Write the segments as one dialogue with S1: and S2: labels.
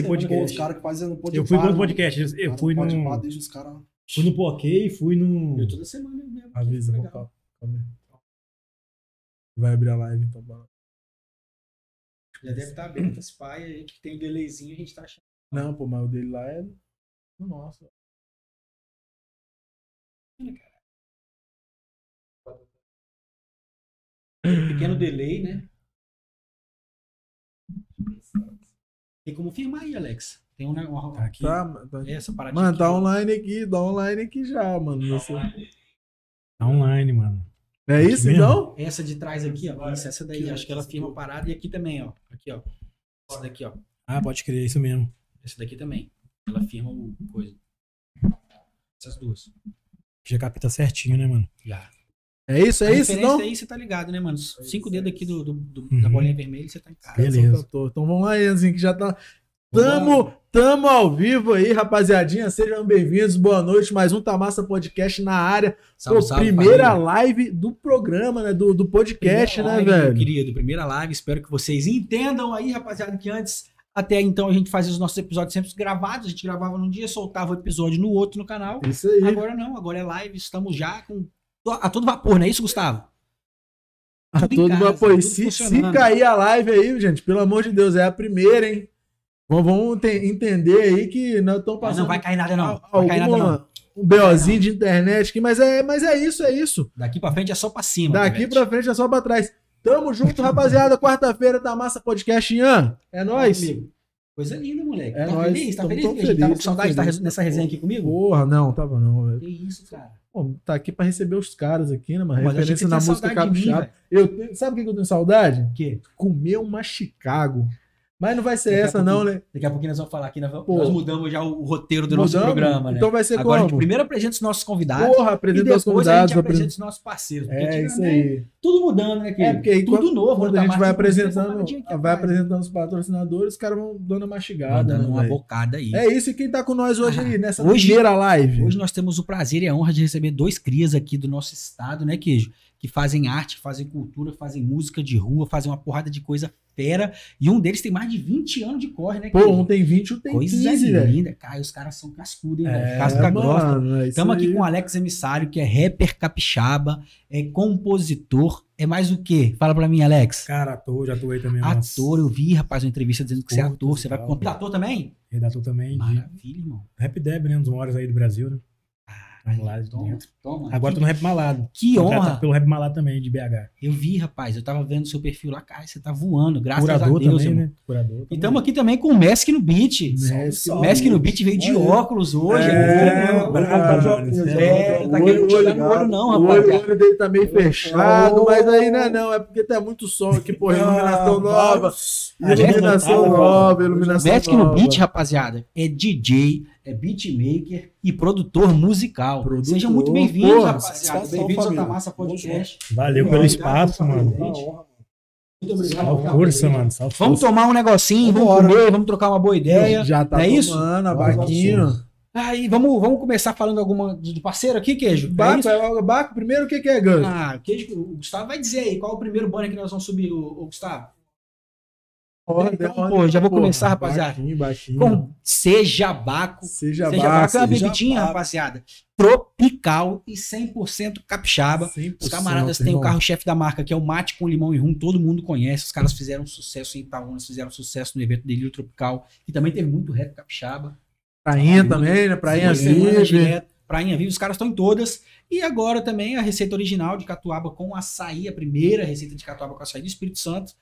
S1: um
S2: podcast.
S3: Os caras que
S1: é,
S3: fazem no podcast.
S2: Eu fui em outro podcast. eu- Eu fui no,
S3: Pode deixa os caras.
S2: fui no Poké, fui no.
S1: Eu toda semana mesmo.
S4: Às vezes eu vou
S1: Legal.
S4: Calma aí. Vai abrir a live, então. bora.
S1: Já deve estar aberto esse pai, a gente tem um delayzinho, a gente tá achando.
S4: Não, pô, mas o dele lá é. Nossa.
S1: Pequeno delay, né? Tem como firmar aí, Alex. Tem um negócio.
S2: Tá aqui.
S4: Tá, ma- tá-
S1: Essa paradinha.
S4: Mano, tá
S1: aqui.
S4: online aqui, tá online aqui já, mano. Você...
S2: Tá online, mano.
S4: É isso
S2: mesmo?
S4: então?
S1: Essa de trás aqui, ó. Isso, essa daí. Acho que ela firma a parada. E aqui também, ó. Aqui, ó. Essa daqui, ó.
S2: Ah, pode crer, isso mesmo.
S1: Essa daqui também. Ela firma o coisa. Essas duas.
S2: Já capta certinho, né, mano?
S1: Já.
S4: É isso,
S1: A
S4: é isso
S1: referência
S4: então?
S1: aí você tá ligado, né, mano? Cinco
S4: Pois é.
S1: dedos aqui do, do- do- da
S2: Uhum.
S1: bolinha vermelha, você tá em casa.
S2: Beleza.
S4: Só cantor. Então vamos lá, Enzinho, que já tá. Tamo, tamo ao vivo aí, rapaziadinha. Sejam bem-vindos, boa noite. Mais um Tamassa Podcast na área.
S1: Salve,
S4: Pô,
S1: salve,
S4: primeira
S1: família.
S4: live do programa, né? Do, do podcast,
S1: Primeira
S4: né,
S1: live, meu
S4: velho?
S1: Querido, primeira live. Espero que vocês entendam aí, rapaziada, que antes, até então, a gente fazia os nossos episódios sempre gravados. A gente gravava num dia, soltava o episódio no outro no canal.
S4: Isso aí.
S1: Agora não, agora é live. Estamos já com. A todo vapor, não é isso, Gustavo?
S4: a
S1: tudo em
S4: Tá todo
S1: casa, tá
S4: vapor. E
S1: tudo
S4: se, se
S1: funcionando.
S4: cair a live aí, gente, pelo amor de Deus, é a primeira, hein? Vamos, vamos te- entender aí que nós estamos
S1: Mas
S4: passando.
S1: não vai cair nada, não.
S4: a-
S1: Não vai cair nada, não.
S4: alguma- Um BOzinho de internet aqui, mas é, mas é isso, é isso.
S1: Daqui pra frente é só pra cima.
S4: Daqui
S1: Pivete.
S4: pra frente é só pra trás. Tamo junto, rapaziada. Quarta-feira da Massa Podcast, Ian. É nóis.
S1: Comigo. Coisa linda, moleque.
S4: É
S1: tá
S4: nóis,
S1: feliz? Tá
S4: tamo
S1: feliz?
S4: tão
S1: Porque a gente tava com
S4: feliz,
S1: saudade de
S4: tamo
S1: estar
S4: feliz.
S1: nessa resenha aqui comigo?
S4: Porra, não, tava não, velho.
S1: Que isso, cara.
S4: Pô, tá aqui pra receber os caras aqui, né, mano?
S1: Mas achei que
S4: Referência
S1: você
S4: na
S1: tinha
S4: música
S1: saudade de mim,
S4: capixaba.
S1: velho.
S4: Eu, tenho- sabe o que que eu tenho saudade?
S1: O quê?
S4: Comer uma Chicago. Mas não vai ser
S1: Daqui a
S4: essa, não, né?
S1: Daqui a pouquinho nós vamos falar aqui. Nós,
S4: Pô.
S1: nós mudamos já o roteiro do nosso
S4: Mudamos?
S1: programa, né?
S4: Então vai ser
S1: Agora a gente
S4: como?
S1: primeiro apresenta os nossos convidados.
S4: Porra,
S1: e
S4: apresenta
S1: depois
S4: os convidados.
S1: a gente apresenta né?
S4: apresenta-
S1: os nossos parceiros. porque
S4: É isso
S1: antigamente
S4: aí.
S1: Tudo mudando, né, querido?
S4: É, porque aí
S1: Tudo
S4: quando-
S1: novo.
S4: Quando
S1: né,
S4: a gente
S1: Tamar?
S4: vai
S1: Inclusive, essa
S4: apresentando,
S1: paradinha aqui
S4: vai
S1: atrás,
S4: apresentando né? os patrocinadores, os caras vão dando uma
S1: né?
S4: mastigada.
S1: Dando
S4: né,
S1: uma
S4: velho?
S1: bocada aí.
S4: É isso e quem tá com nós hoje aí, nessa
S1: Hoje-
S4: primeira live.
S1: Hoje nós temos o prazer e a honra de receber dois crias aqui do nosso estado, né, Queijo? Que fazem arte, fazem cultura, fazem música de rua, fazem uma porrada de coisa fera. E um deles tem mais de 20 anos de corre, né,
S4: Pô,
S1: Queijo?
S4: um tem 20, um tem
S1: coisa
S4: 15, velho.
S1: linda. Cara, os caras são cascudos, hein, velho?
S4: É,
S1: Casca grossa.
S4: mano, é isso
S1: Estamos
S4: aí.
S1: aqui com o Alex Emissário, que é rapper capixaba, é compositor, é mais o quê? Fala pra mim, Alex.
S2: Cara, ator, já atuei também. umas-
S1: Ator, eu vi, rapaz, uma entrevista dizendo que você é
S2: Porra,
S1: ator, você vai
S2: legal,
S1: contar ator também?
S2: Redator também de
S1: Maravilha, irmão.
S2: Rap Deb, né? Um dos maiores aí do Brasil, né? Vamos lá de
S1: Toma,
S2: dentro.
S1: toma.
S2: Agora tô no Rap Malado.
S1: Ah, Que honra!
S2: Contratado pelo Rap Malado também, de BH.
S1: Eu vi, rapaz. Eu tava vendo seu perfil lá, cara. Você tá voando, graças
S2: Curador
S1: a Deus,
S2: também,
S1: irmão.
S2: né? Curador.
S1: E
S2: também.
S1: estamos aqui também com o Mask no Beat.
S4: Mask
S1: O
S4: no
S1: Mask no Beat
S4: Beat.
S1: veio de
S4: Olha.
S1: óculos hoje.
S4: É,
S1: É,
S2: mano. brabo, mano.
S1: É, tá querendo tirar no olho não,
S4: O
S1: rapaz.
S4: olho, o olho dele tá meio fechado,
S3: Oh.
S4: mas aí não é não, é porque tá muito som aqui, porra, iluminação nova,
S2: Ah, já
S4: iluminação
S2: não tava,
S4: nova,
S1: O
S4: iluminação
S1: Mask
S4: nova.
S1: no Beat, rapaziada, é DJ, é beatmaker e produtor musical.
S4: Produtor,
S1: Sejam muito bem-vindos,
S4: porra,
S1: rapaziada.
S3: satisfação,
S1: Bem-vindos ao
S3: família.
S1: Tamassa Podcast.
S2: Valeu pelo
S3: Obrigado,
S2: espaço,
S3: obrigado,
S2: mano.
S3: Uma honra.
S1: Muito
S2: Salve
S1: obrigado.
S2: força, mano. Salve
S1: Vamos
S2: força.
S1: tomar um negocinho, vamos
S3: Vambora.
S1: comer, vamos trocar uma boa ideia.
S4: Já tá
S1: Não é isso? é
S4: tomando, abaquinho.
S1: Aí, vamos, vamos começar falando alguma de parceiro aqui, queijo? É isso?
S4: Baco, é o Baco, primeiro o que que é, Gus?
S1: Ah, queijo, o Gustavo vai dizer aí qual o primeiro banner que nós vamos subir, o, Gustavo.
S4: Ordem,
S1: então,
S4: ordem,
S1: pô, já vou
S4: porra.
S1: começar, rapaziada.
S4: Baquinho, baquinho.
S1: Com seja baco.
S4: Seja,
S1: Seja baco é uma
S4: Baco, seja
S1: bebidinha,
S4: Baco.
S1: rapaziada. Tropical e 100% capixaba.
S4: 100%,
S1: Os camaradas têm o
S4: irmão.
S1: carro-chefe da marca, que é o mate com limão e rum, todo mundo conhece. Os caras fizeram um sucesso em Itaúna, fizeram sucesso no evento Delírio Tropical, que também teve muito rap capixaba.
S4: Prainha também, né? Prainha
S1: Sim, semana
S4: livre.
S1: direto, Prainha Viva, os caras estão em todas. E agora também a receita original de catuaba com açaí, a primeira receita de catuaba com açaí do Espírito Santo.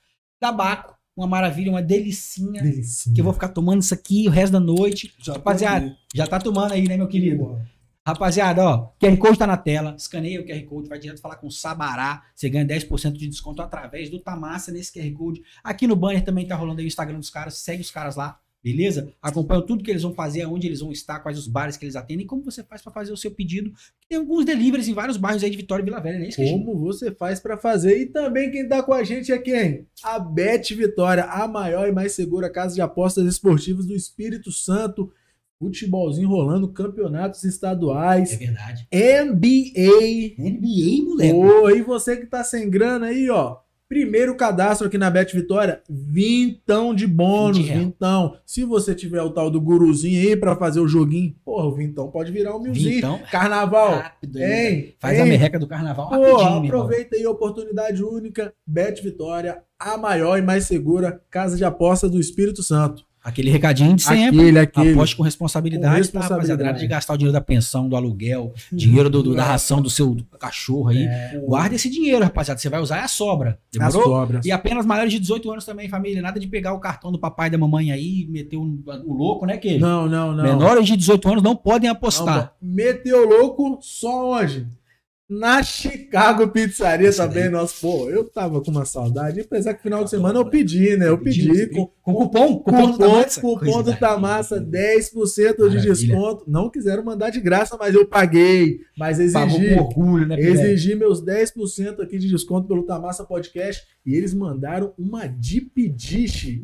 S1: Tabaco, uma maravilha, uma delicinha.
S4: Delicinha.
S1: Que eu vou ficar tomando isso aqui o resto da noite.
S3: Já tô
S1: Rapaziada,
S3: aqui.
S1: já tá tomando aí, né, meu querido?
S3: Boa.
S1: Rapaziada, ó, QR Code tá na tela. Escaneia o QR Code, vai direto falar com o Sabará. Você ganha 10% de desconto através do Tamassa nesse QR Code. Aqui no banner também tá rolando aí o Instagram dos caras. Segue os caras lá, beleza? Acompanha tudo que eles vão fazer, aonde eles vão estar, quais os bares que eles atendem, como você faz pra fazer o seu pedido. Tem alguns deliveries em vários bairros aí de Vitória e Vila Velha, né? Isso que a gente-
S4: Como você faz pra fazer? E também quem tá com a gente é quem? A Bet Vitória, a maior e mais segura casa de apostas esportivas do Espírito Santo. Futebolzinho rolando, campeonatos
S1: É
S4: estaduais,
S1: verdade.
S4: NBA.
S1: NBA, moleque.
S4: Pô, e você que tá sem grana aí, ó. Primeiro cadastro aqui na Bet Vitória, vintão de bônus,
S1: Vinte real.
S4: vintão. Se você tiver o tal do guruzinho aí pra fazer o joguinho, porra, o vintão pode virar um milzinho.
S1: Então,
S4: Carnaval,
S1: rápido. hein?
S4: hein?
S1: Faz
S4: hein?
S1: a merreca do carnaval
S4: Pô,
S1: rapidinho, meu irmão.
S4: aproveita aí a oportunidade única, Bet Vitória, a maior e mais segura casa de aposta do Espírito Santo.
S1: Aquele recadinho de sempre.
S4: Aquele, aquele.
S1: Aposte com responsabilidade,
S4: Com
S1: tá, rapaziada?
S4: responsabilidade. Uhum. É.
S1: Nada de gastar o dinheiro da pensão, do aluguel, dinheiro do- do- da ração do seu cachorro aí. Guarda esse dinheiro, rapaziada. Você vai usar é a sobra.
S4: As
S1: Demorou?
S4: sobras.
S1: E apenas maiores de 18 anos também, família. Nada de pegar o cartão do papai e da mamãe aí e meter o, o louco, né, que
S4: Não, não, não.
S1: Menores de 18 anos não podem apostar.
S4: Não, pô. Meteu louco só onde? Na Chicago Pizzaria
S1: Isso
S4: também,
S1: daí. Tá
S4: nossa, pô, eu tava com uma saudade, apesar que final de semana eu pedi, né? Eu pedi com
S1: com cupom, cupom,
S4: cupom,
S1: do Tamassa.
S4: cupom do
S1: Coisa
S4: Tamassa,
S1: linda. né?
S4: 10% de
S1: Maravilha.
S4: desconto. Não quiseram mandar de graça, mas eu paguei, mas
S1: Pagou
S4: exigi.
S1: com orgulho, né, Pilé?
S4: Exigi meus 10% aqui de desconto pelo Tamassa Podcast e eles mandaram uma Deep Dish.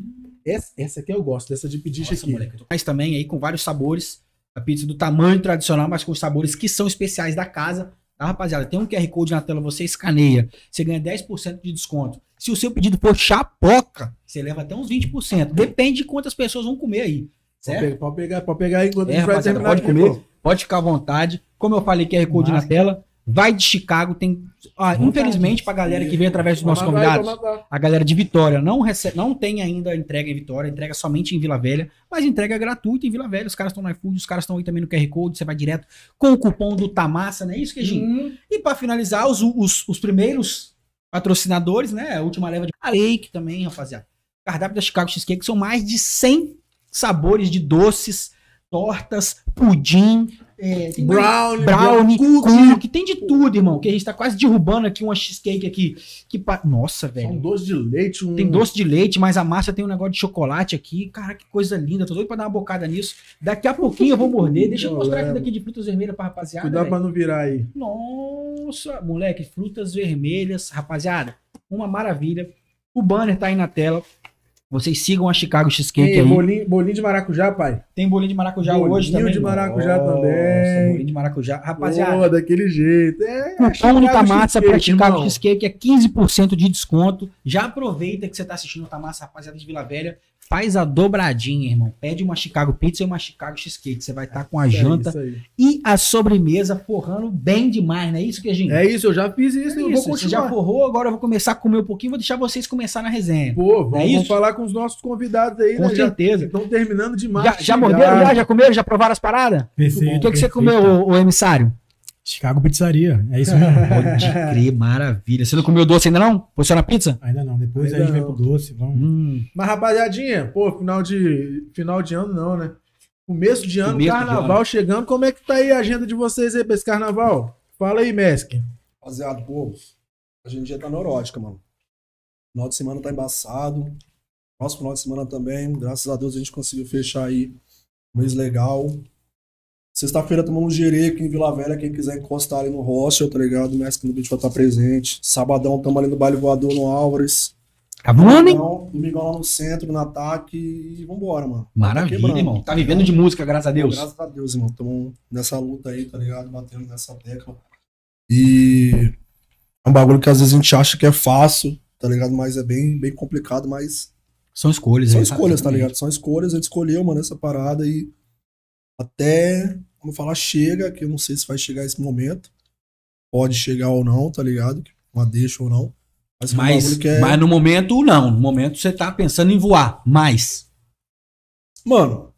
S4: Essa, essa aqui eu gosto, dessa Deep Dish
S1: Nossa,
S4: aqui.
S1: moleque. eu tô- Mas também aí com vários sabores. A pizza do tamanho tradicional, mas com os sabores que são especiais da casa. Tá, rapaziada? Tem um QR Code na tela, você escaneia. Você ganha 10% de desconto. Se o seu pedido for chapoca, você leva até uns 20%. Depende de quantas pessoas vão comer aí.
S4: Pode
S1: Certo?
S4: pegar, pode pegar, pode pegar aí enquanto
S1: É,
S4: a gente vai
S1: rapaziada,
S4: terminar
S1: pode
S4: aqui,
S1: comer.
S4: pô.
S1: Pode ficar à vontade. Como eu falei, QR Code na
S2: Massa.
S1: tela. Vai de Chicago. Tem. Ah,
S2: Vontade.
S1: infelizmente, pra galera que veio através dos nossos
S4: Toma, vai,
S1: convidados.
S4: toma, vai.
S1: A galera de Vitória não recebe, não tem ainda entrega em Vitória, entrega somente em Vila Velha, mas entrega gratuita em Vila Velha. Os caras estão no iFood, os caras estão aí também no QR Code, você vai direto com o cupom do Tamassa, não é isso, Queijinho?
S4: Hum,
S1: E pra finalizar, os, os, os primeiros patrocinadores, né? A última leva de Cake também, rapaziada. Cardápio da Chicago Cheesecake são mais de 100 sabores de doces, tortas, pudim, é,
S4: hum.
S1: tem mais-
S4: Brownie,
S1: brownie,
S4: cookie.
S1: cookie, tem de tudo, irmão. Que a gente tá quase derrubando aqui uma cheesecake aqui. Que pa- Nossa, velho.
S4: São doce de leite, um...
S1: Tem doce de leite, mas a massa tem um negócio de chocolate aqui. Cara, que coisa linda. Tô doido pra dar uma bocada nisso. Daqui a pouquinho eu vou morder. Deixa eu
S4: Eu
S1: mostrar aqui
S4: lembro.
S1: daqui de frutas vermelhas pra rapaziada.
S4: Cuidado
S1: velho.
S4: pra não virar aí.
S1: Nossa, moleque, frutas vermelhas. Rapaziada, uma maravilha. O banner tá aí na tela. Vocês sigam a Chicago Cheesecake
S4: Ei,
S1: é aí.
S4: bolinho, bolinho de maracujá, pai.
S1: Tem bolinho de maracujá
S4: Bolinho
S1: hoje também.
S4: de maracujá
S1: Nossa,
S4: também.
S1: bolinho de maracujá. Rapaziada, Um
S4: Pô, daquele jeito. É,
S1: Cupom do
S4: Chicago
S1: Tamassa
S4: Cheesecake,
S1: para Chicago
S4: irmão.
S1: Cheesecake é 15% de desconto. Já aproveita que você tá assistindo o Tamassa, rapaziada de Vila Velha. Faz a dobradinha, irmão. Pede uma Chicago Pizza e uma Chicago Cheesecake. Você vai estar com a
S4: É
S1: janta
S4: isso aí.
S1: e a sobremesa forrando bem demais, não é isso, Queijinho?
S4: É isso, eu já fiz isso,
S1: É
S4: eu
S1: isso,
S4: vou
S1: Você já
S4: continuar.
S1: forrou, agora eu vou começar a comer um pouquinho. Vou deixar vocês começar na resenha.
S4: Pô, vamos,
S1: É isso?
S4: vamos falar com os nossos convidados aí,
S1: Com
S4: né? Já
S1: certeza.
S4: estão terminando demais.
S1: Já, já morderam? Já, já comeram? Já provaram as paradas?
S2: Perfeito.
S1: O que, que você
S2: perfeito.
S1: comeu, ô, ô emissário?
S2: Chicago Pizzaria. É isso mesmo.
S1: Pode crer, maravilha. Você não comeu doce ainda não? Você na pizza?
S2: Ainda não. Depois
S4: Ainda
S2: a gente vem
S4: não.
S2: pro doce. Vamos.
S1: Hum.
S4: Mas, rapaziadinha, pô, final de, final de ano não, né? Começo de ano,
S1: Começo de
S4: carnaval chegando. Como é que tá aí a agenda de vocês aí pra esse carnaval? Fala aí, Mesk.
S3: Rapaziada, pô, a gente já tá neurótica, mano. Final de semana tá embaçado. Nosso final de semana também, graças a Deus a gente conseguiu fechar aí um mês legal. Sexta-feira tomamos um gerê aqui em Vila Velha, quem quiser encostar ali no hostel, tá ligado? O mestre no vídeo vai estar presente. Sabadão tamo ali no baile voador no Álvares.
S1: Tá voando, hein?
S3: Domingão, domingão lá no centro, no ataque e vambora, mano.
S1: Maravilha,
S3: quebrando.
S1: irmão. Tá vivendo de música, graças a Deus.
S3: Graças a Deus, irmão. Estamos nessa luta aí, tá ligado? Batendo nessa tecla. E é um bagulho que às vezes a gente acha que é fácil, tá ligado? Mas é bem, bem complicado, mas
S1: São escolhas,
S3: são
S1: né?
S3: escolhas, tá ligado? São escolhas, a gente escolheu, mano, essa parada e até, vamos falar, chega, que eu não sei se vai chegar esse momento. Pode chegar ou não, tá ligado? Uma deixa ou não. Mas, é um
S1: Mas,
S3: bagulho que é-
S1: mas no momento, não. No momento, você tá pensando em voar. Mas.
S3: Mano,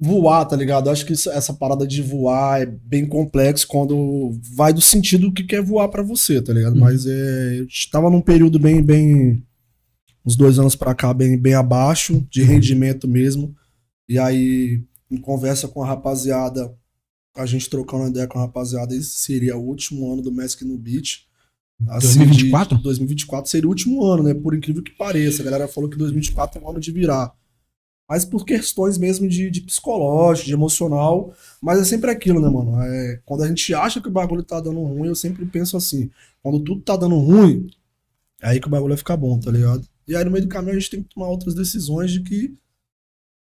S3: voar, tá ligado? Eu Acho que isso- essa parada de voar é bem complexo quando vai do sentido que quer voar pra você, tá ligado?
S1: Uhum.
S3: Mas é, eu tava num período bem, bem, uns dois anos pra cá, bem, bem abaixo de rendimento mesmo. E aí, em conversa com a rapaziada, a gente trocando ideia com a rapaziada, esse seria o último ano do Mask no Beach. Assim,
S1: 2024?
S3: de 2024 seria o último ano, né? Por incrível que pareça. A galera falou que 2024 é um ano de virar. Mas por questões mesmo de, de psicológico, de emocional. Mas é sempre aquilo, né, mano? É, quando a gente acha que o bagulho tá dando ruim, eu sempre penso assim: quando tudo tá dando ruim, é aí que o bagulho vai ficar bom, tá ligado? E aí no meio do caminho a gente tem que tomar outras decisões de que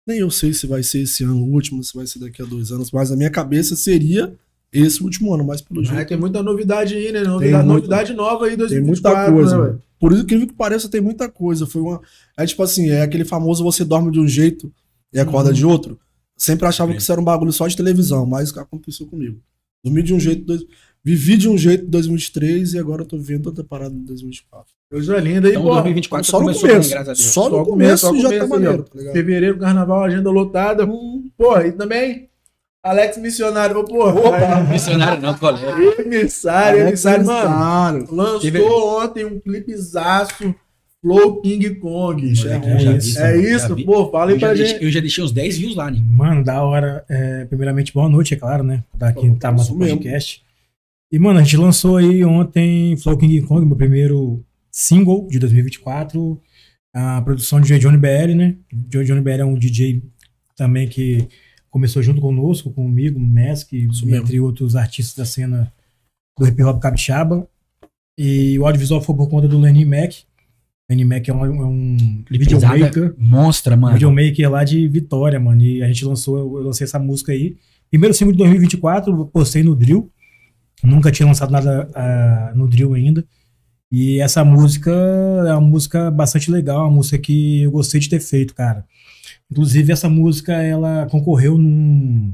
S3: nem eu sei se vai ser esse ano o último, se vai ser daqui a dois anos, mas na minha cabeça seria esse último ano, mas pelo
S4: Aí
S3: jeito.
S4: tem muita novidade aí, né? Novidade,
S3: muito-
S4: novidade nova aí em
S3: Tem
S4: 2024,
S3: muita coisa,
S4: né,
S3: mano. Por isso, incrível que pareça, tem muita coisa. Foi uma. É tipo assim, é aquele famoso você dorme de um jeito e acorda de outro. Sempre achava que isso era um bagulho só de televisão, mas aconteceu comigo. Dormi de um jeito, dois- vivi de um jeito em 2023 e agora eu tô vivendo outra parada em 2024.
S4: Coisa linda aí,
S1: Então,
S4: pô.
S1: 2024
S3: só no
S1: começou
S3: começo.
S1: bem, graças a Deus.
S3: só
S4: Só
S3: no
S4: o começo,
S3: começo,
S4: só o
S3: já
S4: começo
S3: tá
S4: aí, ó.
S3: maneiro, tá ligado?
S4: Fevereiro, carnaval, agenda lotada.
S2: Hum.
S4: Pô, e também Alex Missionário. Ô, pô,
S1: Missionário não, colega.
S4: emissário, emissário, mano.
S3: Mano,
S4: Lançou
S1: Teve-
S4: ontem um clipezaço Flow King Kong.
S2: Moleque,
S4: É,
S2: eu já vi é
S4: isso,
S2: isso,
S4: é
S1: mano, já
S4: isso,
S1: vi.
S4: pô. Fala aí
S1: Eu já,
S4: pra gente.
S1: deixei, eu já deixei uns 10 views lá, né?
S2: Mano, da hora. É, primeiramente, boa noite, é claro, né? Pra quem tá mais
S3: isso
S2: no
S3: mesmo.
S2: podcast. E, mano, a gente lançou aí ontem Flow King Kong, meu primeiro single de 2024. A produção de Johnny BL, né? Johnny BL é um DJ também que começou junto conosco, comigo, Mask,
S3: Isso
S2: entre
S3: mesmo.
S2: outros artistas da cena do hip hop capixaba. E o audiovisual foi por conta do Lenny Mac. Lenny Mac é um, é um
S1: Pesada,
S3: né?
S2: videomaker.
S1: Monstra,
S2: Um
S1: mano.
S2: videomaker lá de Vitória, mano. E a gente lançou, eu lancei essa música aí. Primeiro single de 2024, eu postei no Drill. Nunca tinha lançado nada ah, no Drill ainda. E essa música é uma música bastante legal, uma música que eu gostei de ter feito, cara. Inclusive, essa música ela concorreu num,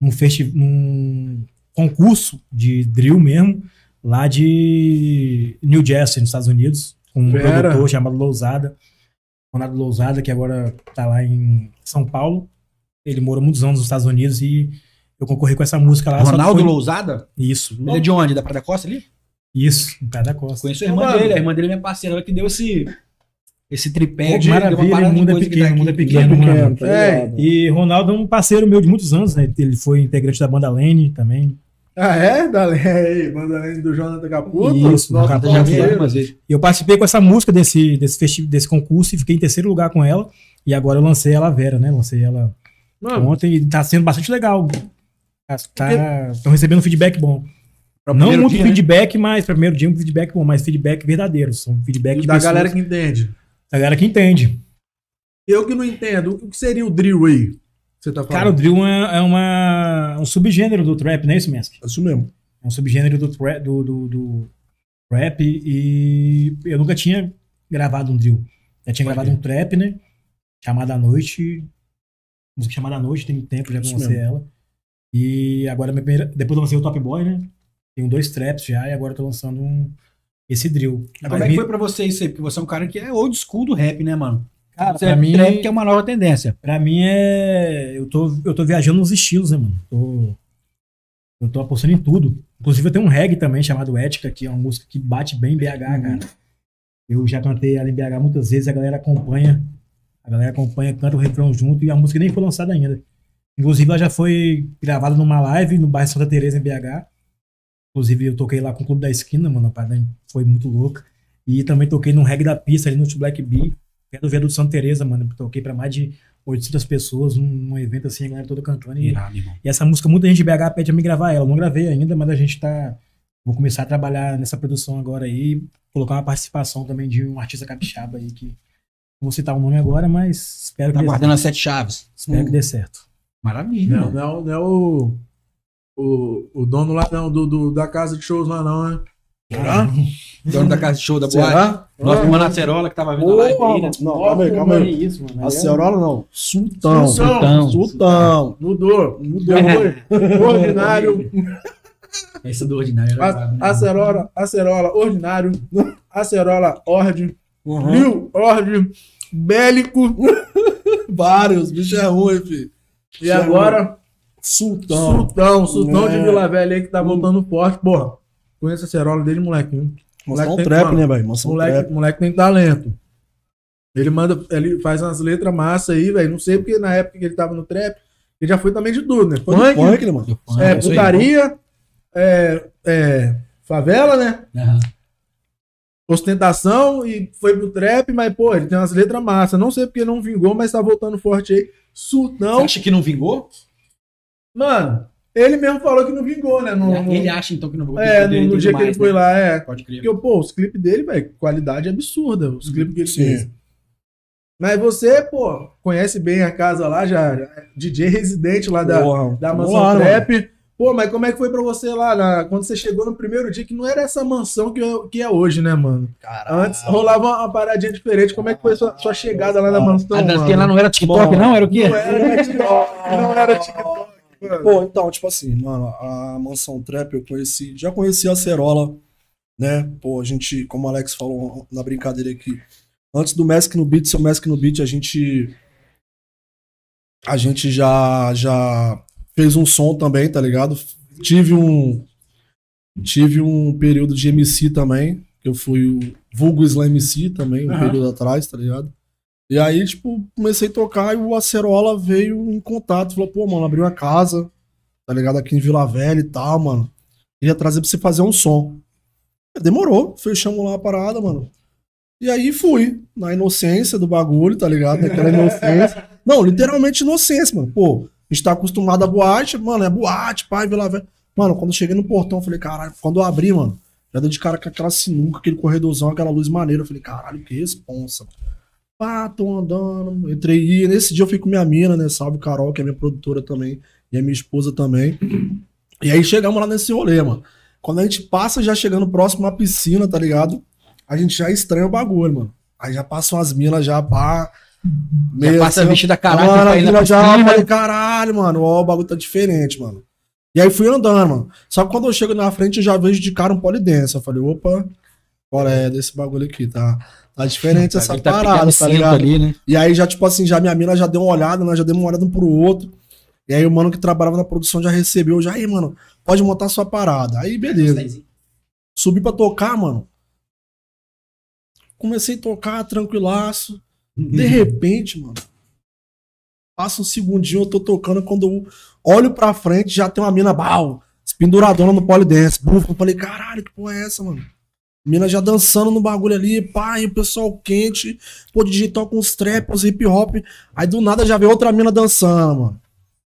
S2: num, festi- num concurso de drill mesmo, lá de New Jersey, nos Estados Unidos, com um
S4: Fera.
S2: produtor chamado Lousada, Ronaldo Lousada, que agora tá lá em São Paulo. Ele morou muitos anos nos Estados Unidos e eu concorri com essa música lá. só que
S1: Ronaldo
S2: foi-
S1: Lousada?
S2: Isso,
S1: Ele é de onde? Da Praia da Costa ali?
S2: isso, o cara da costa.
S1: Conheço a irmã
S4: Mano.
S1: dele. A irmã dele é minha parceira. Ela que deu esse, esse tripé
S2: Pô,
S1: de... deu uma
S2: maravilha, o
S1: parada de né?
S2: mundo é
S1: coisa que tá
S2: pequeno, o
S1: aqui.
S2: mundo é
S3: já
S2: pequeno, mano.
S3: pequeno, tá ligado?
S2: E Ronaldo é um parceiro meu de muitos anos, né? Ele foi integrante da banda Lene também.
S4: Ah, é? Dale... Aí, manda além do Jonathan Caputo.
S2: Isso,
S4: nosso
S2: Caputo
S1: Já
S2: já foi.
S1: vi
S4: parceiro.
S1: algumas vezes.
S2: E eu participei com essa música desse, desse, festi- desse concurso e fiquei em terceiro lugar com ela. E agora eu lancei ela, Vera, né? Lancei ela
S1: Ah.
S4: Mano,
S2: ontem e tá sendo bastante legal. Estão tá, tão recebendo feedback bom.
S1: Pra
S2: Não
S1: primeiro
S2: muito
S1: dia, né?
S2: feedback, mas pra primeiro dia um feedback bom, mas feedback verdadeiro. São feedback de
S4: da
S2: pessoas,
S4: galera que entende.
S2: da galera que entende.
S4: Eu que não entendo. O que seria o drill aí? que Você tá falando?
S2: Cara, o drill é, é uma, um subgênero do trap, não é isso, Mesk?
S3: É isso mesmo.
S2: É um subgênero do, tra- do, do, do rap e eu nunca tinha gravado um drill. Já tinha gravado um trap, né? Chamada à Noite. Música Chamada à Noite, tem tempo, já que eu
S3: Isso
S2: lancei ela. E agora, minha primeira, depois eu lancei o Top Boy, né? Tenho dois traps já e agora eu tô lançando um, esse drill.
S1: Como
S2: Pra
S1: é que
S2: mim-
S1: foi pra você isso aí? Porque você é um cara que é old school do rap, né, mano?
S2: Cara,
S1: você
S2: pra
S1: é
S2: mim-
S1: trap que é uma nova tendência.
S2: Pra mim é. Eu tô, eu tô viajando nos estilos, né, mano? Tô- eu tô apostando em tudo. Inclusive, eu tenho um reggae também chamado Ética, que é uma música que bate bem em BH, cara. Eu já cantei ela em BH muitas vezes, a galera acompanha. A galera acompanha, canta o refrão junto e a música nem foi lançada ainda. Inclusive, ela já foi gravada numa live no bairro Santa Teresa em BH. Inclusive, eu toquei lá com o Clube da Esquina, mano. A parada foi muito louca. E também toquei no reggae da pista ali no Two Black Bee, perto do viaduto Santa Teresa, mano. Toquei pra mais de 800 pessoas num, num evento assim, a galera toda cantando. E,
S1: Irado, irmão.
S2: e essa música, muita gente de BH pede pra me gravar ela. Eu não gravei ainda, mas a gente tá. Vou começar a trabalhar nessa produção agora aí. Colocar uma participação também de um artista capixaba aí que. Não vou citar o nome agora, mas espero que,
S1: Tá
S2: dê,
S1: guardando as sete chaves.
S2: espero que dê certo.
S1: Maravilha,
S4: Não,
S1: mano.
S4: não, não é o, o, o dono lá não, do, do- da casa de shows lá não, né?
S3: Será?
S1: Dono da casa de show da boate.
S3: Será?
S1: Nossa irmã na Cerola que tava vendo a live aí, né?
S3: Não, calma aí, calma aí.
S2: isso, mano.
S3: A Cerola não. Sultão.
S4: Sultão.
S3: Então. Sultão.
S4: Mudou, mudou.
S3: É.
S4: ordinário,
S1: Essa do ordinário.
S2: é
S1: era brabo, né?
S4: a- acerola, acerola, ordinário, acerola, ordem,
S3: Uhum.
S4: mil, ordem, bélico,
S3: Vários, bicho é ruim, filho.
S4: e agora
S3: Sultão.
S4: Sultão, Sultão de
S3: É.
S4: Vila Velha aí que tá voltando forte, porra. Conheço a acerola dele, molequinho.
S3: Moleque
S4: Moleque
S3: um
S4: tem-
S3: trap,
S4: mano,
S3: né, velho? Moleque um trap.
S1: É.
S4: Moleque, moleque tem talento. Ele manda, ele faz umas letras massa aí, velho. Não sei porque na época que ele tava no trap, ele já foi também de tudo, né?
S3: Foi do funk, né, mano?
S1: Ah,
S4: é,
S1: isso aí.
S4: putaria, é, é, favela, né?
S1: Aham.
S4: Ostentação e foi pro trap, mas, pô, ele tem umas letras massa. Não sei porque não vingou, mas tá voltando forte aí.
S1: Você
S4: Sultão,
S1: acha que não vingou?
S4: mano, ele mesmo falou que não vingou, né? No,
S3: Uhum.
S4: no-
S1: Ele acha então que não vingou.
S4: é,
S1: porque
S4: no, no
S1: tudo
S4: dia que
S1: mais,
S4: ele foi
S1: né?
S4: lá, é.
S1: Pode crer.
S4: Porque, pô, os clipes dele, velho, qualidade absurda. Os clipes que ele
S3: Sim.
S4: fez. Mas você, pô, conhece bem a casa lá, já, já é DJ residente lá da,
S3: Porra,
S4: da
S3: vamos
S4: Mansão
S3: lá,
S4: Trap. Pô, mas como é que foi pra você lá, na- quando você chegou no primeiro dia, que não era essa mansão que, eu- que é hoje, né, mano?
S3: Caralho.
S4: Antes rolava uma paradinha diferente. Como é que foi sua, sua chegada
S3: Ah,
S4: lá na mansão,
S1: a dancinha lá
S4: mano?
S1: não era TikTok, não? Era o quê?
S4: Não era TikTok, não era TikTok, mano.
S3: Pô, então, tipo assim, mano, a Mansão Trap eu conheci, já conheci a Cerola, né? Pô, a gente, como o Alex falou na brincadeira aqui, antes do Mask no Beat, seu Mask no Beat, a gente. A gente já, já fez um som também, tá ligado? Tive um. Tive um período de MC também, que eu fui o vulgo Slam MC também, um
S2: Aham.
S3: período atrás, tá ligado? E aí, tipo, comecei a tocar e o Acerola veio em contato. Falou, pô, mano, abriu uma casa, tá ligado? Aqui em Vila Velha e tal, mano. Queria trazer pra você fazer um som. Demorou, fechamos lá a parada, mano. E aí fui, na inocência do bagulho, tá ligado? Naquela inocência. Não, literalmente inocência, mano. Pô, a gente tá acostumado à boate, mano, é boate, pai, Vila Velha. Mano, quando eu cheguei no portão, eu falei, caralho, quando eu abri, mano, já dei de cara com aquela sinuca, aquele corredorzão, aquela luz maneira. Eu falei, caralho, que responsa, Pá, tô andando. Entrei. E nesse dia eu fui com minha mina, né? Salve Carol, que é minha produtora também. E a minha esposa também. E aí chegamos lá nesse rolê, mano. Quando a gente passa já chegando próximo à piscina, tá ligado? A gente já estranha o bagulho, mano. Aí já passam as minas já, pá.
S1: Já
S3: Meio
S1: passa a
S3: assim,
S1: vestida
S3: Mano,
S1: caralho tá pra ir na
S3: aquilo já eu
S1: piscina. né?
S3: falei, caralho, mano, ó, o bagulho tá diferente, mano. E aí fui andando, mano. Só que quando eu chego na frente, eu já vejo de cara um polidense. Eu falei, opa, qual é desse bagulho aqui, tá? Tá diferente essa
S1: Ele tá
S3: parada,
S1: pegando
S3: tá
S1: cinto
S3: ligado?
S1: ali, né?
S3: E aí já, tipo assim, já minha mina já deu uma olhada, nós já demos uma olhada um pro outro. E aí o mano que trabalhava na produção já recebeu, já, aí, mano, pode montar sua parada. Aí, beleza. Subi pra tocar, mano. Comecei a tocar, tranquilaço. De repente, mano. Passa um segundinho, eu tô tocando. Quando eu olho pra frente, já tem uma mina bal, penduradona no polidense. Bufa, eu falei, caralho, que porra é essa, mano? Mina já dançando no bagulho ali, pai, o pessoal quente, pô, digital com os trap, os hip hop. Aí do nada já vê outra mina dançando, mano.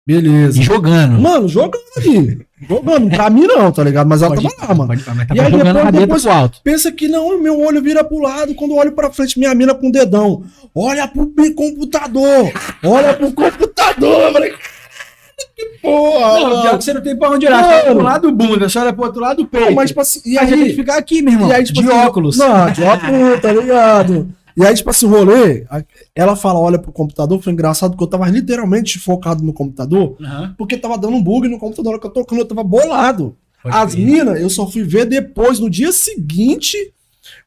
S3: Beleza.
S1: E jogando.
S3: Mano, jogando ali. Jogando, pra mim não, tá ligado? Mas ela
S1: Pode-
S3: tava lá, mano.
S1: pode- mas
S3: E
S1: tava
S3: aí
S1: jogando
S3: depois-
S1: na dedo
S3: depois-
S1: pro alto.
S3: Pensa que não, meu olho vira pro lado, quando eu olho pra frente, minha mina com o dedão. Olha pro pi- computador! Olha pro computador! Eu falei, "Caralho, que porra!
S1: Não,
S3: mano."
S1: pior que você não tem pra onde olhar. Você olha pro lado do bunda, você olha pro outro lado do peito.
S3: Mas, tipo assim, e
S1: a gente tem que
S3: aí,
S1: ficar aqui, meu irmão.
S3: e aí, tipo
S1: de
S3: assim,
S1: óculos.
S3: Não, de óculos, tá ligado? E aí, tipo assim, o rolê, a- ela fala, olha pro computador, foi engraçado, porque eu tava literalmente focado no computador,
S1: Aham.
S3: porque tava dando um bug no computador na hora que eu tocando, eu tava bolado.
S1: Pode
S3: As
S1: crer.
S3: minas, eu só fui ver depois, no dia seguinte,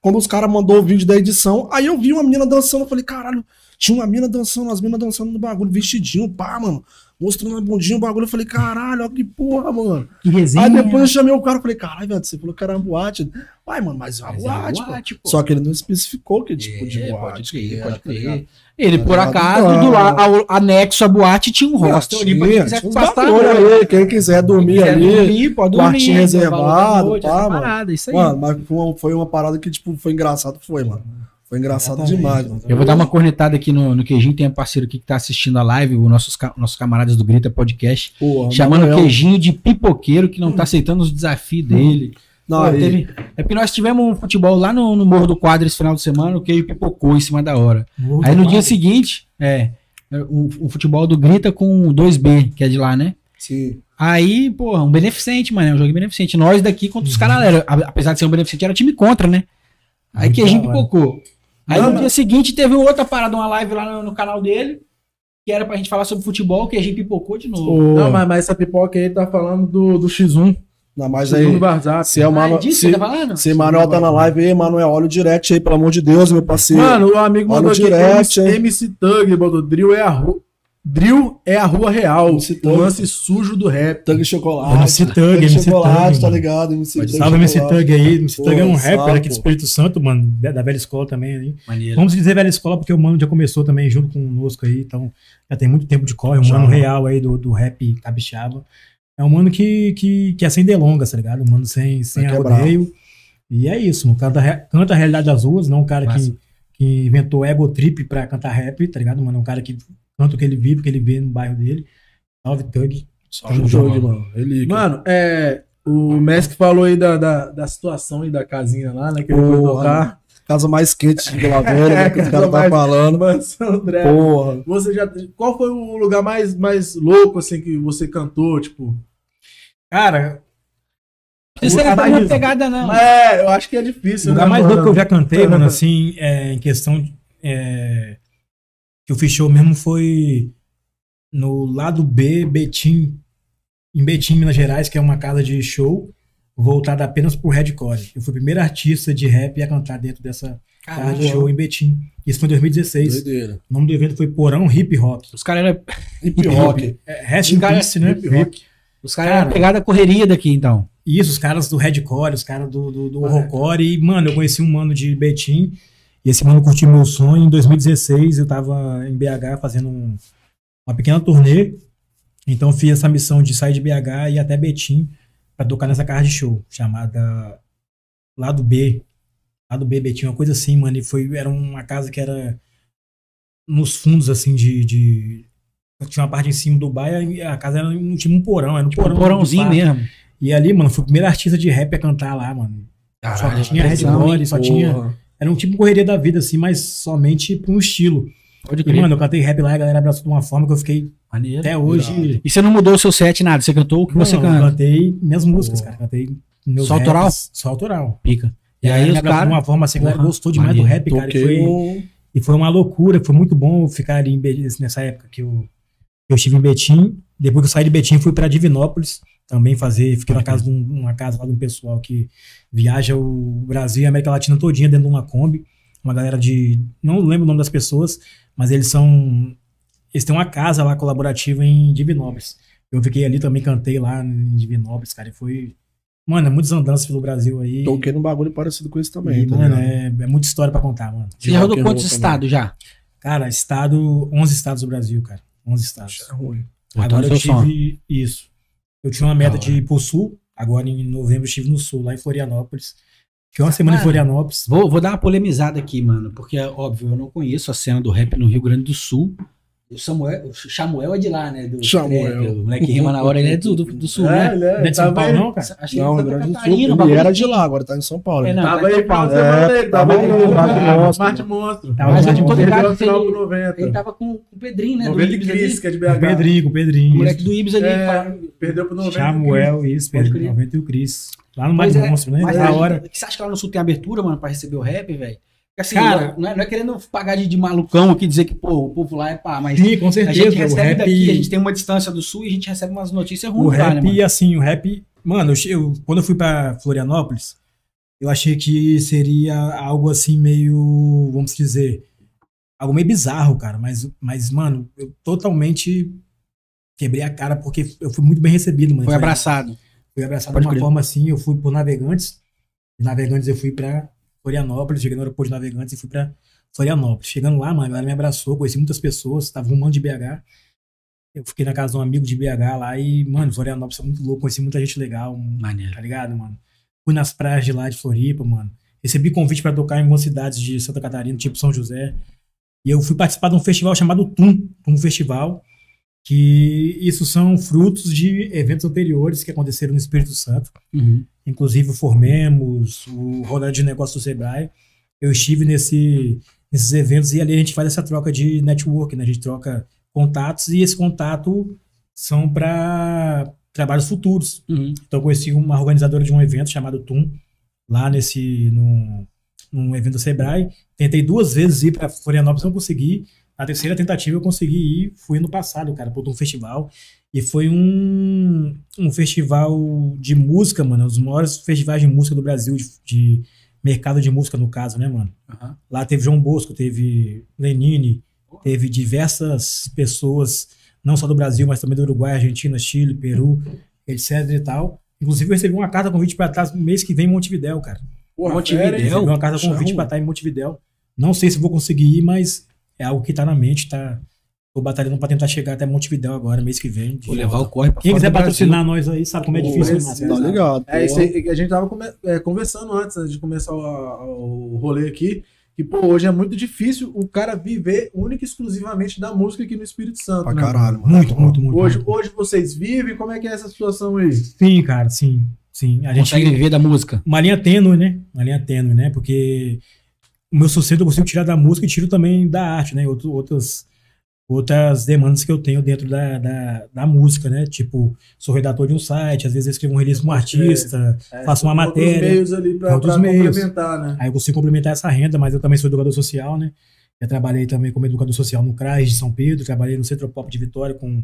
S3: quando os caras mandou o vídeo da edição. Aí eu vi uma menina dançando, eu falei, caralho, tinha uma mina dançando, as minas dançando no bagulho, vestidinho, pá, mano. Mostrando a bundinha, o bagulho, eu falei, caralho, olha que porra, mano.
S1: Que resenha.
S3: Aí depois eu chamei o cara, eu falei, caralho, velho, você falou que era uma boate. Uai, mano, mas é uma
S1: Mas é
S3: boate, pô.
S1: boate, pô.
S3: Só que ele não especificou que tipo de
S1: É,
S3: boate.
S1: pode
S3: que
S1: crer,
S3: era,
S1: pode
S3: tá ligado?
S1: crer. Ele, por
S3: Tá ligado?
S1: acaso, do lado, ao- anexo à boate, tinha um hostel ali pra quem
S3: Tinha, um
S1: quiser
S3: tinha uns
S1: passar a
S3: bagulho
S1: noite.
S3: ali, Quem quiser dormir
S1: Quiser
S3: ali.
S1: dormir, pode dormir. tem
S3: quartinho
S1: o valor da
S3: reservado,
S1: noite,
S3: pá,
S1: essa
S3: mano.
S1: parada, isso aí.
S3: Mano, mas foi uma, foi uma parada que, tipo, foi engraçado, foi, mano. Foi engraçado
S2: Exatamente,
S3: demais, mano.
S2: exatamente.
S1: Eu vou dar uma cornetada aqui no, no Queijinho. Tem um parceiro aqui que tá assistindo a live, os nossos, ca- nossos camaradas do Grita Podcast,
S3: Porra,
S1: chamando o
S3: Manuel.
S1: Queijinho de pipoqueiro que
S3: Hum.
S1: não tá aceitando os desafios dele.
S3: Não,
S1: Pô,
S3: aí,
S1: teve- É porque nós tivemos um futebol lá no, no Morro do Quadro esse final de semana, o queijo pipocou em cima da hora. Aí no dia seguinte, é, o, o futebol do Grita com o 2B, que é de lá, né?
S3: sim.
S1: Aí, porra, um beneficente, mano. É um jogo beneficente. Nós daqui contra os caras, era- a- apesar de ser um beneficente, era time contra, né? Aí
S2: Muito
S1: que a gente
S2: da hora.
S1: pipocou. Aí
S3: Não,
S1: no
S3: não.
S1: dia seguinte teve outra parada, uma live lá no, no canal dele, que era pra gente falar sobre futebol, que a gente pipocou de novo.
S4: Não, mas, mas essa pipoca aí tá falando do, do X1.
S3: Não, mas
S4: X1 do
S3: aí,
S4: Barzap.
S3: se é o
S1: ah, é
S3: Manuel.
S1: disso
S3: Se,
S1: que você tá falando?
S3: se Manuel tá na live aí, Manuel, olha o direct aí, pelo amor de Deus, meu parceiro.
S4: Mano, o amigo
S3: Olha
S4: mandou
S3: o
S4: aqui, MC,
S3: direct, hein?
S4: MC Thug, botou, drill é a rua... Drill é a rua real,
S3: MC
S4: o
S3: Thug.
S4: lance sujo do rap.
S3: Tangue Chocolate.
S2: MC Thug, MC Thug,
S3: Chocolate, tá
S2: mano.
S3: ligado? MC Thug
S2: Salve MC
S3: Chocolate.
S2: Thug aí. MC
S3: Pô,
S2: Thug é um
S3: salve,
S2: rapper aqui do
S3: pô.
S2: Espírito Santo, mano, da da velha escola também. Hein?
S1: Maneiro.
S2: Vamos dizer velha escola, porque o mano já começou também junto conosco aí, então já tem muito tempo de corre, um
S3: Já,
S2: mano
S3: mano.
S2: real aí do, do rap capixaba. É um mano que, que, que é sem delongas, tá ligado? Um mano sem, sem
S3: Vai quebrar.
S2: rodeio. E é isso, mano. O cara da rea- canta a realidade das ruas, não um cara
S1: Massa.
S2: que, que inventou ego trip pra cantar rap, tá ligado? Mano, é um cara que canta o que ele vive, o que ele vê no bairro dele. Salve Thug.
S3: Olha o jogo, mano. Ele.
S4: Mano, é... O Mask falou aí da, da, da situação aí da casinha lá, né? Que ele foi
S3: Porra,
S4: tocar.
S3: Casa mais quente de Vila Velha, né, que os
S4: Casa
S3: caras tá
S4: mais-
S3: falando.
S4: Mansão André.
S3: Porra.
S4: Você já. Qual foi o lugar mais, mais louco, assim, que você cantou? Tipo.
S2: Cara,
S1: Isso
S2: Lugar
S1: não é
S2: mais-
S1: uma pegada, não.
S4: Mas é, eu acho que é difícil.
S2: o lugar mais louco que eu já cantei,
S4: Aham.
S2: mano, assim, é, em questão de, é, que eu fiz show mesmo foi no lado B, Betim, em Betim, Minas Gerais, que é uma casa de show voltada apenas pro hardcore. Eu fui o primeiro artista de rap a cantar dentro dessa casa de show em Betim. Isso foi em 2016.
S3: Doideira.
S2: O nome do evento foi Porão Hip Hop.
S1: Os caras eram
S3: Hip rock.
S2: É, Rest in
S1: Cara,
S2: Peace, né?
S3: hip hop.
S1: os cara era
S2: Cara.
S1: pegada correria daqui, então.
S2: Isso, os caras do Redcore, os caras do, do,
S1: Ah, é.
S2: do Horrorcore. E, mano, eu conheci um mano de Betim. E esse mano curtiu meu sonho. Em 2016, eu tava em BH fazendo um- uma pequena turnê. Então, eu fiz essa missão de sair de BH e ir até Betim pra tocar nessa casa de show, chamada Lado B. Lado B, Betim, uma coisa assim, mano. E foi, era uma casa que era nos fundos, assim, de. de- tinha uma parte em cima do bar e a casa era, não tinha um porão, era um
S1: Tipo,
S2: porão.
S1: um porãozinho
S2: de fato.
S1: mesmo.
S2: E ali, mano, fui o primeiro artista de rap a cantar lá, mano.
S1: Caralho,
S2: só tinha Red
S1: pressão,
S2: Body, só tinha.
S3: Porra.
S2: Era um tipo correria da vida, assim, mas somente pra um estilo.
S1: Pode
S2: E,
S1: crer.
S2: mano, eu cantei rap lá e a galera abraçou de uma forma que eu fiquei
S1: Maneiro.
S2: até hoje.
S3: Irado.
S1: E você não mudou o seu set nada, você cantou o que você
S2: um Não,
S1: canta.
S2: Eu cantei minhas músicas,
S3: Boa.
S2: cara. Cantei meus
S1: Só
S2: raps,
S1: autoral?
S2: Só autoral.
S1: Pica.
S2: E,
S1: E
S2: aí,
S1: aí
S2: É, me
S1: os
S2: abraçou de
S1: caras.
S2: uma forma assim, a galera
S1: Porra,
S2: gostou demais do
S1: maneiro.
S2: rap, cara. E
S3: Toquei
S2: foi,
S3: um-
S2: e foi uma loucura, foi muito bom ficar ali em Betim, nessa época que eu, eu estive em Betim. Depois que eu saí de Betim, fui pra Divinópolis também fazer, fiquei na casa de um, uma casa lá de um pessoal que viaja o Brasil e a América Latina todinha dentro de uma Kombi. Uma galera de. Não lembro o nome das pessoas, mas eles são. Eles têm uma casa lá colaborativa em Divinópolis. Eu fiquei ali também, cantei lá em Divinópolis, cara, e foi. Mano, é muitos andanças pelo Brasil aí.
S3: Toquei num bagulho parecido com esse também.
S2: E,
S3: tá
S2: mano,
S3: ligado?
S2: é, é muita história pra contar, mano.
S1: Você já rodou
S3: rock and
S1: quantos
S3: roll
S1: estados já?
S2: Cara, estado, 11 estados do Brasil, cara. 11 estados.
S3: Isso é ruim.
S1: Pô, tá
S2: agora
S1: no
S2: eu
S1: seu som.
S2: tive isso. Eu tinha uma meta
S1: Da
S2: de ir pro sul, agora em novembro eu estive no sul, lá em Florianópolis. Fiquei uma semana em
S1: Cara.
S2: Florianópolis.
S1: Vou, vou dar uma polemizada aqui, mano, porque, óbvio, eu não conheço a cena do rap no Rio Grande do Sul. O Samuel, o Samuel é de lá, né? Do
S3: Samuel.
S1: trap, o moleque que rima na hora, ele é do, do, do Sul, né?
S4: ele
S2: Não é de São Paulo, não, cara?
S1: Acho
S3: Não,
S1: ele é
S3: Rio Grande
S1: de
S3: do
S1: Santa Catarina, um
S3: Sul. Ele
S1: bagulho
S3: era
S1: assim.
S3: de lá, agora tá em São Paulo.
S1: É,
S3: né?
S1: não,
S4: Tava
S1: tá
S4: aí,
S1: em São
S4: Paulo.
S1: Paulo.
S4: Tava
S3: Tava aí,
S4: aí,
S3: Marte Monstro.
S4: Marte Monstro.
S2: Tava
S4: Mas
S2: lá,
S4: ele
S2: tô
S4: perdeu
S1: ligado
S4: a
S1: que
S4: final
S1: ele-
S4: pro 90.
S1: Ele tá tava com, com o Pedrinho, né? Do
S4: Novela de
S1: Ibis ali.
S4: Cris, que é de
S2: Com o
S4: BH.
S2: Pedrinho, com o
S1: O
S2: Pedrinho.
S1: moleque do Ibis ali.
S4: É,
S1: fala-
S4: Perdeu pro 90.
S2: Samuel, isso,
S1: um Pode
S2: Pedrinho,
S1: crer.
S2: 90 e o Cris. Lá no Mar
S1: Pois
S2: de
S1: é,
S2: Monstro, né?
S1: mas
S2: Na
S1: aí,
S2: hora.
S1: Você acha que lá no Sul tem abertura, mano, pra receber o rap, velho? Porque, Assim,
S2: Cara-
S1: não é, não é querendo pagar de, de malucão aqui, dizer que, pô, o povo lá é pá, mas
S2: Sim, com
S1: a
S2: certeza.
S1: gente
S2: o
S1: recebe
S2: rap,
S1: daqui, a gente tem uma distância do Sul e a gente recebe umas notícias
S2: o
S1: ruins lá, né,
S2: rap
S1: mano?
S2: assim, o rap. Mano, eu che- eu, quando eu fui pra Florianópolis, eu achei que seria algo assim, meio. Vamos dizer. Algo meio bizarro, cara. Mas, mas mano, eu totalmente quebrei a cara porque eu fui muito bem recebido, mano.
S1: Foi abraçado.
S2: Fui abraçado
S1: Pode
S2: de uma
S1: crer.
S2: forma assim, eu fui por Navegantes. De Navegantes eu fui pra Florianópolis, cheguei no aeroporto de Navegantes e fui pra Florianópolis. Chegando lá, mano, a galera me abraçou, conheci muitas pessoas, tava um mano de BH. Eu fiquei na casa de um amigo de BH lá e, mano, Florianópolis é muito louco, conheci muita gente legal,
S1: Maneiro.
S2: tá ligado, mano? Fui nas praias de lá de Floripa, mano. Recebi convite pra tocar em algumas cidades de Santa Catarina, tipo São José. E eu fui participar de um festival chamado TUM, um festival que isso são frutos de eventos anteriores que aconteceram no Espírito Santo.
S1: Uhum.
S2: Inclusive o Formemos, o Rodada de Negócios do Sebrae. Eu estive nesse, nesses eventos e ali a gente faz essa troca de network, né? A gente troca contatos e esse contato são para trabalhos futuros.
S1: Uhum.
S2: Então eu conheci uma organizadora de um evento chamado TUM, lá nesse. num, num evento do Sebrae. Tentei duas vezes ir para Florianópolis, não consegui. Na terceira tentativa eu consegui ir, fui no passado, cara, para um festival. E foi um, um festival de música, mano, um dos maiores festivais de música do Brasil, de, de mercado de música, no caso, né, mano?
S1: Aham.
S2: Lá teve João Bosco, teve Lenine, teve diversas pessoas, não só do Brasil, mas também do Uruguai, Argentina, Chile, Peru, etc e tal. Inclusive, eu recebi uma carta convite para estar no mês que vem em Montevidéu, cara.
S3: Porra,
S1: Montevidéu.
S3: fera, hein?
S2: Recebi uma carta convite
S3: Chão.
S2: para estar em Montevidéu. Não sei se vou conseguir ir, mas é algo que tá na mente, tá? Tô batalhando para tentar chegar até Montevidéu agora, mês que vem.
S1: Vou levar o corre pra
S2: Quem
S1: fora
S2: quiser
S1: do Brasil.
S2: patrocinar nós aí, sabe como é
S3: Pô,
S2: difícil, né,
S4: esse-
S2: Marcelo?
S3: Tá ligado.
S4: É isso
S3: porra.
S4: aí, a gente tava come- é, conversando antes né, de começar o, a- o rolê aqui, que pô, hoje é muito difícil o cara viver única e exclusivamente da música aqui no Espírito Santo.
S3: Pra
S4: né?
S3: caralho, mano.
S2: Muito, muito, muito.
S4: Hoje,
S2: muito.
S4: hoje vocês vivem, como é que é essa situação aí?
S2: Sim, cara, sim. Sim. A gente
S1: Consegue viver da música.
S2: uma linha tênue, né? Uma linha tênue, né? Porque o meu sucesso eu consigo tirar da música e tiro também da arte, né? Outro- Outras, outras demandas que eu tenho dentro da, da, da música, né? Tipo, sou redator de um site, às vezes eu escrevo um release para um artista,
S4: É,
S2: faço uma
S4: tem outros
S2: matéria.
S4: meios ali pra,
S2: outros
S4: pra
S2: meios.
S4: complementar, né?
S2: Aí eu consigo complementar essa renda, mas eu também sou educador social, né? Já trabalhei também como educador social no CRAS de São Pedro, trabalhei no Centro Pop de Vitória com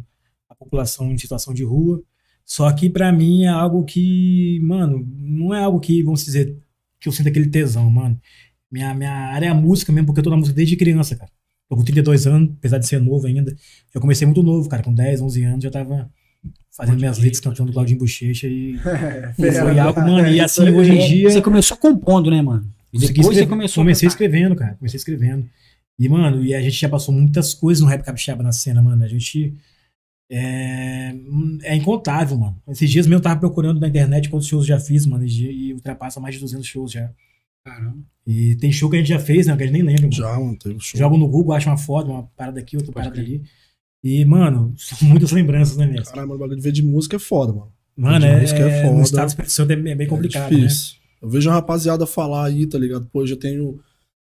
S2: a população em situação de rua. Só que pra mim é algo que, mano, não é algo que, vamos dizer, que eu sinto aquele tesão, mano. Minha, minha área é a música mesmo, porque eu tô na música desde criança, cara. Tô com 32 anos, apesar de ser novo ainda. Eu comecei muito novo, cara, com 10, 11 anos já tava fazendo minhas letras, cantando Claudinho Bochecha e
S4: É,
S2: foi algo, mano. E assim, hoje em dia.
S1: Você começou compondo, né, mano? E
S2: Consegui
S1: depois você
S2: escrever-
S1: começou
S2: comecei
S1: a cantar.
S2: escrevendo, cara. Comecei escrevendo. E, mano, e a gente já passou muitas coisas no Rap Capixaba na cena, mano. A gente. É, é incontável, mano. Esses dias mesmo eu tava procurando na internet quantos shows eu já fiz, mano. E e ultrapassa mais de 200 shows já.
S1: Caramba.
S2: E tem show que a gente já fez, né? Que a gente nem lembra, mano.
S3: Já, mano, teve show.
S2: Jogo no Google, acho uma foto, uma parada aqui, outra
S1: Pode
S2: parada
S1: crer.
S2: ali. E, mano, são muitas lembranças, né, mesmo?
S3: Caralho, mano, o bagulho de ver de música é foda, mano.
S2: Mano,
S3: de
S2: é,
S3: música é
S2: no
S3: foda.
S2: estado do Espírito Santo é bem bem complicado, né?
S3: difícil. Eu vejo a rapaziada falar aí, tá ligado? Pô, eu já tenho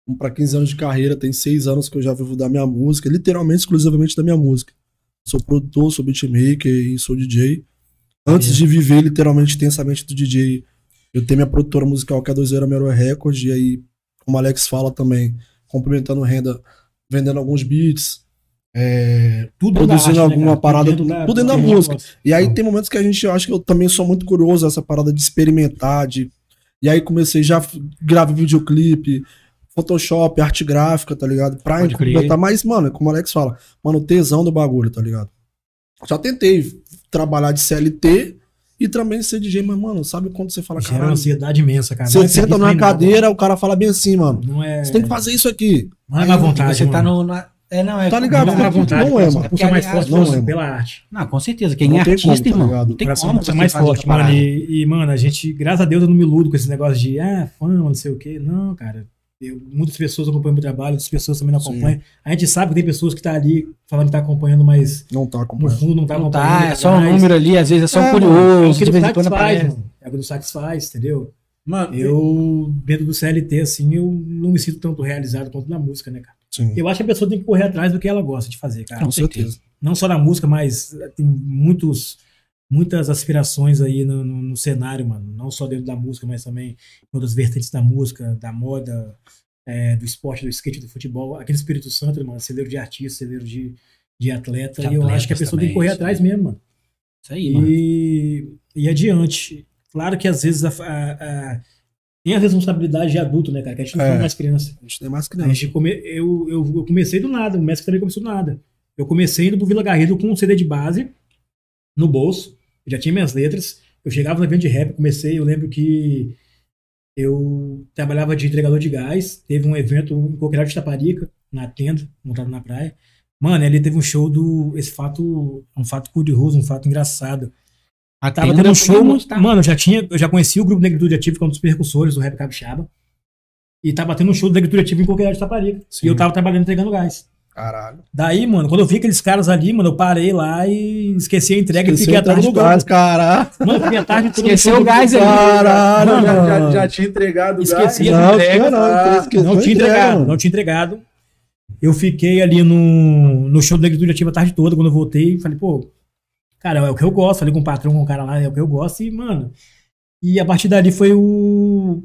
S3: um pra 15 anos de carreira, tem 6 anos que eu já vivo da minha música, literalmente, exclusivamente da minha música. Sou produtor, sou beatmaker e sou DJ. Antes
S2: É.
S3: de viver literalmente intensamente do DJ, eu tenho minha produtora musical que é a 2 Mero Record, e aí, como o Alex fala também, complementando renda, vendendo alguns beats. É,
S2: né? Tudo
S3: Produzindo
S2: dentro da arte,
S3: alguma
S2: cara?
S3: parada,
S2: dentro
S3: tudo dentro da
S2: do
S3: música.
S2: negócio.
S3: e aí
S2: Então.
S3: tem momentos que a gente eu acho que eu também sou muito curioso essa parada de experimentar, de e aí comecei já f- gravei videoclipe, Photoshop, arte gráfica, tá ligado? Pra
S1: Pode crer.
S3: complementar, mas mano, é como o Alex fala, mano, o tesão do bagulho, tá ligado? Já tentei trabalhar de CLT e também ser DJ, mas mano, sabe quando você fala,
S2: Gera é uma
S3: caralho,
S2: ansiedade imensa, cara. Não
S3: você
S2: é
S3: senta
S2: feliz
S3: numa
S2: nem nada.
S3: cadeira, o cara fala bem assim, mano.
S2: Não é.
S3: Você tem que fazer isso aqui.
S2: Não é na
S3: Aí
S2: vontade.
S1: tá Você tá
S2: mano.
S1: no. na- É, não, é.
S3: Tá ligado?
S2: Não é na vontade.
S3: Não é,
S2: cara.
S3: mano.
S2: A pulsa é mais
S1: Porque, aliás,
S2: forte
S3: não
S2: mano,
S3: é,
S2: pela arte.
S1: Não, com certeza. Quem
S3: Não
S1: é
S3: tem
S1: artista,
S3: como, tá
S1: irmão,
S3: ligado?
S1: não tem
S2: Coração
S1: como.
S2: pulsa mais
S1: fazer
S2: forte,
S1: essa parada.
S2: mano. E, e, mano, a gente, graças a Deus, eu não me iludo com esse negócio de ah, fama, não sei o quê. Não, cara. Eu- muitas pessoas acompanham meu trabalho, outras pessoas também não
S3: Sim.
S2: acompanham. A gente sabe que tem pessoas que tá ali falando que tá acompanhando, mas
S3: Não tá
S2: no
S3: acompanhando.
S2: fundo não tá
S1: Não
S2: acompanhando.
S1: tá, é
S2: cara,
S1: só um
S2: mas
S1: número ali, às vezes é só um
S2: É, É o
S1: curioso,
S2: que
S1: de vez
S2: nos
S1: em quando
S2: satisfaz,
S1: aparece.
S2: mano. É o que nos satisfaz, entendeu?
S4: Mano,
S2: Eu, dentro do CLT, assim, eu não me sinto tanto realizado quanto na música, né, cara?
S3: Sim.
S2: Eu acho que a pessoa tem que correr atrás do que ela gosta de fazer, cara.
S3: Com certeza.
S2: não só na música, mas eh, tem muitos, muitas aspirações aí no, no- no cenário, mano. Não só dentro da música, mas também em outras vertentes da música, da moda, eh, do esporte, do skate, do futebol. Aqui no Espírito Santo, mano, celeiro de artista, celeiro de, de atleta.
S1: De
S2: e eu acho que a
S1: atletas
S2: pessoa tem
S1: também,
S2: que correr
S1: isso
S2: atrás
S1: aí.
S2: mesmo, mano.
S1: Isso aí, mano.
S2: E, e adiante. Claro que às vezes a, a- a- tem a responsabilidade de adulto, né, cara? Que a gente não
S3: É.
S2: é. mais criança.
S3: A gente tem mais que
S2: A gente come- eu, eu, eu comecei do nada, o Messi também começou do nada. Eu comecei indo pro Vila Garrido com um CD de base no bolso, eu já tinha minhas letras. Eu chegava no evento de rap, comecei, eu lembro que eu trabalhava de entregador de gás, teve um evento em Coqueiral de Taparica, na tenda, montado na praia. Mano, ali teve um show do. Esse fato. Um fato curioso, um fato engraçado.
S1: A
S2: Tava
S1: tenda
S2: tendo um
S1: foi
S2: show.
S1: muito, tá?
S2: Mano, eu já tinha. Eu já conhecia o grupo Negritude Ativa, que é um dos percussores do Rap Capixaba. E tava tendo um show do Negritude Ativa em Coqueiral de Taparica. E eu tava trabalhando entregando gás.
S3: Caralho.
S2: Daí, mano, quando eu vi aqueles caras ali, mano, eu parei lá e esqueci a entrega e fiquei atrás do né?
S3: lugar.
S2: gás.
S3: Caralho.
S2: Mano, eu fiquei atrás de todo
S1: Esqueceu o gás aí.
S3: Caralho,
S4: já, já-
S3: mano.
S4: já tinha entregado o
S2: Esqueci
S4: gás.
S2: as
S3: Não,
S2: entregas.
S3: não, não, esqueci,
S2: não
S3: não
S2: tinha
S3: entrega,
S2: entregado,
S3: mano.
S2: não tinha entregado. Eu fiquei ali no, no show do Negritude Ativa a tarde toda, quando eu voltei, falei, pô, cara, é o que eu gosto. Falei com o patrão, com o cara lá, é o que eu gosto, e, mano. E a partir dali foi o.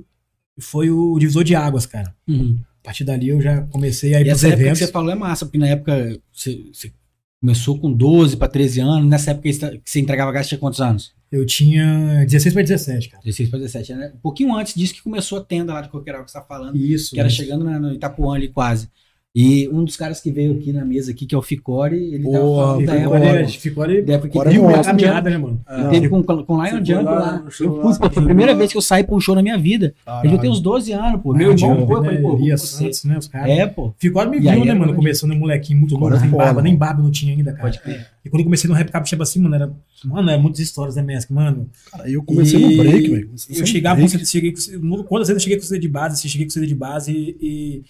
S2: Foi o divisor de águas, cara.
S1: Uhum.
S2: A partir dali eu já comecei a ir
S1: E
S2: pros
S1: essa época que
S2: eventos.
S1: você falou é massa, porque na época você, você começou com 12 para 13 anos, nessa época que você- tá, que você entregava gás tinha quantos anos?
S2: Eu tinha 16 pra 17, cara.
S1: 16 para 17, né? Um pouquinho antes disso que começou a tenda lá de Coqueiral que você tá falando,
S2: Isso.
S1: que era chegando na, no Itapuã ali quase. E um dos caras que veio aqui na mesa aqui, que é o Ficore, ele tava
S3: Porra,
S1: falando da
S2: Ficou
S1: época,
S2: ali-
S3: Agora-
S2: né? Ficou ali.
S1: da época que
S3: Agora
S1: teve
S3: eu
S1: um
S3: gosto.
S2: a
S1: Lion Jump,
S2: meada, né, mano?
S4: Ah,
S1: teve com, com
S4: Você
S1: Lion
S4: foi
S1: Jump
S4: lá
S1: lá.
S4: no show
S1: Eu fui,
S4: lá.
S1: pô, foi a primeira vez que eu saí pra um show na minha vida. Eu já tenho uns 12 anos, pô. Meu
S2: Lion
S1: irmão
S2: Jump,
S1: foi, eu falei,
S2: né,
S1: pô, vou com
S2: Elias
S1: você.
S2: Santos, né? Os caras.
S1: É, pô.
S2: Ficou me
S1: E
S2: viu,
S1: aí
S2: né,
S1: era
S2: mano?
S1: grande.
S2: Começando um molequinho muito novo,
S3: Agora
S2: sem
S3: é foda,
S2: barba, nem
S3: mano.
S2: barba não tinha ainda, cara.
S1: Pode crer.
S2: E quando eu comecei no rap capixaba assim, mano, era. Mano, é muitas histórias da Mask, mano.
S3: Cara, eu comecei no break, velho. Comecei
S1: é
S2: Eu
S3: no
S2: chegava com CD,
S3: break.
S2: cheguei com CD Quantas vezes eu cheguei com CD de base, assim, cheguei com CD de base e. e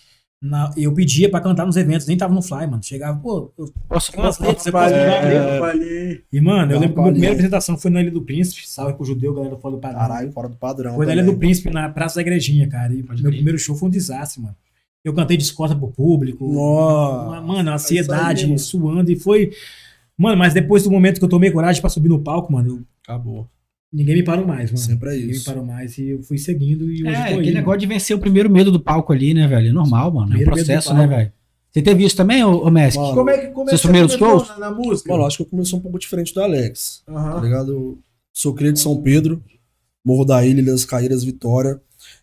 S2: na- eu pedia pra cantar nos eventos, nem tava no fly, mano. Chegava, pô, eu
S1: Posso
S2: tenho umas letras, eu posso
S4: Falhei,
S2: dar uma
S1: é.
S2: letra?
S4: eu falhei.
S2: E, mano,
S3: Dá
S2: eu lembro que
S3: uma
S2: a minha
S3: palhinha.
S2: primeira apresentação foi na Ilha do Príncipe, salve pro judeu, galera fora do padrão.
S3: Caralho, fora do padrão. tá
S2: Foi na Ilha
S3: também.
S2: do Príncipe, na Praça da Igrejinha, cara. E meu
S1: crer.
S2: primeiro show foi um desastre, mano. Eu cantei descosta pro público.
S3: Nossa.
S1: Ah,
S2: Uma- Mano, a
S3: isso aí,
S2: ansiedade,
S3: mano.
S2: suando. E foi. Mano, mas depois do momento que eu tomei coragem pra subir no palco, mano, eu-
S3: Acabou.
S2: ninguém me parou mais, mano.
S3: Sempre é
S2: Ninguém me
S3: isso.
S2: parou mais e eu fui seguindo e hoje
S1: É,
S2: tô aí,
S1: aquele
S2: mano.
S1: negócio de vencer o primeiro medo do palco ali, né, velho? É normal, mano. É um
S2: Primeiro medo do
S1: processo, né,
S2: palco.
S1: velho? Você teve isso também, ô, ô Messi?
S3: Mano,
S4: Como é que como é
S1: Seus
S4: que
S1: primeiros
S4: começou
S1: shows?
S4: na, na música?
S3: Mano, eu acho que eu comecei um pouco diferente do Alex. tá
S4: Aham.
S3: ligado? Eu sou cria de São Pedro, Morro da Ilha, das Caíras, Vitória.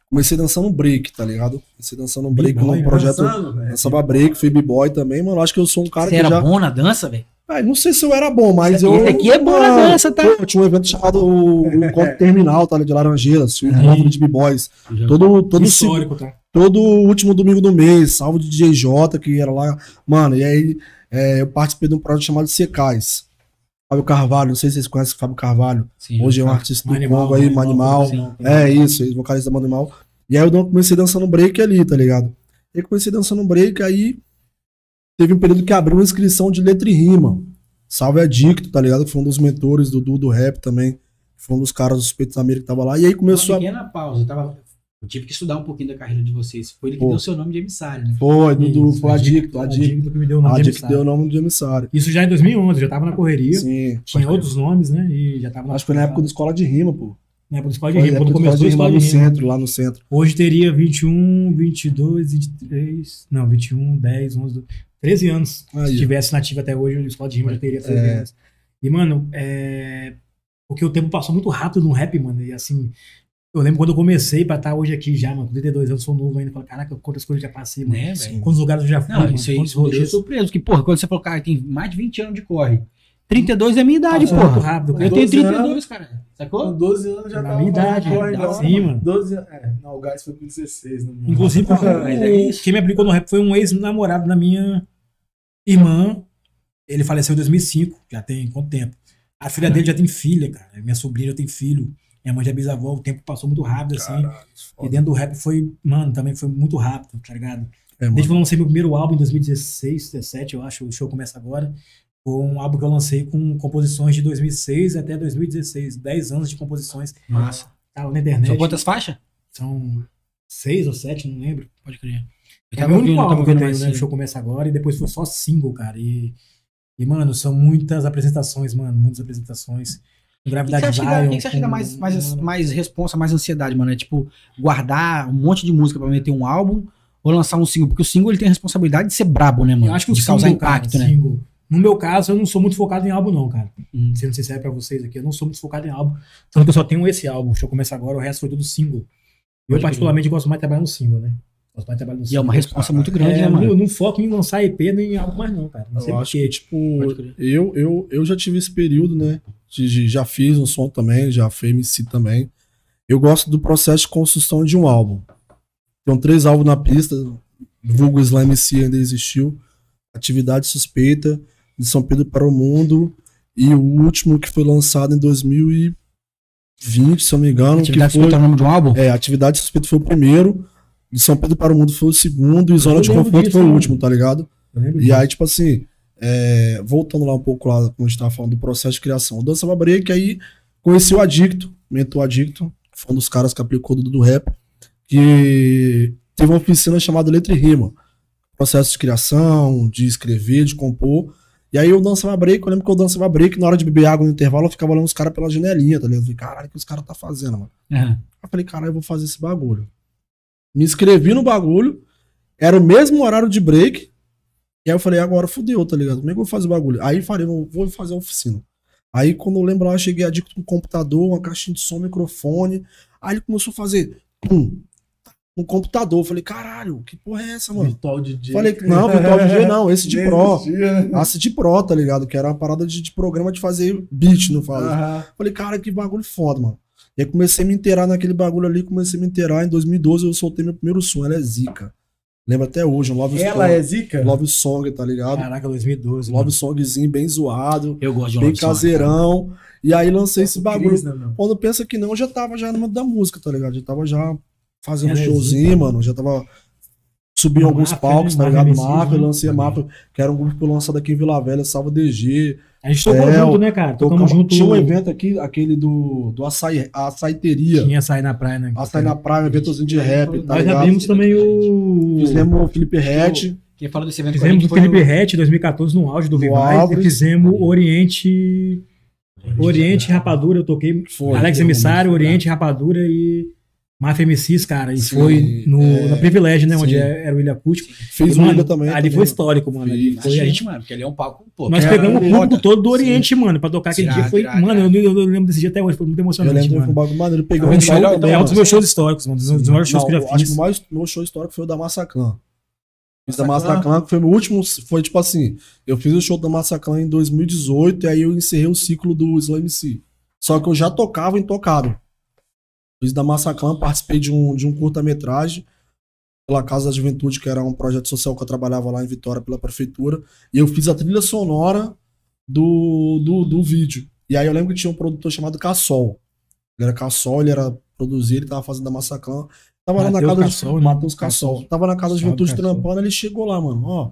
S3: Comecei dançando break, tá ligado? Comecei dançando break
S2: B-boy,
S3: num
S2: né?
S3: projeto.
S4: Dançando, velho.
S3: Dançava break, fui b-boy também, mano. Acho que eu sou um cara
S1: Você
S3: que
S1: era
S3: já.
S1: bom na dança, velho?
S3: Ai, Ah, não sei se eu era bom, mas
S1: Esse
S3: eu.
S1: aqui é bom na
S3: Mano,
S1: dança, tá?
S3: Eu tinha um evento chamado o Encontro Terminal, tá? ligado? De Laranjeiras, o encontro de b-boys. Todo,
S1: um
S3: todo, seg-
S2: histórico, tá?
S3: todo último domingo do mês, salvo de DJ J, que era lá. Mano, e aí é, eu participei de um projeto chamado Secais. Fábio Carvalho, não sei se vocês conhecem o Fábio Carvalho.
S1: Sim.
S3: Hoje é um artista do
S2: Manimal,
S3: Congo aí,
S2: Manimal,
S3: Manimal.
S2: né? sim.
S3: É isso, ex vocalista da Banda Mal. E aí eu dan- comecei dançando break ali, tá ligado? E aí comecei dançando break, aí teve um período que abriu uma inscrição de letra e rima. Salve Adicto, tá ligado? Que foi um dos mentores do Dudu do Rap também. Foi um dos caras dos Peitos da América que tava lá. E aí
S1: Uma
S3: começou a.
S1: pequena pausa. Eu, tava... eu tive que estudar um pouquinho da carreira de vocês. Foi ele que
S3: Pô.
S1: deu seu nome de emissário, né?
S3: Foi, Dudu, foi Adicto,
S2: A
S3: Adicto.
S2: Adicto que me deu o nome de
S3: Adicto
S2: emissário.
S3: deu o nome de emissário.
S2: Isso já em 2011, já tava na correria.
S3: Sim.
S2: Tinha outros nomes, né? E já tava
S3: Acho que foi na época da escola de rima, pô.
S2: Na época do Escola de
S3: Foi na
S2: Rima. Quando
S3: época do escola
S2: começou
S3: de
S2: a Escola
S3: rima lá no
S2: de Rima.
S3: centro, lá no centro.
S2: Hoje teria 21, 22, 23. Não, 21, 10, 11, 12, 13 anos. Se
S3: Aí,
S2: tivesse nativo até hoje, o Escola de Rima já teria 13
S3: É.
S2: anos. E, mano, é. Porque o tempo passou muito rápido no rap, mano. E assim. Eu lembro quando eu comecei pra estar hoje aqui já, mano, com 32 anos, sou novo ainda. Falei, caraca, quantas coisas eu já passei, mano.
S1: Né,
S3: sim.
S1: velho?
S2: Quantos lugares eu já fui,
S1: Não,
S2: mano.
S1: isso aí
S2: quantos
S1: isso me deixou
S2: rolês.
S1: surpreso. Porque, porra, quando você falou, cara, tem mais de 20 anos de corre. 32 é minha idade,
S2: Passou muito
S1: porra.
S2: rápido, cara.
S1: Eu tenho
S4: 12 anos.
S1: 32, cara. Sacou?
S4: Com 12 anos já
S2: Na
S4: tava
S2: minha
S4: falando
S2: idade,
S4: de corre,
S2: tá
S4: não.
S2: assim, mano.
S4: 12 anos. É, não, o Gás foi com né, 16, não.
S2: Inclusive,
S1: Mas é isso.
S2: quem me aplicou no rap foi um ex-namorado da minha irmã. Ele faleceu em 2005, já tem quanto tempo? A filha dele já tem filha, cara. Minha sobrinha já tem filho. Minha mãe já é bisavó. O tempo passou muito rápido, assim.
S3: Caralho,
S2: E
S3: foda.
S2: dentro do rap foi, mano, também foi muito rápido, tá ligado?
S3: É, mano.
S2: Desde que eu lancei meu primeiro álbum em 2016, 17, eu acho, o show começa agora. Foi um álbum que eu lancei com composições de 2006 até 2016. 10 anos de composições.
S1: Massa.
S2: Tá na internet.
S1: São quantas faixas?
S2: São 6 ou 7, não lembro.
S1: Pode crer. Eu
S2: É o único
S1: eu
S2: álbum que eu tenho,
S1: mais
S2: né? O
S1: cedo.
S2: show começa agora e depois foi só single, cara. E, e mano, são muitas apresentações, mano. Muitas apresentações. Com
S1: O que você
S2: Gravidade
S1: acha que dá, o
S2: Lion,
S1: que você acha que dá
S2: com-
S1: mais, assim? mais,
S2: mano,
S1: mais responsa, mais ansiedade, mano? É tipo, guardar um monte de música pra meter um álbum ou lançar um single? Porque o single ele tem a responsabilidade de ser brabo, né, mano?
S2: Eu acho que o
S1: de causar
S2: single, é
S1: impacto,
S2: cara,
S1: né?
S2: single. No meu caso, eu não sou muito focado em álbum, não, cara.
S1: Hum.
S2: Se não sei se é pra vocês aqui, eu não sou muito focado em álbum. Tanto que eu só tenho esse álbum. O show começa agora, o resto foi tudo single. Eu,
S1: Pode
S2: particularmente, gosto mais de trabalhar no single, né? Gosto mais de trabalhar no
S1: E é
S2: single.
S1: uma responsa muito grande,
S2: É,
S1: né,
S2: eu
S1: mano?
S2: não, eu não foco em lançar EP nem em álbum mais, não, cara. Não sei
S3: Eu
S2: por
S3: acho que,
S2: quê.
S3: tipo,
S1: Pode crer.
S3: Eu, eu, eu já tive esse período, né? De, de- já fiz um som também, já fui MC também. Eu gosto do processo de construção de um álbum. Tem três álbuns na pista, vulgo Slam MC ainda existiu, Atividade Suspeita, de São Pedro para o Mundo, e o último que foi lançado em 2020, se eu não me engano,
S1: Atividade
S3: que foi...
S1: foi... o nome de um álbum?
S3: É, Atividade Suspeita foi o primeiro, de São Pedro para o Mundo foi o segundo, e Zona de
S2: lembro
S3: Conforto
S2: disso,
S3: foi o
S1: né?
S2: mano.
S3: último, tá ligado?
S2: Eu lembro
S3: E
S2: disso.
S3: aí, tipo assim, é, voltando lá um pouco lá, como a gente tava falando, do processo de criação. O Dança Break aí conheci o Adicto, mentor Adicto, foi um dos caras que aplicou do, do rap, que teve uma oficina chamada Letra e Rima. Processo de criação, de escrever, de compor. E aí eu dançava break, eu lembro que eu dançava break, na hora de beber água no intervalo, eu ficava olhando os caras pela janelinha, tá ligado? Eu falei, caralho, o que os caras tá fazendo, mano?
S1: Aham.
S3: Aí Eu falei, caralho, eu vou fazer esse bagulho. Me inscrevi no bagulho, era o mesmo horário de break. E aí eu falei, agora fudeu, tá ligado? Como é que eu vou fazer o bagulho? Aí falei, vou vou fazer a oficina. Aí quando eu lembro lá, eu cheguei adicto com um computador, uma caixinha de som, microfone. Aí ele começou a fazer pum, no computador. Eu falei, caralho, que porra é essa, mano?
S4: Virtual DJ.
S3: Falei, não, virtual DJ não, esse de
S4: Nem
S3: Pro.
S4: existia.
S3: A de Pro, tá ligado? Que era uma parada de, de programa de fazer beat, não fala.
S4: Aham.
S3: Falei, cara, que bagulho foda, mano. E aí comecei a me inteirar naquele bagulho ali, comecei a me inteirar. Em 2012 eu soltei meu primeiro som, ela é zica. Lembro até hoje, um Love
S4: Ela
S3: Song.
S4: é zica?
S3: Love Song, tá ligado?
S2: Caraca, 2012. mano.
S3: Love Songzinho bem zoado,
S1: Eu gosto de um
S3: bem
S1: love song, cara.
S3: caseirão. E aí lancei esse bagulho.
S4: Cris, né, meu?
S3: Quando pensa que não, eu já tava já no mundo da música, tá ligado? Já tava já fazendo
S2: Ela é
S3: showzinho, mano. Já tava Subi
S2: No
S3: alguns
S2: Mafra,
S3: palcos,
S2: né?
S3: tá
S2: Mafra
S3: ligado?
S2: MCs,
S3: Mafra,
S2: né?
S3: lancei Mafra, que era um grupo que eu lançado aqui em Vila Velha, Salva DG.
S2: A gente tocou
S3: É,
S2: junto, né, cara? Tocamos
S3: Tocava-
S2: junto.
S3: Tinha um evento aqui, aquele do, do açaí, a açaiteria.
S2: Tinha sair na praia, né?
S3: Açaí na praia, um eventozinho de rap, tá
S2: Nós
S3: ligado?
S2: abrimos também o.
S3: Fizemos o Felipe Rett,
S1: Quem falou desse evento
S2: Fizemos o
S1: com a gente
S2: Felipe
S1: foi
S2: Rett em 2014 no auge do
S3: No
S2: Vivaz e
S3: auge.
S2: fizemos o Oriente. Oriente Rapadura, eu toquei.
S3: Foi,
S2: Alex
S3: foi
S2: Emissário,
S3: muito
S2: Oriente Rapadura e Mafia MCs, cara. E
S3: Sim,
S2: foi no,
S3: é,
S2: na Privilégio, né? Onde
S3: sim.
S2: é- era o Ilha Acústico. E,
S3: fez o
S2: mano,
S3: Ilha também.
S2: Ali
S3: tá
S2: foi
S3: ligado?
S2: histórico, mano. Ali
S1: o
S2: foi, a gente,
S1: mano, porque ali é um palco, pô.
S2: nós
S3: cara,
S2: pegamos o
S3: foda.
S2: público todo do Oriente, mano, pra tocar aquele
S1: Irado,
S2: dia. Foi,
S1: irado,
S2: mano, eu,
S1: irado.
S2: eu- eu lembro desse dia até hoje, foi muito
S3: Eu
S2: emocionante,
S3: lembro que foi um
S2: mano.
S3: bagulho maneiro.
S2: É
S3: Pegou
S2: um,
S3: um
S2: show-
S3: show
S2: é um
S3: também,
S2: dos
S3: mano.
S2: meus shows históricos, mano, um dos maiores shows
S3: Não,
S2: que eu já
S3: Acho que o
S2: fiz.
S3: mais- meu show histórico foi o da Massaclan. Fiz da Massaclan, que foi meu último. Foi tipo assim: eu fiz o show da Massaclan em 2018 e aí eu encerrei o ciclo do Slam MC. Só que eu já tocava intocado. Fiz da Massaclan, participei de um, de um curta-metragem pela Casa da Juventude, que era um projeto social que eu trabalhava lá em Vitória pela prefeitura. E eu fiz a trilha sonora do, do, do vídeo. E aí eu lembro que tinha um produtor chamado Cassol. Ele era Cassol, ele era produzir, ele tava fazendo da Massaclan. Tava lá na
S2: Mateus
S3: casa
S2: Cassol,
S3: de
S2: né?
S3: Matheus Cassol.
S2: Cassol.
S3: Tava na casa da
S2: Salve,
S3: Juventude
S2: Cassol.
S3: trampando, ele chegou lá, mano. Ó,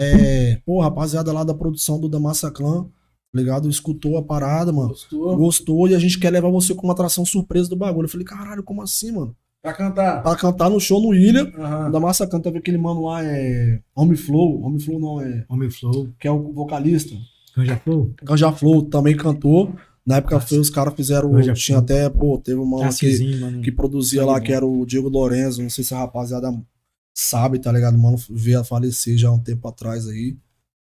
S3: é, pô, rapaziada lá da produção do da Massaclan, tá ligado? Escutou a parada, mano.
S4: Gostou?
S3: Gostou e a gente quer levar você como atração surpresa do bagulho. Eu falei, caralho, como assim, mano?
S4: Pra cantar.
S3: Pra cantar no show no Ilha,
S4: Aham.
S3: da Massaclan, teve aquele mano lá, é. Home Flow, Home Flow não, é.
S2: Homem Flow,
S3: Que é o vocalista.
S2: Canja Flow.
S3: Ganja Flow também cantou. Na época foi, os caras fizeram.
S2: Ganja
S3: tinha
S2: Flow.
S3: até, pô, teve uma mano que,
S2: Tarcizinho, mano.
S3: que produzia lá, que era o Diego Lorenzo. Não sei se a rapaziada sabe, tá ligado? Mano, veio a falecer já há um tempo atrás aí.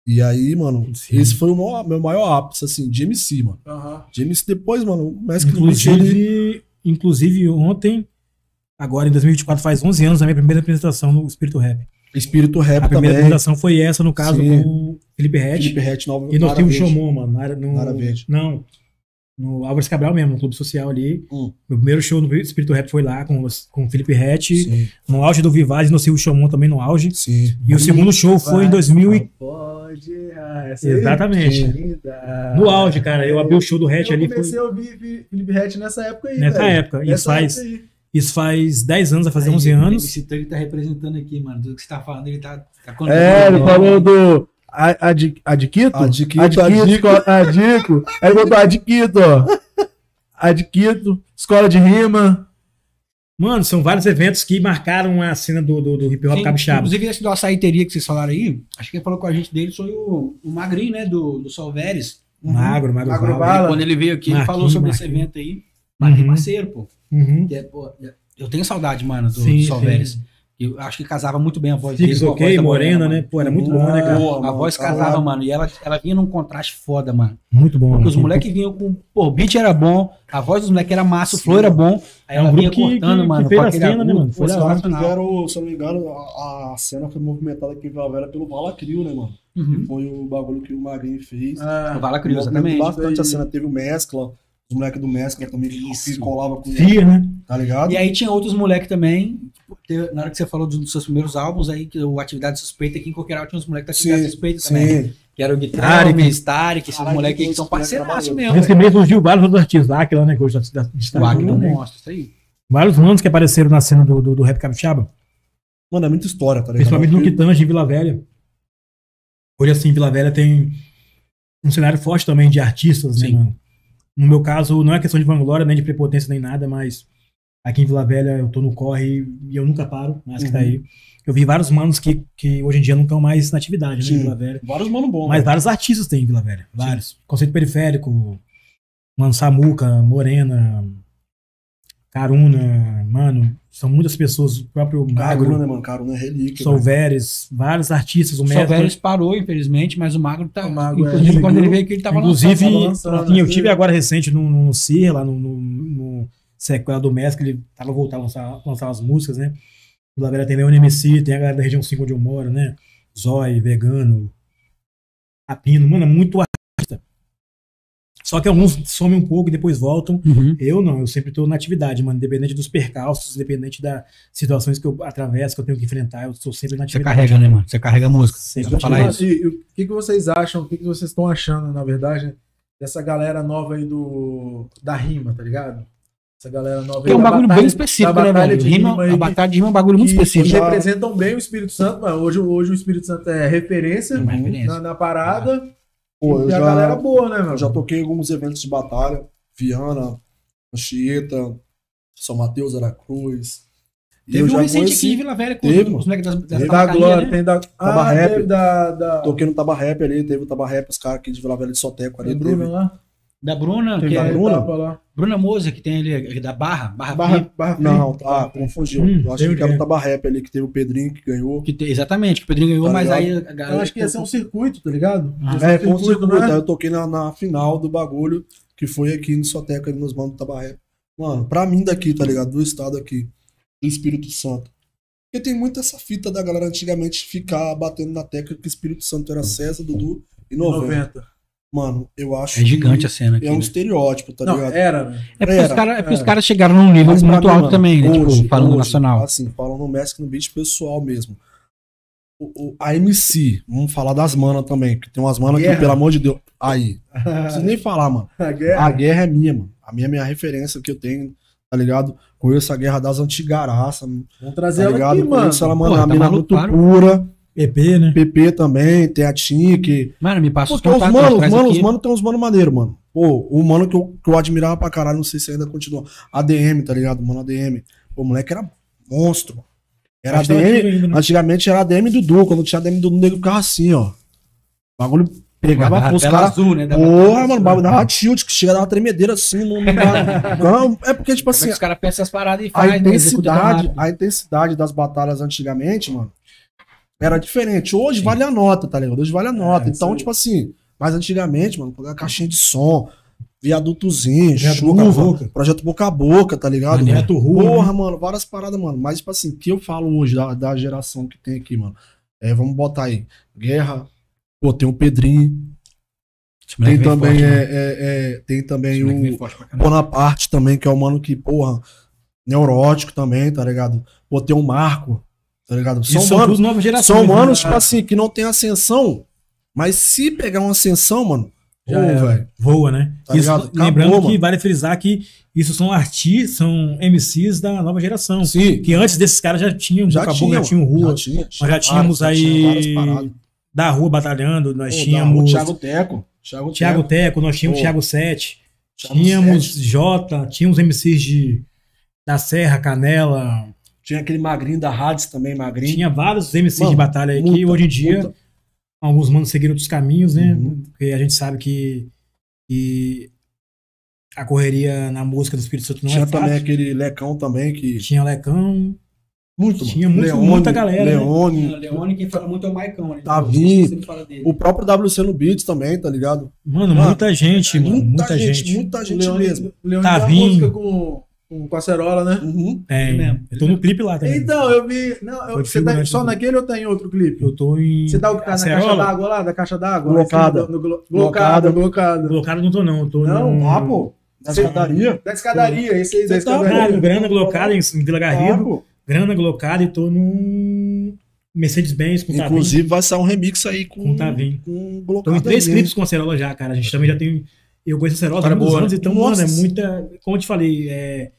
S3: E aí, mano,
S2: Sim.
S3: esse foi o maior- meu maior ápice, assim, de MC, mano.
S4: Aham.
S3: De MC depois, mano, o Mask Luiz, ele.
S2: Inclusive, inclusive ontem, agora em 2024, faz 11 anos, a minha primeira apresentação no Espírito Rap.
S3: Espírito Rap
S2: A primeira
S3: É, também.
S2: apresentação foi essa, no caso,
S3: Sim.
S2: com o Felipe Red.
S3: Felipe Rett, Nova
S2: E nós
S3: Nara
S2: tínhamos o
S3: Verde.
S2: Showmon, mano. na área- no,
S3: Na área verde.
S2: Não. No Álvares Cabral mesmo, no Clube Social ali.
S3: Hum.
S2: Meu primeiro show no Espírito Rap foi lá com, os- com o Felipe Rett.
S3: Sim,
S2: No auge do Vivaz, nós tínhamos o Showmon também no auge.
S3: sim.
S2: E o segundo show foi em 2000 e...
S4: Pode errar. Essa aí
S2: Exatamente.
S4: é linda.
S2: No auge, cara. Eu abri o show do Rett
S4: Eu
S2: ali. Foi
S4: comecei a ouvir Fi- Felipe Rett nessa época aí,
S2: nessa
S4: velho.
S2: época. Isso
S4: Nessa
S2: faz,
S4: época aí.
S2: isso faz 10 anos, vai fazer
S1: Aí,
S2: 11 anos.
S1: Esse Tug tá representando aqui, mano. Do que você tá falando, ele tá. tá
S4: É, ele
S1: contando.
S4: falou do. a- Adi, Adiquito?
S3: Adiquito,
S4: Adiquito, esco- Adico. Aí ele botou Adiquito, ó. Adiquito, escola de rima.
S2: Mano, são vários eventos que marcaram a cena do, do, do hip hop
S1: Sim,
S2: capixaba.
S1: Inclusive, esse do açaíteria que vocês falaram aí, acho que quem falou com a gente dele foi o, o Magrinho, né? Do, do Solveres. Uhum.
S2: Magro, magro.
S4: Magro
S2: Val.
S4: Fala.
S1: Quando ele veio aqui, ele
S2: Marquinhos,
S1: falou sobre esse
S2: Marquinhos.
S1: evento aí. Magrinho é
S2: Uhum.
S1: parceiro, pô.
S2: Uhum.
S1: Que é, pô, Eu tenho saudade, mano, do,
S2: Sim,
S1: do
S2: sim.
S1: Solveres. Eu acho que casava muito bem a voz
S2: Figs
S1: dele. com a voz
S2: ok,
S1: da
S2: morena, né? Pô, era muito bom, né, cara?
S3: Boa,
S1: A
S3: mano,
S1: voz
S3: tá
S1: casava,
S3: lá.
S1: mano. E ela, ela vinha num contraste foda, mano.
S2: Muito bom. né?
S1: Porque os
S2: mano.
S1: moleques vinham com. Pô, o beat era bom, a voz dos moleques era massa, o
S3: Sim.
S1: flow era bom. Aí
S2: É um
S1: ela vinha
S2: grupo que-
S1: cortando,
S2: que-
S1: mano.
S2: que fez
S1: com
S2: a
S1: aquele
S2: cena, né,
S1: agudo,
S2: mano? Foi
S1: pô,
S3: Os
S2: da hora.
S3: caras
S1: sensacional.
S3: fizeram, se eu não me engano, a, a cena foi movimentada aqui em Vila Velha pelo Valacrio, né, mano?
S1: Uhum.
S3: Foi o bagulho que o Magrinho fez.
S1: O
S4: Ah,
S1: Vala Crioula,
S3: Movimentou
S1: exatamente.
S3: bastante
S4: Foi-
S3: a cena. Teve o Mescla, os moleques do Mescla também que
S1: Isso.
S3: colava com
S2: Fia, né?
S3: tá ligado?
S1: E é aí tinha outros moleques também. tipo, te- Na hora que você falou dos, dos seus primeiros álbuns aí, que o Atividade Suspeita aqui em Coqueiral tinha uns moleques da Atividade
S3: Sim,
S1: Suspeita também.
S3: Sim.
S1: Que era o
S2: Tarek.
S1: Guitarra, o Tarek, esses
S3: Caralho,
S1: moleques aí que
S3: que
S1: são
S3: doido,
S1: parceiraços
S3: trabalhou.
S1: mesmo. né?
S2: Esse mês surgiu vários outros artistas, Aquila, né? Que hoje está
S1: O Acre é um
S2: destacando.
S1: monstro, isso aí.
S2: Vários manos que apareceram na cena do, do, do rap capixaba,
S3: Mano, é muita história, tá ligado?
S2: principalmente no
S3: Porque-
S2: que tange em Vila Velha. Hoje, assim, Vila Velha tem um cenário forte também de artistas,
S1: Sim.
S2: né, mano? No meu caso, não é questão de vanglória, nem de prepotência, nem nada, mas aqui em Vila Velha eu tô no corre e eu nunca paro, mas que tá
S3: Uhum.
S2: aí. Eu vi vários manos que, que hoje em dia não estão mais na atividade, né, em
S3: Sim.
S2: Vila Velha.
S3: Vários mano bons.
S2: Mas
S3: né?
S2: vários artistas tem em Vila Velha. Vários. Conceito Periférico, Mano Samuca, Morena, Caruna, mano. São muitas pessoas, o próprio
S3: Caruna,
S2: Magro,
S3: né, mano? Caruna é relíquia. velho.
S2: Solveres, vários artistas, o
S1: O Solveres
S2: Mestre.
S1: parou, infelizmente, mas o Magro tá.
S4: O Magro,
S1: inclusive,
S3: é.
S1: quando ele veio aqui, ele tava
S2: Inclusive,
S1: lançando, tava
S4: lançando,
S2: Rafinha, eu
S4: né?
S2: tive agora recente no, no Cir, lá no, no, no sequela do Mestre, que ele tava voltando a lançar, lançar as músicas, né? Vila Velha tem Leon MC, tem a galera da região 5 onde eu moro, né? Zói, Vegano, Apino, mano, é muito artista. Só que alguns somem um pouco e depois voltam.
S1: Uhum.
S2: Eu não, eu sempre tô na atividade, mano. Independente dos percalços, independente das situações que eu atravesso, que eu tenho que enfrentar, eu sou sempre na
S1: Você
S2: atividade.
S1: carrega, né, mano? Você carrega a música.
S2: Sempre
S1: Dá pra falar
S2: atividade.
S4: E,
S1: isso.
S4: e o que, que vocês acham? O que, que vocês estão achando, na verdade, né, dessa galera nova aí do da rima, tá ligado? Essa galera nova
S1: Que é um
S4: da
S1: bagulho
S4: batalha-
S1: bem específico,
S4: da
S1: né,
S4: batalha
S1: velho?
S4: de
S1: Rima-
S4: rima aí
S1: a
S4: que-
S1: batalha de rima é um bagulho muito
S4: que
S1: específico.
S3: já-
S4: representam bem o Espírito Santo, mano. Hoje, hoje o Espírito Santo é referência
S1: É uma referência.
S4: na, na parada.
S3: Pô, eu
S4: e
S3: já,
S4: a galera boa, né, mano?
S3: eu já toquei em alguns eventos de batalha. Viana, Anchieta, São Mateus, Aracruz. E
S1: Teve
S3: eu
S1: um
S3: já
S1: recente
S3: conheci-
S1: aqui em Vila Velha com
S3: Teve,
S1: os moleques das, das
S3: Teve.
S4: da
S1: tabacaria,
S4: Glória,
S1: né?
S4: tem da.
S3: Tava
S4: Ah,
S3: Tá rap.
S4: teve da. da...
S3: Toquei no Taba Rap ali, teve o Taba Rap, os caras aqui de Vila Velha de Soteco ali.
S4: da
S3: Teve,
S4: Bruna lá.
S1: Da Bruna,
S4: Tem
S1: que
S4: da
S1: é
S3: Bruna?
S4: etapa lá.
S1: Bruna Moza, que tem ali, aqui da Barra, Barra,
S4: Barra,
S1: Fria,
S4: barra Fria.
S3: Não, tá, confundiu.
S2: Hum,
S3: eu acho
S2: teve
S3: que era
S2: quem?
S3: o Taba Rap ali, que teve o Pedrinho que ganhou.
S1: que tem- exatamente, que o Pedrinho ganhou,
S3: Tá
S1: mas aí
S3: ligado?
S1: a galera...
S4: Eu acho que ia ser um circuito, tá ligado?
S1: Ah,
S4: Ia ser um
S3: É, foi um circuito,
S4: né?
S3: Aí eu toquei na, na final do bagulho, que foi aqui no Soteco, ali nos manos do Taba Rap. Mano, pra mim daqui, tá ligado? Do estado aqui, do Espírito Santo. Porque tem muito essa fita da galera antigamente ficar batendo na tecla que Espírito Santo era César, Dudu e 90.
S4: 90.
S3: Mano, eu acho
S1: É gigante a cena
S3: que
S1: aqui.
S3: é
S1: né?
S3: um estereótipo, tá
S4: Não,
S3: ligado?
S4: era, né?
S1: É porque, os
S3: era,
S1: cara, é porque os
S4: era.
S1: caras chegaram num nível
S3: Mas pra
S1: muito
S3: mim,
S1: alto
S3: mano,
S1: também, né?
S3: hoje-
S1: tipo, falando
S3: hoje,
S1: nacional.
S3: Assim, falando no México no beat pessoal mesmo. O, o- a MC, vamos falar das manas também, porque tem umas manas que,
S4: Guerra.
S3: pelo amor de Deus. Aí, não preciso nem falar, mano.
S4: A guerra.
S3: A guerra é minha, mano. A minha é minha referência que eu tenho, tá ligado? Conheço a guerra das antigaraças,
S4: Vamos
S3: tá
S4: trazer ela
S3: ligado?
S4: aqui, mano.
S3: Conheço ela, mano,
S1: Porra,
S3: a
S1: tá
S3: mina
S1: maluco,
S3: muito
S1: claro.
S3: pura.
S2: PP, né?
S3: PP também, tem a Tink,
S1: Mano, me passa os
S3: porque os
S1: contatos,
S3: mano, os
S1: traz
S3: mano, os
S1: aqui.
S3: mano tem uns mano maneiro, mano. Pô, o mano que eu, que eu admirava pra caralho, não sei se ainda continua. ADM, tá ligado? Mano, ADM. Pô, o moleque era monstro. mano. Era
S2: Acho que tava
S3: ADM.
S2: ativo ainda, né?
S3: Antigamente era ADM Dudu. Quando tinha ADM Dudu, o nego ficava assim, ó. O bagulho pegava
S1: Da
S3: pô, os
S1: tela
S3: caras.
S1: azul, né? Da-
S3: Porra, mano, o bagulho dava tilt, que chega a dar uma tremedeira assim. Não, não dá- não, é porque, tipo
S1: Como é
S3: assim,
S1: que os caras pensam essas paradas e
S3: a
S1: fazem, né? Executa tão
S3: intensidade,
S1: rápido.
S3: a intensidade das batalhas antigamente, mano, era diferente. Hoje vale a nota, tá ligado? Hoje vale a nota.
S4: isso
S3: então,
S4: aí.
S3: tipo assim, mas antigamente, mano, colocar caixinha de som, viadutozinho,
S2: Viaduto
S3: chuva,
S2: boca a boca.
S3: projeto boca a boca, tá ligado?
S2: Maneiro. Neto Rua, né?
S3: Porra, mano, várias paradas, mano. Mas, tipo assim, o que eu falo hoje da, da geração que tem aqui, mano? É, vamos botar aí. Guerra. Pô, tem o Pedrinho.
S1: Esse moleque
S3: tem,
S1: vem
S3: também,
S1: forte,
S3: é,
S1: né?
S3: é, é, tem também
S1: Esse moleque
S3: o.
S1: vem forte pra caralho.
S3: Bonaparte também, que é o mano que, porra, neurótico também, tá ligado? Pô, tem o Marco, tá ligado?
S2: Isso
S3: São
S2: são
S3: manos,
S2: duas novas gerações.
S3: são
S2: né?
S3: manos tipo assim, que não tem ascensão, mas se pegar uma ascensão, mano,
S2: Já
S3: pô,
S2: era.
S3: velho,
S2: Voa, né?
S3: Tá
S2: Isso-
S3: ligado? Acabou,
S2: lembrando que
S3: mano.
S2: vale frisar que isso são artistas, são MCs da nova geração.
S3: sim,
S2: Que antes desses caras já tinham,
S3: já
S2: acabou,
S3: tinha,
S2: já tinham rua.
S3: já tinha,
S2: Nós já tínhamos
S3: várias- já
S2: aí-
S3: tinha várias paradas.
S2: Da rua batalhando, nós
S3: Pô, da- o
S2: tínhamos
S3: Thiago Teco, Thiago,
S2: Thiago Teco, nós tínhamos
S3: Pô.
S2: Thiago Sete,
S3: Thiago
S2: tínhamos
S3: Sete,
S2: Jota, tínhamos MCs de da Serra, Canela,
S3: tinha aquele magrinho da Hades também, magrinho.
S2: tinha vários MCs
S3: Mano,
S2: de batalha aí que
S3: muita,
S2: hoje em dia
S3: muita.
S2: alguns manos seguiram outros caminhos, né?
S3: Uhum.
S2: Porque a gente sabe que, que a correria na música do Espírito Santo não
S3: tinha
S2: é fácil.
S3: também aquele Lecão também que
S2: Tinha Lecão,
S3: muito, mano.
S2: Tinha muito- muita galera, né?
S3: Leone,
S1: O Leone, quem fala muito é o Maicão, né?
S3: Davi,
S1: Sempre fala dele.
S3: O próprio WC no Beats também, tá ligado?
S2: Mano,
S3: Mano,
S2: muita gente, mano. Muita gente.
S3: Muita gente
S4: Leone,
S3: mesmo.
S4: Leone
S2: Tá
S4: tem uma
S2: vindo.
S4: música com, com, com a Cerola, né?
S3: Uhum.
S2: Tem.
S1: mesmo.
S2: Eu tô no clipe
S3: Tá
S2: lá também.
S4: Então, eu vi. Não, eu-
S2: Foi
S4: você tá
S2: figurante
S4: só
S2: do-
S4: naquele ou tá em outro clipe?
S2: Eu tô em.
S4: Você tá o que tá na caixa
S2: Acerola?
S4: d'água lá? Da caixa d'água?
S3: Glocada.
S4: Lá em cima do- do glo- Glocada, glocada.
S2: Colocado não tô, não. Eu tô
S4: Não,
S2: no...
S3: Ah, pô. Da
S4: Cê-
S3: escadaria.
S4: Da escadaria, esse aí da
S3: Você tá
S2: Ah, no
S4: escadaria.
S2: Grana Glocada, em em Vila
S3: Ah,
S2: Garrido.
S3: pô.
S2: Grana Glocada e tô no. Mercedes-Benz com o Tavinho.
S3: Inclusive vai sair um remix aí
S2: Com
S3: com
S2: o Tavinho.
S3: com um
S2: Tô Então, em
S3: Glocada
S2: três
S3: mesmo.
S2: clipes com a Cerola já, cara. A gente também já tem. Eu conheço a Cerola há
S3: Cara,
S2: muitos
S3: boa,
S2: anos,
S3: né?
S2: então,
S3: Nossa.
S2: mano, é muita. Como eu te falei, é.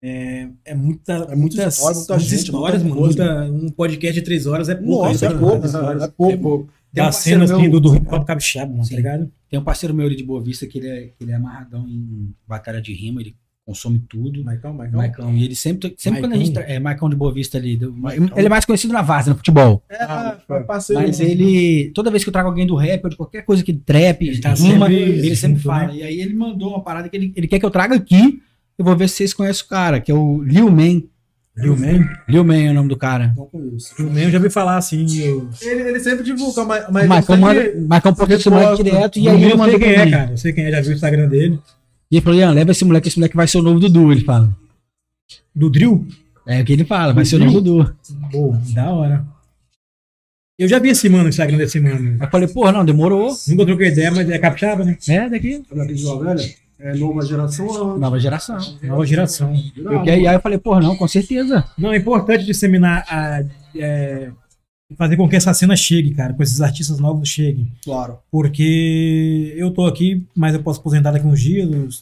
S2: É, é muita,
S3: muita
S2: muitas,
S3: história, muita
S2: muitas
S3: gente,
S2: histórias,
S3: muita
S2: mano. Muita, um podcast de três horas é pouco. né,
S3: Nossa, é
S2: cara?
S3: pouco.
S2: Três horas.
S3: É pouco.
S1: Tem um
S2: Da
S1: parceiro
S2: cena assim, do,
S1: meu-
S2: do hip hop capixaba, mano,
S1: Sim.
S2: tá ligado?
S1: Tem um parceiro meu ali de Boa Vista que ele é, que ele é amarradão em batalha de rima, ele consome tudo.
S4: Maicão, Maicão.
S1: Maicão. E ele sempre, sempre quando a gente.
S2: Maicão.
S1: tra- É, Maicão de Boa Vista ali. do- ele é mais conhecido na Vaza, no futebol.
S4: É, um-
S3: Ah,
S4: foi parceiro.
S1: Mas ele, toda vez que eu trago alguém do rap ou de qualquer coisa que trap,
S2: Ele tá
S1: rima,
S2: sempre
S1: ele sempre
S2: junto, né?
S1: fala. E aí ele mandou uma parada que ele, ele quer que eu traga aqui. Eu vou ver se vocês conhecem o cara, que é o Lil Man.
S2: Viu mesmo?
S1: Lil Man é o nome do cara.
S3: Não conheço.
S2: Eu mesmo já ouvi falar assim. Eu,
S4: Ele, ele sempre divulga, mas, mas
S1: Mas é-
S4: ele tá
S1: Marcão manda,
S4: sempre-
S1: Marcão
S4: sempre
S1: procura esse moleque
S4: posta.
S1: direto e
S2: eu
S1: aí ele
S2: sei
S1: mandou
S2: quem
S1: pra
S2: é,
S1: mim.
S2: cara. Eu sei quem é, já vi o Instagram dele.
S1: E ele falou, Ian, leva esse moleque, esse moleque vai ser o novo Dudu, ele fala.
S2: Do Drill?
S1: É o que ele fala, vai ser o novo Dudu.
S2: Pô, da hora. Eu já vi esse mano no Instagram desse mano.
S1: Aí eu falei, porra, não, demorou.
S2: Nunca troquei ideia, mas é capixaba, né?
S1: É, daqui.
S3: Daqui de Vila Velha? É nova geração ou não?
S1: Nova geração.
S2: Nova É geração.
S1: Eu, que- aí eu falei, porra, não, com certeza.
S2: Não, é importante disseminar a. é, fazer com que essa cena chegue, cara, com esses artistas novos cheguem.
S3: Claro.
S2: Porque eu tô aqui, mas eu posso aposentar daqui uns dias.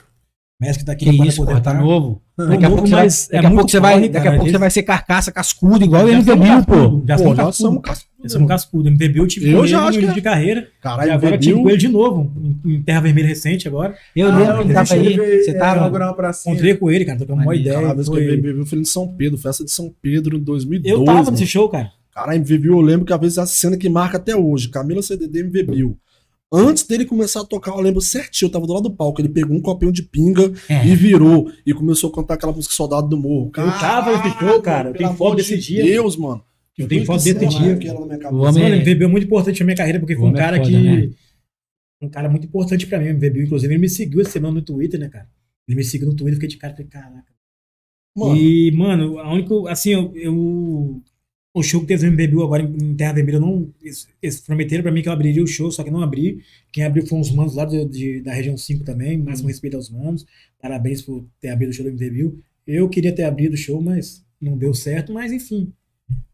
S2: Messi que tá aqui
S1: Que
S2: não vai
S1: isso,
S2: poder
S1: porra, tá
S2: estar.
S1: novo.
S2: Tô
S1: Daqui a pouco
S2: novo,
S1: você vai,
S2: mas é
S1: daqui a pouco
S2: muito
S1: você vai,
S2: corre,
S1: daqui a
S2: cara.
S1: pouco você
S2: Eles-
S1: vai ser carcaça cascudo, igual o
S2: Já
S1: MV
S2: são
S1: Bill, pô.
S2: cascudo, Já
S3: Pô,
S2: são
S3: já somos
S2: cascudo.
S3: cascudo,
S2: Já são é um cascudo. MV Bill, tipo,
S3: Eu já
S2: ele,
S3: acho
S2: um
S3: que
S2: ano de carreira.
S3: Caralho,
S2: e agora
S3: bebeu.
S2: tive com ele de novo, em, em Terra Vermelha recente agora.
S1: Eu
S4: Ah,
S1: lembro que
S4: eu
S1: ele tava
S4: deixei
S1: aí.
S4: ele ver,
S1: Você tá
S4: é,
S1: tava.
S4: inaugurar uma pracinha.
S2: Encontrei com ele, cara, tô com uma
S1: Maneiro.
S2: ideia.
S3: Cara, a vez que
S2: foi-
S3: eu bebi, eu fui em São Pedro, festa de São Pedro, em 2012.
S2: Eu tava
S3: mano.
S2: nesse show, cara.
S3: Cara, MVB, eu lembro que às vezes é a cena que marca até hoje. Camila CDD MVB. Antes dele começar a tocar, eu lembro certinho, eu tava do lado do palco. Ele pegou um copinho de pinga
S1: É.
S3: e virou. E começou a cantar aquela música Soldado do Morro.
S2: Eu tava nesse show, Ah, cara, eu
S3: pelo
S2: tenho foto
S3: amor
S2: desse
S3: de
S2: dia.
S3: Deus, mano.
S2: Eu tenho foto
S3: Que
S2: desse
S3: cena
S2: dia.
S3: aquela na minha
S1: O
S3: cabeça.
S1: homem-
S2: Mano, o MVB é muito importante na minha carreira, porque foi um
S1: Homem é
S2: cara
S1: foda,
S2: que.
S1: né?
S2: Um cara muito importante pra mim, o MVB. Inclusive, ele me seguiu essa semana no Twitter, né, cara? Ele me seguiu no Twitter, eu fiquei de cara, falei, caraca.
S3: Mano,
S2: E, mano, a única. Assim, eu. eu- o show que teve no MVB agora em em Terra Vermelha, eu não. Eles, eles prometeram pra mim que eu abriria o show, só que não abri. Quem abriu foram os manos lá do- de- da região 5 também. Mais
S1: Hum.
S2: um respeito aos manos. Parabéns por ter abrido o show do MVB. Eu queria ter abrido o show, mas não deu certo, mas enfim.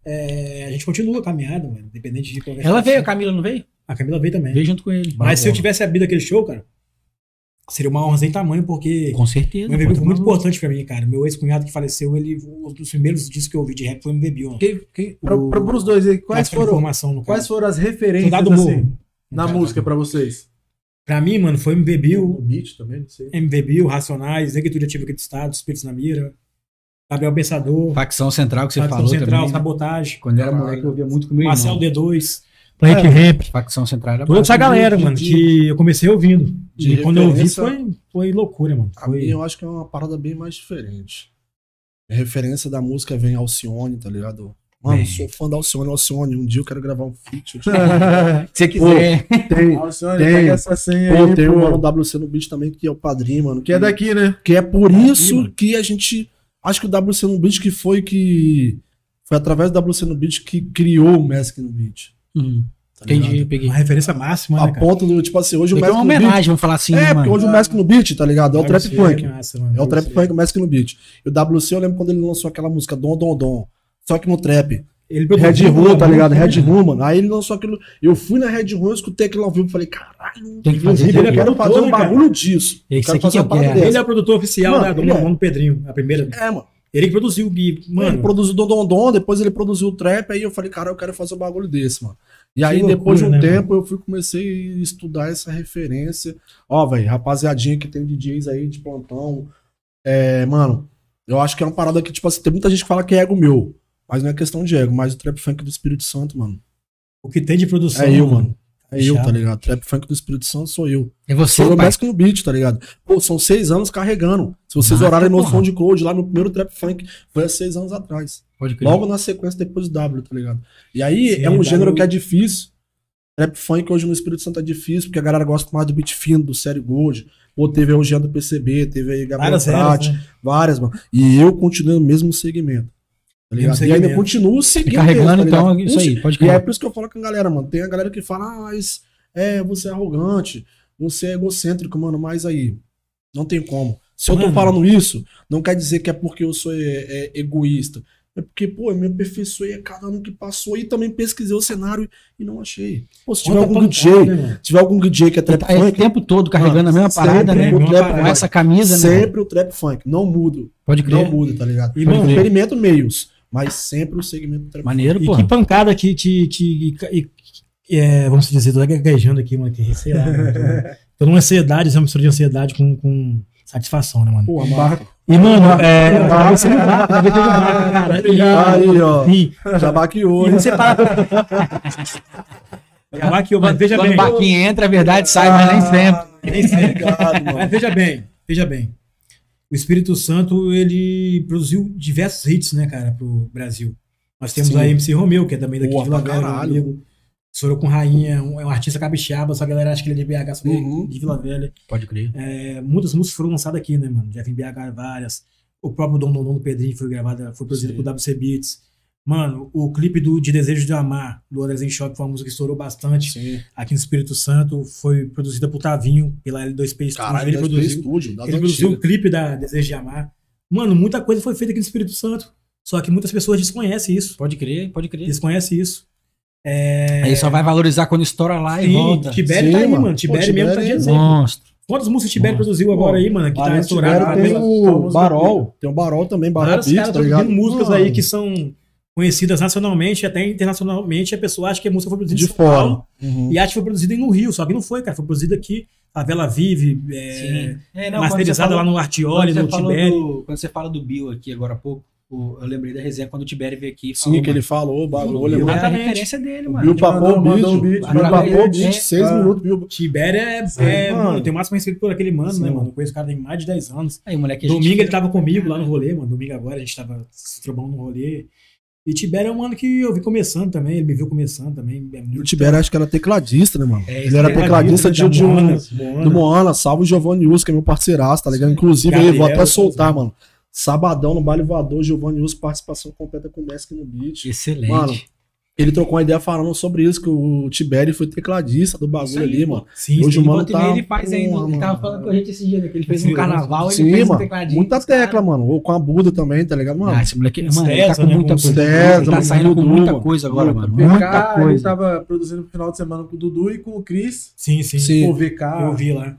S2: É, a gente continua a caminhada, mano, independente de qualquer
S1: Ela veio, a
S2: situação.
S1: Camila não veio?
S2: A Camila veio também.
S1: Veio junto com ele.
S2: Mas se eu tivesse abrido aquele show, cara, seria uma honra sem tamanho, porque
S1: Com
S2: o
S1: certeza.
S2: MVB foi um
S1: pô, tá
S2: muito
S1: maluco.
S2: importante pra mim, cara. Meu ex-cunhado que faleceu, ele, um dos primeiros discos que eu ouvi de rap foi o MVB, ó.
S4: Quem- quem- pra-
S2: O-
S4: pra- pros dois aí, quais
S2: Nossa,
S4: foram,
S2: Informação,
S1: é?
S2: no
S4: quais
S2: caso.
S4: foram as referências
S2: Soldado
S4: assim,
S2: Morro.
S4: na
S2: Cara,
S4: música pra vocês?
S2: Pra mim, mano, foi MVB,
S4: Bill,
S2: o
S4: beat também, não sei.
S2: MVB, o Racionais, Negritude Ativa aqui do Estado, Espíritos na Mira, Gabriel Pensador,
S1: Facção Central que você
S2: Facção
S1: falou
S2: Central,
S1: também. né?
S2: Sabotagem,
S1: Quando eu era
S3: Caralho.
S1: moleque eu ouvia muito com meu
S2: Marcel
S1: irmão.
S2: D2,
S1: Planet
S2: É.
S1: Ramp. Facção Central era
S2: toda essa
S1: bom.
S2: galera, mano,
S3: de-
S2: que eu comecei ouvindo.
S3: de
S2: E quando eu ouvi,
S3: referência-
S2: foi, foi loucura, mano.
S3: A minha
S2: Foi...
S3: eu acho que é uma parada bem mais diferente. A referência da música vem Alcione, tá ligado? Mano,
S1: Bem.
S3: sou fã da Alcione, Alcione. Um dia eu quero gravar um feat.
S1: Se você quiser.
S3: tem,
S4: Alcione,
S3: tem.
S4: pega essa
S2: É,
S4: senha
S3: Pô,
S4: aí,
S3: tem o
S4: pô.
S3: Mano WC no beat também, que é o padrinho, mano.
S4: Que é daqui, né?
S3: Que é por isso
S2: mano.
S3: que a gente. Acho que o WC no beat que foi que. Foi através do WC no beat que criou o Mask no beat.
S1: Hum,
S3: tá
S1: Entendi,
S3: ligado?
S1: peguei.
S2: Uma referência máxima,
S3: A
S2: né, cara?
S3: ponto do. Tipo assim, hoje o
S1: Daqui É
S3: Mask
S1: uma
S3: no beat.
S1: homenagem, vamos falar assim,
S3: É,
S1: né,
S3: porque
S1: mano?
S3: hoje o Mask no beat, tá ligado? É o trap
S2: WC,
S3: punk.
S2: massa, mano.
S3: É o trap
S2: WC.
S3: funk, o Mask no beat. E o WC, eu lembro quando ele lançou aquela música Dom Dom Dom. Só que no trap.
S2: Ele
S3: Red
S2: produziu,
S3: Room, tá
S2: mano,
S3: ligado?
S2: muito,
S3: Red
S2: né?
S3: Room, mano. Aí ele lançou aquilo. Eu fui na Red Room, eu escutei aquilo ao vivo e falei, caralho,
S1: Tem que fazer.
S3: inclusive, eu
S2: Ele é
S3: quero fazer
S2: produtor,
S3: um
S2: né, cara?
S3: bagulho disso.
S1: Esse
S3: quero
S1: aqui que
S3: fazer
S1: eu
S3: uma parada
S1: quero.
S3: dessa.
S2: Ele é o produtor oficial
S3: Mano,
S2: da, do
S3: ele é.
S2: Mamão do Pedrinho, a primeira.
S3: É, mano.
S2: Ele que produziu o Gui. Mano,
S3: Ele produziu o Dom Dom Dom, depois ele produziu o trap, aí eu falei, cara, eu quero fazer um bagulho desse, mano. E aí,
S2: loucura,
S3: depois de um
S2: né,
S3: tempo, eu fui comecei a estudar essa referência. Ó, velho, rapaziadinha que tem DJs aí de plantão. É, mano, eu acho que é uma parada que, tipo assim, tem muita gente que fala que é ego meu. Mas não é questão de ego, mas o trap funk do Espírito Santo, mano.
S2: o que tem de produção.
S3: É eu, mano. É eu,
S2: Fechado.
S3: tá ligado? Trap funk do Espírito Santo sou eu.
S1: É
S3: Sou
S1: você,
S3: eu
S1: pai.
S3: mais que no beat, tá ligado? Pô, são seis anos carregando. Se vocês
S1: Massa,
S3: orarem no
S1: porra.
S3: som de code lá, meu primeiro trap funk foi há seis anos atrás.
S1: Pode crer.
S3: Logo na sequência, depois do W, tá ligado? E aí
S2: Sim,
S3: é um
S2: W.
S3: gênero que é difícil. Trap funk hoje no Espírito Santo é difícil, porque a galera gosta mais do beat fino, do sério gold. Pô, teve aí o Jean do PCB, teve aí Gabriel
S2: Várias
S3: Prati,
S2: eras, né?
S3: várias, mano. E eu continuo no mesmo segmento. Tá ligado?
S2: Mesmo
S3: E ainda
S2: segmento.
S3: continuo seguindo.
S1: Carregando,
S3: mesmo, tá
S1: então,
S3: ligado?
S1: isso aí. Pode
S3: E é
S1: crer.
S3: por isso que eu falo com a galera, mano. Tem a galera que fala, ah, mas é, você é arrogante, você é egocêntrico, mano, mas aí, não tem como. Se eu tô
S2: Mano.
S3: falando isso, não quer dizer que é porque eu sou é, é, egoísta. É porque, pô, eu me aperfeiçoei a cada ano que passou e também pesquisei o cenário e não achei. Pô, se tiver
S2: Quanta
S3: algum
S2: pancada,
S3: DJ,
S2: né, mano?
S3: se tiver algum DJ que é
S1: Ele
S3: trap
S1: tá esse
S3: funk,
S1: tempo todo carregando a
S3: Mano,
S1: mesma parada,
S3: sempre
S1: né?
S2: o
S1: Com
S2: trap
S1: Com
S2: funk.
S1: essa camisa, né?
S3: sempre o trap funk. Não mudo,
S1: Pode
S3: não
S1: crer.
S3: mudo, tá ligado?
S2: É. E,
S3: Eu
S2: mano,
S3: experimento meios, mas sempre o segmento trap
S1: Maneiro,
S2: E
S1: pô.
S2: que pancada que. que, que, e- e- é, vamos dizer, tô até gaguejando aqui, mano. Que, sei lá. mano, tô- tô numa ansiedade, essa mistura de ansiedade com, com satisfação, né, mano?
S3: Porra,
S2: E, mano, é.
S3: Porra.
S2: Tava sendo barco, tava sendo barco, cara. E,
S3: Aí, ó.
S2: e-
S3: Já
S2: e
S3: baqueou, né?
S2: você para. Acabar aqui, ô, mas veja
S1: Quando
S2: bem.
S1: o barquinho entra, a verdade sai, mas nem sempre.
S3: Nem sempre. Obrigado, mano.
S2: Mas veja bem, veja bem. O Espírito Santo, ele produziu diversos hits, né, cara, pro Brasil. Nós temos
S3: Sim.
S2: a MC Romeu, que é também daqui
S3: Porra,
S2: de Vila
S3: pra
S2: Velha, meu
S3: caralho.
S2: amigo. Sorou com Rainha, um- é um artista capixaba, só a galera acha que ele é de BH, só que ele é
S3: Uhum.
S2: de Vila Velha.
S1: Pode crer.
S2: É, muitas músicas foram lançadas aqui, né, mano? Já tem BH várias. O próprio Dom Dom Dom do Pedrinho foi gravado, foi produzido
S3: Sim.
S2: por WC Beats. Mano, o clipe do De Desejo de Amar, do Odas em Choque, foi uma música que estourou bastante
S3: Sim.
S2: aqui no Espírito Santo. Foi produzida por Tavinho, pela L2P Studios.
S3: Caralho,
S2: ele
S3: ele
S2: produziu.
S3: estúdio, das
S2: Ele produziu o
S3: antigas.
S2: clipe da Desejo de Amar. Mano, muita coisa foi feita aqui no Espírito Santo. Só que muitas pessoas desconhecem isso.
S1: Pode crer, pode crer.
S2: Desconhecem isso.
S1: Aí só vai valorizar quando estoura lá e
S2: Sim,
S1: volta.
S2: Tibério
S3: Sim,
S2: tá aí,
S3: mano.
S2: mano.
S3: Pô,
S2: Tibério
S3: Tibério
S2: mesmo tá de
S3: é
S2: exemplo.
S1: Monstro.
S2: Quantas músicas Tibério
S4: Nossa.
S2: produziu agora aí, mano? Que tá
S3: Barão
S2: estourado. Tá
S3: Tibério
S2: parabéns.
S3: tem o Barol. Tem o Barol também, Barol
S2: Vários
S3: Beats,
S2: caras
S3: tá
S2: estão
S3: ligado?
S2: produzindo músicas
S3: Mano,
S2: aí que são conhecidas nacionalmente, até internacionalmente. A pessoa acha que a música foi produzida
S3: De
S2: em São Paulo
S3: fora. Uhum.
S2: e acha que foi produzida no Rio, só que não foi, cara. Foi produzida aqui. Favela Vive, é,
S1: É, não, quando
S2: masterizada
S1: você
S2: lá no Artioli,
S1: quando você
S2: no
S1: falou
S2: Tibério.
S1: do- Quando você fala do Bill aqui agora há pouco, o- eu lembrei da resenha quando o Tibério veio aqui. e
S3: Sim, que
S1: mano,
S3: ele falou, o bagulho.
S2: Bill
S3: mano.
S1: Bill é a
S2: Exatamente.
S1: referência dele,
S3: O
S1: mano.
S3: Bill
S1: Tipo,
S3: papou
S4: mandou-
S3: o
S4: mandou
S3: beat.
S4: um beat,
S3: Bill
S1: mandou
S3: papou o
S1: um
S3: beat,
S1: beat,
S3: seis
S4: é.
S3: minutos, Bill.
S2: Tibério é,
S3: Sim,
S2: é,
S3: mano.
S2: mano. tem o máximo respeito por aquele mano,
S3: Sim,
S2: né, mano?
S3: mano.
S2: Eu conheço o cara tem mais de 10 anos.
S1: Aí, moleque, a gente-
S2: Domingo ele tava comigo lá no rolê, mano. Domingo agora a gente tava se trombando no rolê. E Tibério é um mano que eu vi começando também, ele me viu começando também. É
S3: E o
S2: muito
S3: Tibério acho que era tecladista, né, mano?
S1: É,
S3: ele era tecladista de, de um,
S2: Moana.
S3: do Moana, salve o Giovanni Uso, que é meu parceiraço, tá ligado? Inclusive, aí, vou
S2: Gabriel,
S3: até soltar, mano. Sabadão no Baile Voador, Giovanni Uso, participação completa com o Desk no beat.
S1: Excelente.
S3: Mano, Ele trocou uma ideia falando sobre isso, que o Tibério foi tecladista do
S1: Isso
S3: bagulho
S1: aí,
S3: ali, mano.
S2: Sim,
S3: Hoje o
S2: sim.
S3: mano
S1: Volta e meia
S3: tá-
S1: ele faz ainda.
S3: Porra,
S1: Ele tava
S3: mano.
S1: falando com a gente esse dia, né? Que ele fez
S2: Sim,
S1: um carnaval, ele
S3: Sim,
S1: fez um
S3: mano.
S1: tecladinho.
S3: Muita
S1: os caras-
S3: tecla, mano. Ou com a Buda também, tá ligado, mano?
S1: Ah, esse moleque, mano, ele tá
S2: César,
S1: com
S2: né,
S1: muita
S2: com
S1: coisa.
S3: César,
S1: ele tá
S3: mano,
S1: saindo com
S3: Dudu,
S1: muita
S3: mano.
S1: coisa agora,
S3: Muita
S1: mano.
S3: coisa.
S1: Muita
S4: ele
S1: coisa.
S4: tava produzindo no final de semana com o Dudu e com o Cris.
S2: Sim, sim.
S3: Sim.
S4: Com o VK.
S1: Ah.
S2: Eu vi lá.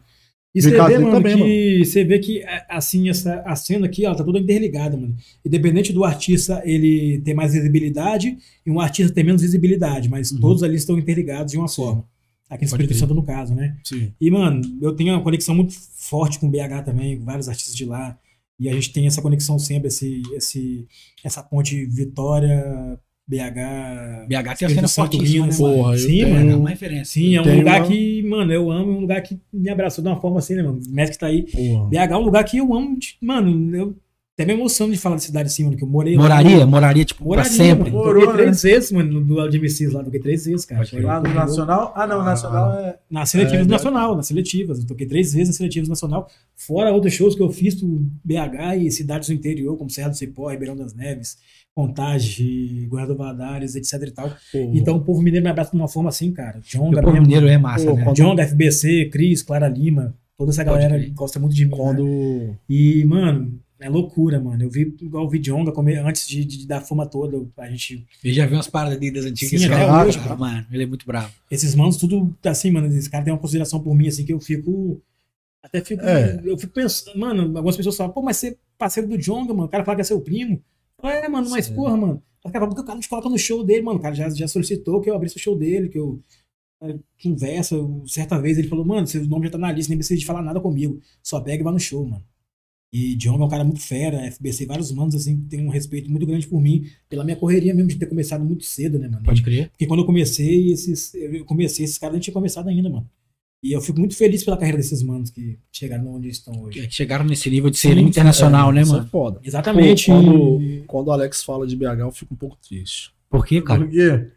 S2: E
S3: Vem
S2: você
S3: cá,
S2: vê,
S3: vem
S2: mano,
S3: também,
S2: que você vê que a- assim, essa a cena aqui, ela tá toda interligada, mano. Independente do artista ele ter mais visibilidade e um artista ter menos visibilidade, mas
S1: Uhum.
S2: todos ali estão interligados de uma forma. Aqui no
S1: Pode
S2: Espírito
S1: crer.
S2: Santo, no caso, né?
S3: Sim.
S2: E, mano, eu tenho uma conexão muito forte com BH também, vários artistas de lá. E a gente tem essa conexão sempre, esse, esse, essa ponte Vitória, BH.
S1: BH tem a
S2: Espírito
S1: cena
S2: Santo,
S1: fortíssima, né,
S2: Minas,
S1: mano?
S3: Porra, eu
S2: Sim,
S3: tenho-
S1: Mano, é uma referência.
S2: Sim, é um
S3: Tem
S2: lugar
S3: uma-
S2: que, mano, eu amo, é um lugar que me abraçou de uma forma assim, né, mano? O Mestre que tá
S1: Uhum.
S2: aí.
S3: Porra.
S2: BH é um lugar que eu amo, de- mano, eu até me emociono de falar da cidade assim, mano, que eu morei lá.
S1: Moraria, moraria, tipo,
S2: Moraria,
S1: pra sempre.
S2: Mano, eu
S4: Morou,
S2: toquei três vezes, mano, no LDMCs lá, toquei três vezes, cara.
S1: Pode crer.
S4: Lá no Nacional. Ah, não,
S3: Ah,
S4: Nacional é.
S2: Na seletiva
S3: É,
S2: do
S3: já-
S2: nacional, nas seletivas. Eu toquei três vezes na seletivas nacional, fora outros shows que eu fiz pro BH e cidades do interior, como Serra do Cipó, Ribeirão das Neves, Contagem, Governador Valadares, etc e tal. Então o povo mineiro me abraça de uma forma assim, cara. John,
S1: O povo
S2: Gabriel,
S1: mineiro é massa,
S3: Pô,
S1: né?
S3: quando-
S2: John da FBC, Cris, Clara Lima, toda essa
S1: Pode
S2: galera
S1: crer.
S2: gosta muito
S3: É.
S2: de mim. né?
S3: Quando.
S2: E, mano, é loucura, mano. Eu vi igual eu vi Jonga comer antes de, de- da forma toda, a gente
S1: Eu já vi umas paradas dele das antigas.
S2: Sim,
S1: esse
S2: até
S1: cara é
S2: hoje,
S1: bravo, mano. Ele é muito bravo.
S2: Esses manos, tudo assim, mano. Esse cara tem uma consideração por mim, assim, que eu fico. Até fico.
S3: É.
S2: Eu fico pensando, mano, algumas pessoas falam, pô, mas você é parceiro do Jonga, mano. O cara fala que é seu primo. Eu falo, É, mano, mas
S3: Sim.
S2: porra, mano. Acaba que o cara te coloca no show dele, mano. O cara já, já solicitou que eu abrisse o show dele, que eu é, conversa. Eu- certa vez ele falou, mano, seu nome já tá na lista, nem precisa de falar nada comigo. Só pega e vai no show, mano. E Jonga é um cara muito fera, FBC, vários manos, assim, que tem um respeito muito grande por mim, pela minha correria mesmo de ter começado muito cedo, né, mano?
S1: crer.
S2: Porque quando eu comecei, esses, eu comecei, esses caras não tinham começado ainda, mano. E eu fico muito feliz pela carreira desses manos que chegaram onde estão hoje.
S1: Chegaram nesse nível de ser internacional, né,
S3: Isso é
S1: mano?
S3: foda.
S2: Exatamente.
S3: Quando, quando o Alex fala de BH, eu fico um pouco triste.
S1: Por quê, cara?
S4: Por quê?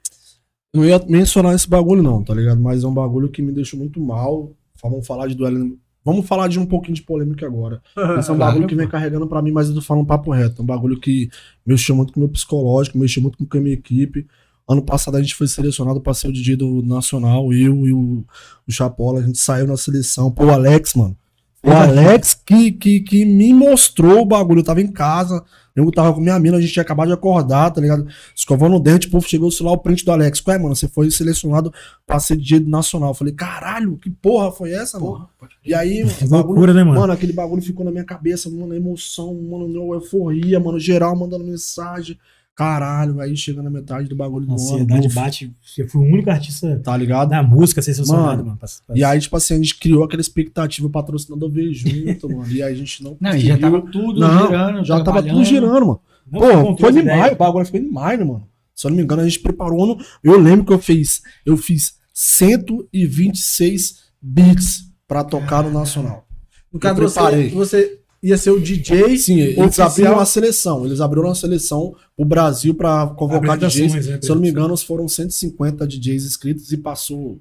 S3: Não ia mencionar esse bagulho, não, tá ligado? Mas é um bagulho que me deixou muito mal. Vamos falar de duelo. Vamos falar de um pouquinho de polêmica agora. Esse é um
S1: Claro,
S3: bagulho que
S1: pô.
S3: vem carregando pra mim, mas eu tô falando papo reto. É um bagulho que mexeu muito com o meu psicológico, mexeu muito com a minha equipe. Ano passado a gente foi selecionado pra ser o DJ do Nacional, eu e o, o Chapola, a gente saiu na seleção. Pô, o Alex, mano. O Alex que, que, que me mostrou o bagulho. Eu tava em casa, eu tava com minha mina, a gente tinha acabado de acordar, tá ligado? Escovando o dente, pô, chegou o celular, o print do Alex. Ué, mano, você foi selecionado pra ser DJ do Nacional. Eu falei, caralho, que porra foi essa, mano?
S1: Porra, pode
S3: E aí, mano, o bagulho
S2: Loucura, né, mano?
S3: Mano, aquele bagulho ficou na minha cabeça, mano, emoção, mano, meu, euforia, mano, geral mandando mensagem. Caralho, aí chega na metade do bagulho
S2: a
S3: do ano.
S2: ansiedade
S3: uf,
S2: bate. Eu fui o único artista
S3: Tá ligado?
S2: da música a ser selecionado,
S3: Mano,
S2: mano. pra- pra-
S3: E aí, tipo assim, a gente criou aquela expectativa, o patrocinador veio junto, mano. E aí a gente não.
S1: Não, e já
S3: conseguiu.
S1: tava tudo
S3: Não,
S1: girando.
S3: Já tava
S1: trabalhando.
S3: tudo girando, mano.
S2: não se
S3: Pô,
S2: encontrou
S3: foi
S2: as
S3: em
S2: ideias.
S3: maio, o bagulho ficou em maio, né, mano. Se eu não me engano, a gente preparou. No... Eu lembro que eu fiz. Eu fiz 126 beats pra tocar no Nacional.
S4: No caso,
S3: Eu
S4: você,
S3: preparei.
S4: você ia ser o DJ.
S3: Sim, eles
S4: Oficial.
S3: abriram uma seleção. Eles abriram uma seleção pro Brasil pra convocar
S2: Apresentações,
S3: DJs.
S2: né,
S3: Se eu não me engano, foram 150 DJs inscritos e passou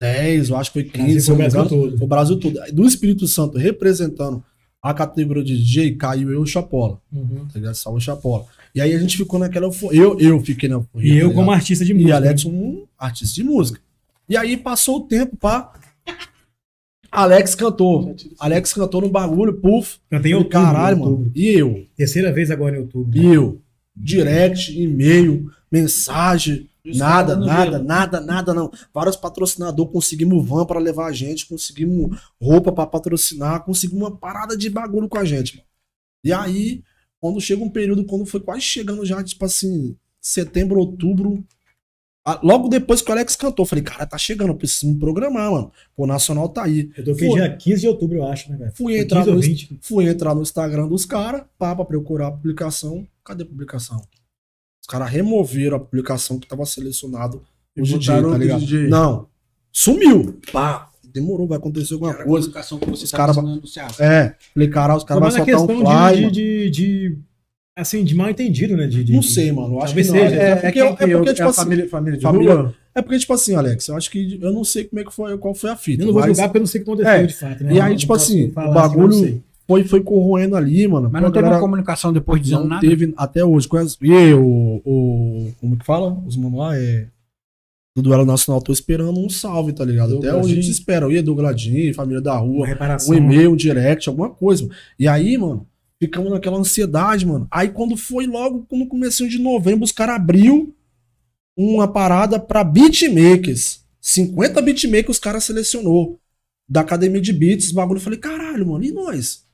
S3: 10, eu acho que foi 15, se
S2: Brasil,
S3: eu não me
S2: Brasil
S3: engano.
S2: todo.
S3: O Brasil todo. Do Espírito Santo, representando a categoria de DJ, caiu eu e o Chapola.
S2: Uhum.
S3: Tá ligado? Salve o Chapola. E aí a gente ficou naquela euforia. Eu, eu fiquei na euforia.
S2: E
S3: tá
S2: eu,
S3: ligado?
S2: como artista de
S3: E
S2: música.
S3: Alex, um artista de música. E aí passou o tempo, pá. Alex cantou. Alex cantou no bagulho, puf.
S2: Cantei em
S3: Falei,
S2: outubro.
S3: Caralho,
S2: outubro.
S3: mano. E eu?
S2: Terceira vez agora em outubro.
S3: E eu? Direct, e-mail, mensagem,
S1: Os caras
S3: Nada,
S1: dando
S3: nada,
S1: gelo.
S3: nada, nada, não. Vários patrocinadores, conseguimos van pra levar a gente, conseguimos roupa pra patrocinar, conseguimos uma parada de bagulho com a gente, mano. E aí, quando chega um período, quando foi quase chegando já, tipo assim, setembro, outubro, a- logo depois que o Alex cantou, eu falei, cara, tá chegando, eu preciso me programar, mano. Pô, o Nacional tá aí.
S2: Eu toquei
S3: Foi.
S2: dia 15 de outubro, eu acho, né, cara?
S3: Fui
S2: Foi
S3: entrar
S2: 15 ou
S3: no,
S2: 20.
S3: fui entrar no Instagram dos caras, pá, pra procurar a publicação. Cadê a publicação? Os caras removeram a publicação que tava selecionado o DJ,
S4: botaram
S3: tá
S4: outro
S3: ligado?
S4: DJ.
S3: Não. Sumiu. Pá. Demorou, vai acontecer alguma
S1: Cara, a
S3: coisa.
S1: comunicação que você
S3: Os
S1: tá
S3: cara-
S1: fazendo no Ceará.
S3: É. Falei, caralho, os caras vão
S2: Mas na
S3: soltar um
S2: é questão
S3: fly,
S2: de,
S3: mano.
S2: de, de, de- Assim, de mal entendido, né? De, de-
S3: Não sei, mano. Eu acho que
S2: Talvez
S3: não.
S2: seja.
S3: É,
S4: É,
S3: é
S4: é,
S3: porque,
S4: quem
S3: é
S4: que eu-
S3: porque,
S4: é
S3: tipo
S4: a
S3: assim,
S4: família, família de
S3: família-
S4: rua?
S3: é porque, tipo assim, Alex, eu acho que eu não sei como é que foi, qual foi a fita.
S2: Eu não vou
S3: mas
S2: julgar porque eu não sei o que aconteceu
S3: É.
S2: de fato, né?
S3: E
S2: Eu
S3: aí,
S2: não
S3: tipo
S2: posso
S3: assim, o
S2: falar mas eu não
S3: bagulho-
S2: sei.
S3: foi, foi corroendo ali, mano.
S1: Mas não
S3: A
S1: teve
S3: galera
S1: uma comunicação depois dizendo
S3: não
S1: nada?
S3: teve até hoje. Quase- E o, o. Como que fala? Os mano lá é. Do duelo nacional, tô esperando um salve, tá ligado? até
S4: Dougladinho.
S3: hoje eles esperam. E Dougladinho, família da rua,
S2: Uma reparação.
S3: um e-mail, um direct, alguma coisa. mano. E aí, mano, ficamos naquela ansiedade, mano. Aí quando foi logo no comecinho de novembro, os caras abriu uma parada pra beatmakers. 50 beatmakers os caras selecionou. Da academia de beats, bagulho. Eu falei, caralho, mano, e nós?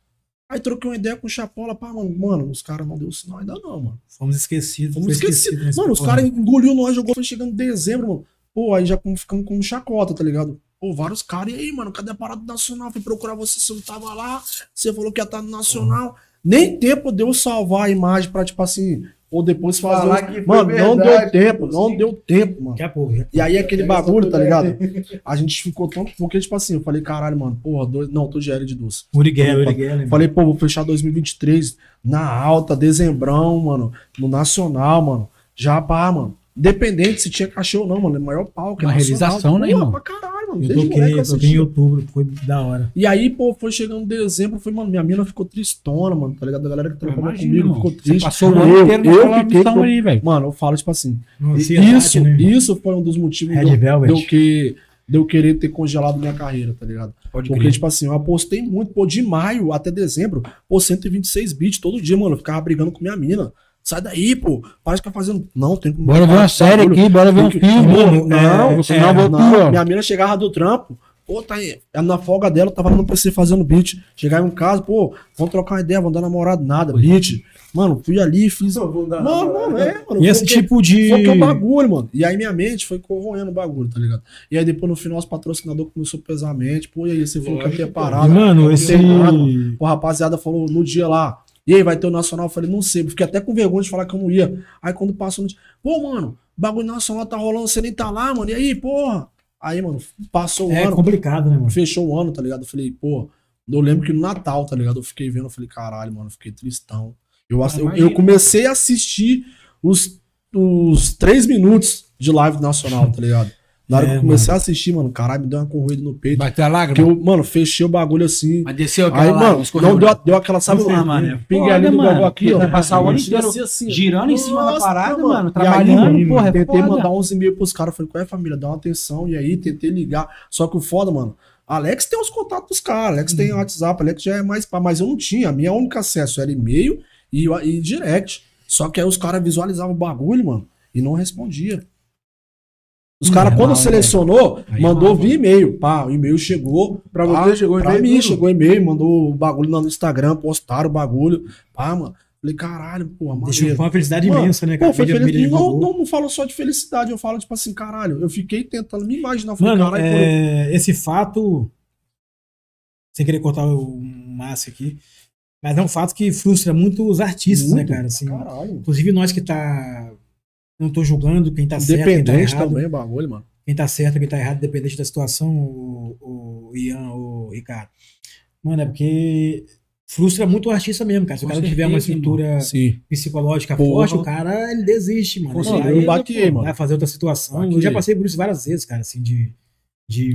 S3: Aí troquei uma ideia com o Chapola, pá, mano, mano, os caras não deu sinal ainda não, mano.
S2: Fomos esquecidos.
S3: Fomos
S2: foi
S3: esquecidos.
S2: nesse
S3: Mano, os
S2: porra.
S3: caras engoliu nós, jogou, foi chegando em dezembro, mano. Pô, aí já com- ficamos com chacota, tá ligado? Pô, vários caras, e aí, mano, cadê a parada do Nacional? Fui procurar você, você não tava lá, você falou que ia estar no Nacional. Nem tempo deu salvar a imagem pra, tipo assim, ou depois fazer...
S4: Falar
S3: um-
S4: que foi
S3: mano, não
S4: verdade,
S3: deu tempo,
S4: tipo
S3: não
S4: assim.
S3: deu tempo, mano.
S2: Daqui a pouco. né? já.
S3: E aí aquele
S4: Pega
S3: bagulho,
S4: essa
S3: tá
S4: mulher.
S3: ligado? A gente ficou tão... Porque, tipo assim, eu falei, caralho, mano, porra, dois... não, tô de era de doce.
S2: Uriguela, Uriguela.
S3: Falei, pô, vou fechar 2023 na alta, dezembrão, mano, no Nacional, mano. Já pá, mano. Independente se tinha cachê ou não, mano. É o maior palco. é
S1: Uma
S3: nacional.
S1: realização, né,
S3: Porra,
S1: irmão?
S3: pra caralho, mano.
S2: Eu
S3: Desde
S2: toquei,
S3: moleque eu
S2: eu toquei em
S3: assistia.
S2: outubro, foi da hora.
S3: E aí, pô, foi chegando dezembro, foi, mano, minha mina ficou tristona, mano, tá ligado? A galera que trabalhou comigo
S1: irmão.
S3: ficou
S1: Você
S3: triste.
S1: passou o ano
S3: Eu-
S1: inteiro
S3: eu
S1: naquela
S3: fiquei
S1: missão
S3: pro-
S1: ali, velho.
S3: Mano, eu falo, tipo assim,
S2: Uma ansiedade,
S3: isso,
S2: né?
S3: isso foi um dos motivos
S2: Red
S3: de eu,
S2: Velvet.
S3: de eu que, de eu querer ter congelado minha carreira, tá ligado?
S1: Pode
S3: Porque, tipo assim, eu apostei muito, pô, de maio até dezembro, pô, 126 bits todo dia, mano. Eu ficava brigando com minha mina. Sai daí, pô. Para de ficar fazendo. Não, tem que.
S1: Bora ver uma série aqui, bora ver um
S3: Porque-
S1: filme.
S2: Mano,
S1: não,
S2: é,
S1: você
S2: é,
S1: não
S3: Não,
S1: voltou, mano.
S3: minha mina chegava do trampo. Pô, tá aí. Ela Na folga dela, eu tava lá no PC fazendo beat. Chegava em casa, pô, vamos trocar uma ideia, vamos dar namorado, nada, beat. Mano, fui ali, fiz. Mano, mano, é, mano.
S2: E esse
S3: porque-
S2: tipo de.
S3: foi um que é o bagulho, mano. E aí minha mente foi corroendo o bagulho, tá ligado? E aí depois no final os patrocinadores começou a pesar a mente. Pô, e aí você falou que ia ter
S2: E,
S3: parado. né? um
S2: Mano,
S3: não
S2: esse.
S3: tem nada. Pô, a rapaziada falou no dia lá. E aí, vai ter o Nacional? Eu falei, não sei. Fiquei até com vergonha de falar que eu não ia. Aí quando passou, no dia, pô, mano, bagulho Nacional tá rolando, você nem tá lá, mano. E aí, porra? Aí, mano, passou o
S2: É
S3: ano,
S2: complicado, né, mano?
S3: fechou o ano, tá ligado? Eu falei, pô, eu lembro que no Natal, tá ligado? Eu fiquei vendo, eu falei, caralho, mano, eu fiquei tristão. Eu, ass- eu- eu,
S1: imagina.
S3: comecei a assistir os, os três minutos de live do Nacional, tá ligado? Na hora
S2: É,
S3: que eu comecei a assistir, mano, caralho, me deu uma corroida no peito.
S1: Bateu a
S3: Porque
S1: lágrima.
S3: eu, mano, fechei o bagulho assim.
S1: Mas desceu aquela
S3: Aí,
S1: lágrima,
S3: mano,
S1: escorreu
S3: não
S1: muito.
S3: deu, deu aquela, sabe,
S1: Porra,
S3: o-
S1: mano.
S3: pinguelinho do
S1: Foda,
S3: bagulho
S1: mano.
S3: aqui, ó.
S1: Passar o ano
S3: Tinha
S1: inteiro
S3: assim, assim, ó.
S1: girando em cima da
S3: Nossa,
S1: parada, mano.
S3: E aí,
S1: Trabalhando,
S3: mano,
S1: porra, é
S3: Tentei
S1: foda.
S3: mandar uns e-mails pros caras. Falei, qual é, família? Dá uma atenção. E aí, tentei ligar. Só que o foda, mano. Alex tem os contatos dos caras. Alex
S1: Uhum.
S3: tem WhatsApp. Alex já é mais. pá, Mas eu não tinha. A minha única acesso era e-mail e, e direct. Só que aí os caras visualizavam o bagulho, mano. E não respondia. Os
S1: Hum,
S3: caras,
S1: é
S3: quando
S1: mal,
S3: selecionou,
S1: Aí é
S3: mandou
S1: mal,
S3: via e-mail. Pá, o e-mail chegou.
S4: Pra
S3: pá,
S4: você chegou em
S3: Ah, Pra
S4: vez
S3: mim,
S4: tudo?
S3: chegou um e-mail, mandou o bagulho lá no Instagram, postaram o bagulho. Pá, mano. Falei, caralho, porra,
S2: Deixou
S3: maneiro.
S2: foi uma felicidade
S3: um Mano,
S2: imensa, né, cara?
S3: Pô, foi
S2: Mídia-
S3: feliz.
S2: mídia
S3: Não,
S2: divulgou.
S3: não, não falo só de felicidade, eu falo, tipo assim, caralho, eu fiquei tentando me imaginar. eu Falei,
S2: Mano,
S3: caralho, quando eu-
S2: é, esse fato. Sem querer cortar o Márcio aqui. Mas é um fato que frustra muito os artistas,
S3: Muito,
S2: né, cara? Assim,
S3: Caralho.
S2: inclusive nós que tá. Não tô julgando quem tá certo, quem tá
S3: Independente
S2: errado.
S3: também o bagulho, mano.
S2: Quem tá certo, quem tá errado, dependente da situação, o, o Ian, o Ricardo. Mano, é porque frustra muito o artista mesmo, cara. Se o
S1: Com
S2: cara não tiver uma
S1: certeza,
S2: estrutura
S3: Sim.
S2: psicológica
S3: Porra.
S2: forte, o cara ele desiste, mano.
S1: Com
S2: Ele
S1: certeza.
S2: vai-
S3: eu baquei, mano.
S2: Vai né, fazer outra situação.
S3: Aqui.
S2: Eu já passei por isso várias vezes, cara, assim, de. de...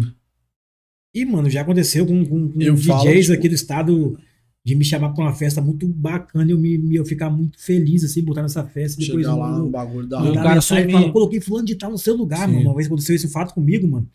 S2: E, mano, já aconteceu com, com, com
S3: Eu
S2: DJs
S3: falo, tipo-
S2: aqui do estado de me chamar pra uma festa muito bacana e eu, me, me- eu ficar muito feliz, assim, botar nessa festa. Depois
S3: Chegar lá
S2: mandar-
S3: no bagulho da
S2: mandar
S1: o
S3: hora.
S1: cara
S2: mensagem
S1: sumir.
S2: e falar, coloquei fulano de tal no seu lugar,
S1: Sim.
S2: mano. Uma vez aconteceu esse fato comigo, mano.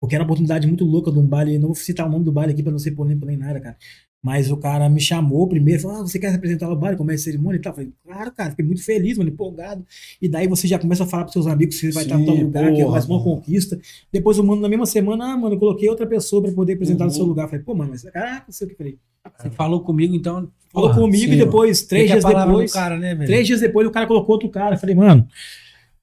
S2: Porque era uma oportunidade muito louca de um baile, não vou citar o nome do baile aqui pra não ser polêmico nem nada, cara. Mas o cara me chamou primeiro, falou: ah, você quer representar o bar, começa a cerimônia e tal. Eu falei, claro, cara, fiquei muito feliz, mano, empolgado. E daí você já começa a falar pros seus amigos que você vai estar em tal
S3: Sim,
S2: lugar, que é
S3: porra,
S2: mais uma
S3: mano.
S2: conquista. Depois eu mando na mesma semana, ah, mano, eu coloquei outra pessoa pra poder apresentar no seu
S3: Uhum.
S2: lugar. Eu falei, pô, mano, mas caraca, não sei o que eu falei.
S1: Você falou comigo, então.
S2: Falou
S1: porra,
S2: comigo e
S3: sim,
S2: depois, três
S1: fica a
S2: dias
S1: palavra
S2: depois.
S1: do cara,
S3: É.
S1: né, velho?
S2: Três dias depois o cara colocou outro cara. Eu falei, mano,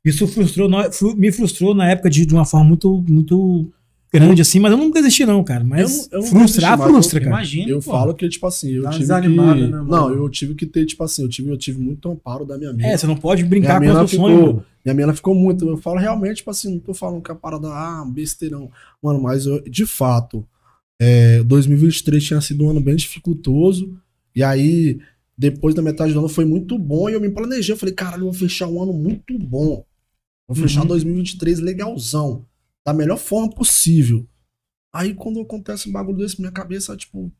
S2: isso frustrou, nó- fru- me frustrou na época de, de uma forma muito, muito grande, assim, mas eu não desisti, não, cara. Mas
S3: Eu não- eu não
S2: frustrar,
S3: desisti, mas
S2: frustra, cara.
S1: Imagina.
S3: Eu
S1: pô.
S3: falo que, tipo assim, eu
S4: Dá uma
S3: tive
S4: desanimada,
S3: que...
S4: né, mano?
S3: Não, eu tive que ter, tipo assim, eu tive, eu tive muito amparo da minha amiga.
S2: É, você não pode
S3: minha
S2: brincar com
S3: mina
S2: o seu
S3: ficou,
S2: sonho, mano.
S3: minha mina ficou muito. Eu falo realmente, tipo assim, não tô falando que a parada, ah, besteirão. Mano, mas eu- de fato, é, 2023 tinha sido um ano bem dificultoso. E aí, depois da metade do ano foi muito bom. E eu me planejei, eu falei, caralho, eu vou fechar um ano muito bom. Vou fechar 2023 legalzão. Da melhor forma possível. Aí quando acontece um bagulho desse, minha cabeça, tipo,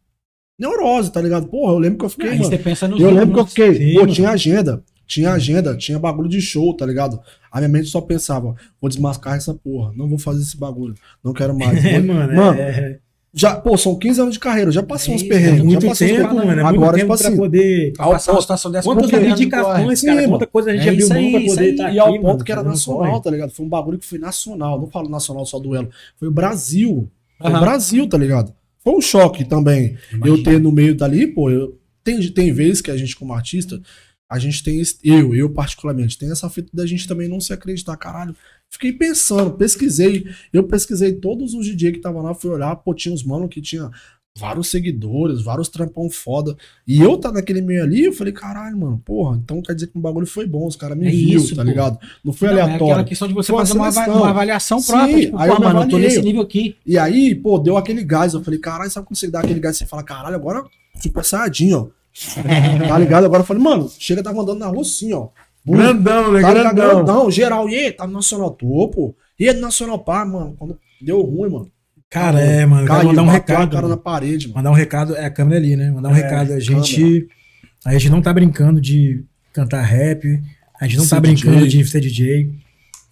S3: neurose, tá ligado? Porra, eu lembro que eu fiquei.
S1: Aí
S3: mano,
S1: você pensa né? nos
S3: eu lembro que eu fiquei,
S2: Sim,
S3: pô,
S2: mano.
S3: tinha agenda, tinha agenda, tinha bagulho de show, tá ligado? A minha mente só pensava, vou desmascarar essa porra, não vou fazer esse bagulho, não quero mais.
S2: É,
S3: Vou-
S2: mano,
S3: Mano,
S2: é,
S3: já, pô, são 15 anos de carreira, eu já passei
S1: É
S3: uns
S1: isso,
S2: é
S3: perrengues, já
S2: muito
S3: passei uns
S2: tempo,
S3: perrengues.
S2: mano. É muito
S3: Agora,
S2: tempo
S3: tipo
S2: pra
S3: assim,
S2: poder.
S1: Ao passar uma situação dessa
S2: Quantas
S1: porque-
S2: reivindicações,
S3: Sim,
S2: cara,
S3: mano.
S2: quanta coisa a gente
S1: É
S2: abriu
S1: isso
S2: mão pra
S1: aí, isso
S2: poder
S1: aí.
S2: estar aqui,
S3: e ao
S2: mano,
S3: ponto que era
S2: fazendo corre.
S3: nacional, tá ligado? Foi um bagulho que foi nacional, não falo nacional só duelo, foi o Brasil, foi o
S1: Aham.
S3: Brasil, tá ligado? Foi um choque também, eu ter no meio dali, pô, eu, tem, tem vezes que a gente, como artista, a gente tem. esse- Eu, eu particularmente, tem essa fita da gente também não se acreditar, caralho. Fiquei pensando, pesquisei. Eu pesquisei todos os DJ que tava lá, fui olhar, pô, tinha uns mano que tinha vários seguidores, vários trampão foda. E eu tá naquele meio ali, eu falei, caralho, mano, porra, então quer dizer que o bagulho foi bom, os caras me
S1: É
S3: viu,
S1: isso,
S3: tá
S1: pô.
S3: ligado? Não foi
S1: Não, É aquela
S3: aleatório.
S1: questão de você
S3: Foi uma
S1: fazer uma, ava-
S3: seleção.
S1: uma avaliação
S3: Sim,
S1: própria. tipo,
S3: aí eu
S1: pô,
S3: me
S1: mano, eu tô
S3: avaliei.
S1: nesse nível aqui.
S3: E aí, pô, deu aquele gás. Eu falei, caralho, sabe quando você dá aquele gás? Você fala, caralho, agora super saiadinho, ó. tá ligado? Agora eu falei, mano, chega, tava andando na rua assim, ó. Bum,
S4: Grandão, né?
S3: tá ligado?
S4: grandão.
S3: grandão, geral. E aí, tá no Nacional Topo. E aí, no Nacional Pá, mano. Quando deu ruim, mano.
S2: Cara, é, mano, eu quero mandar um
S3: bateu a
S2: recado.
S3: cara
S2: mano.
S3: na parede, mano.
S2: Mandar um recado, é a câmera ali, né? Mandar um
S3: É,
S2: recado. A gente, a gente não tá brincando de cantar rap, a gente não tá
S3: Ser
S2: brincando
S3: DJ.
S2: de ser DJ,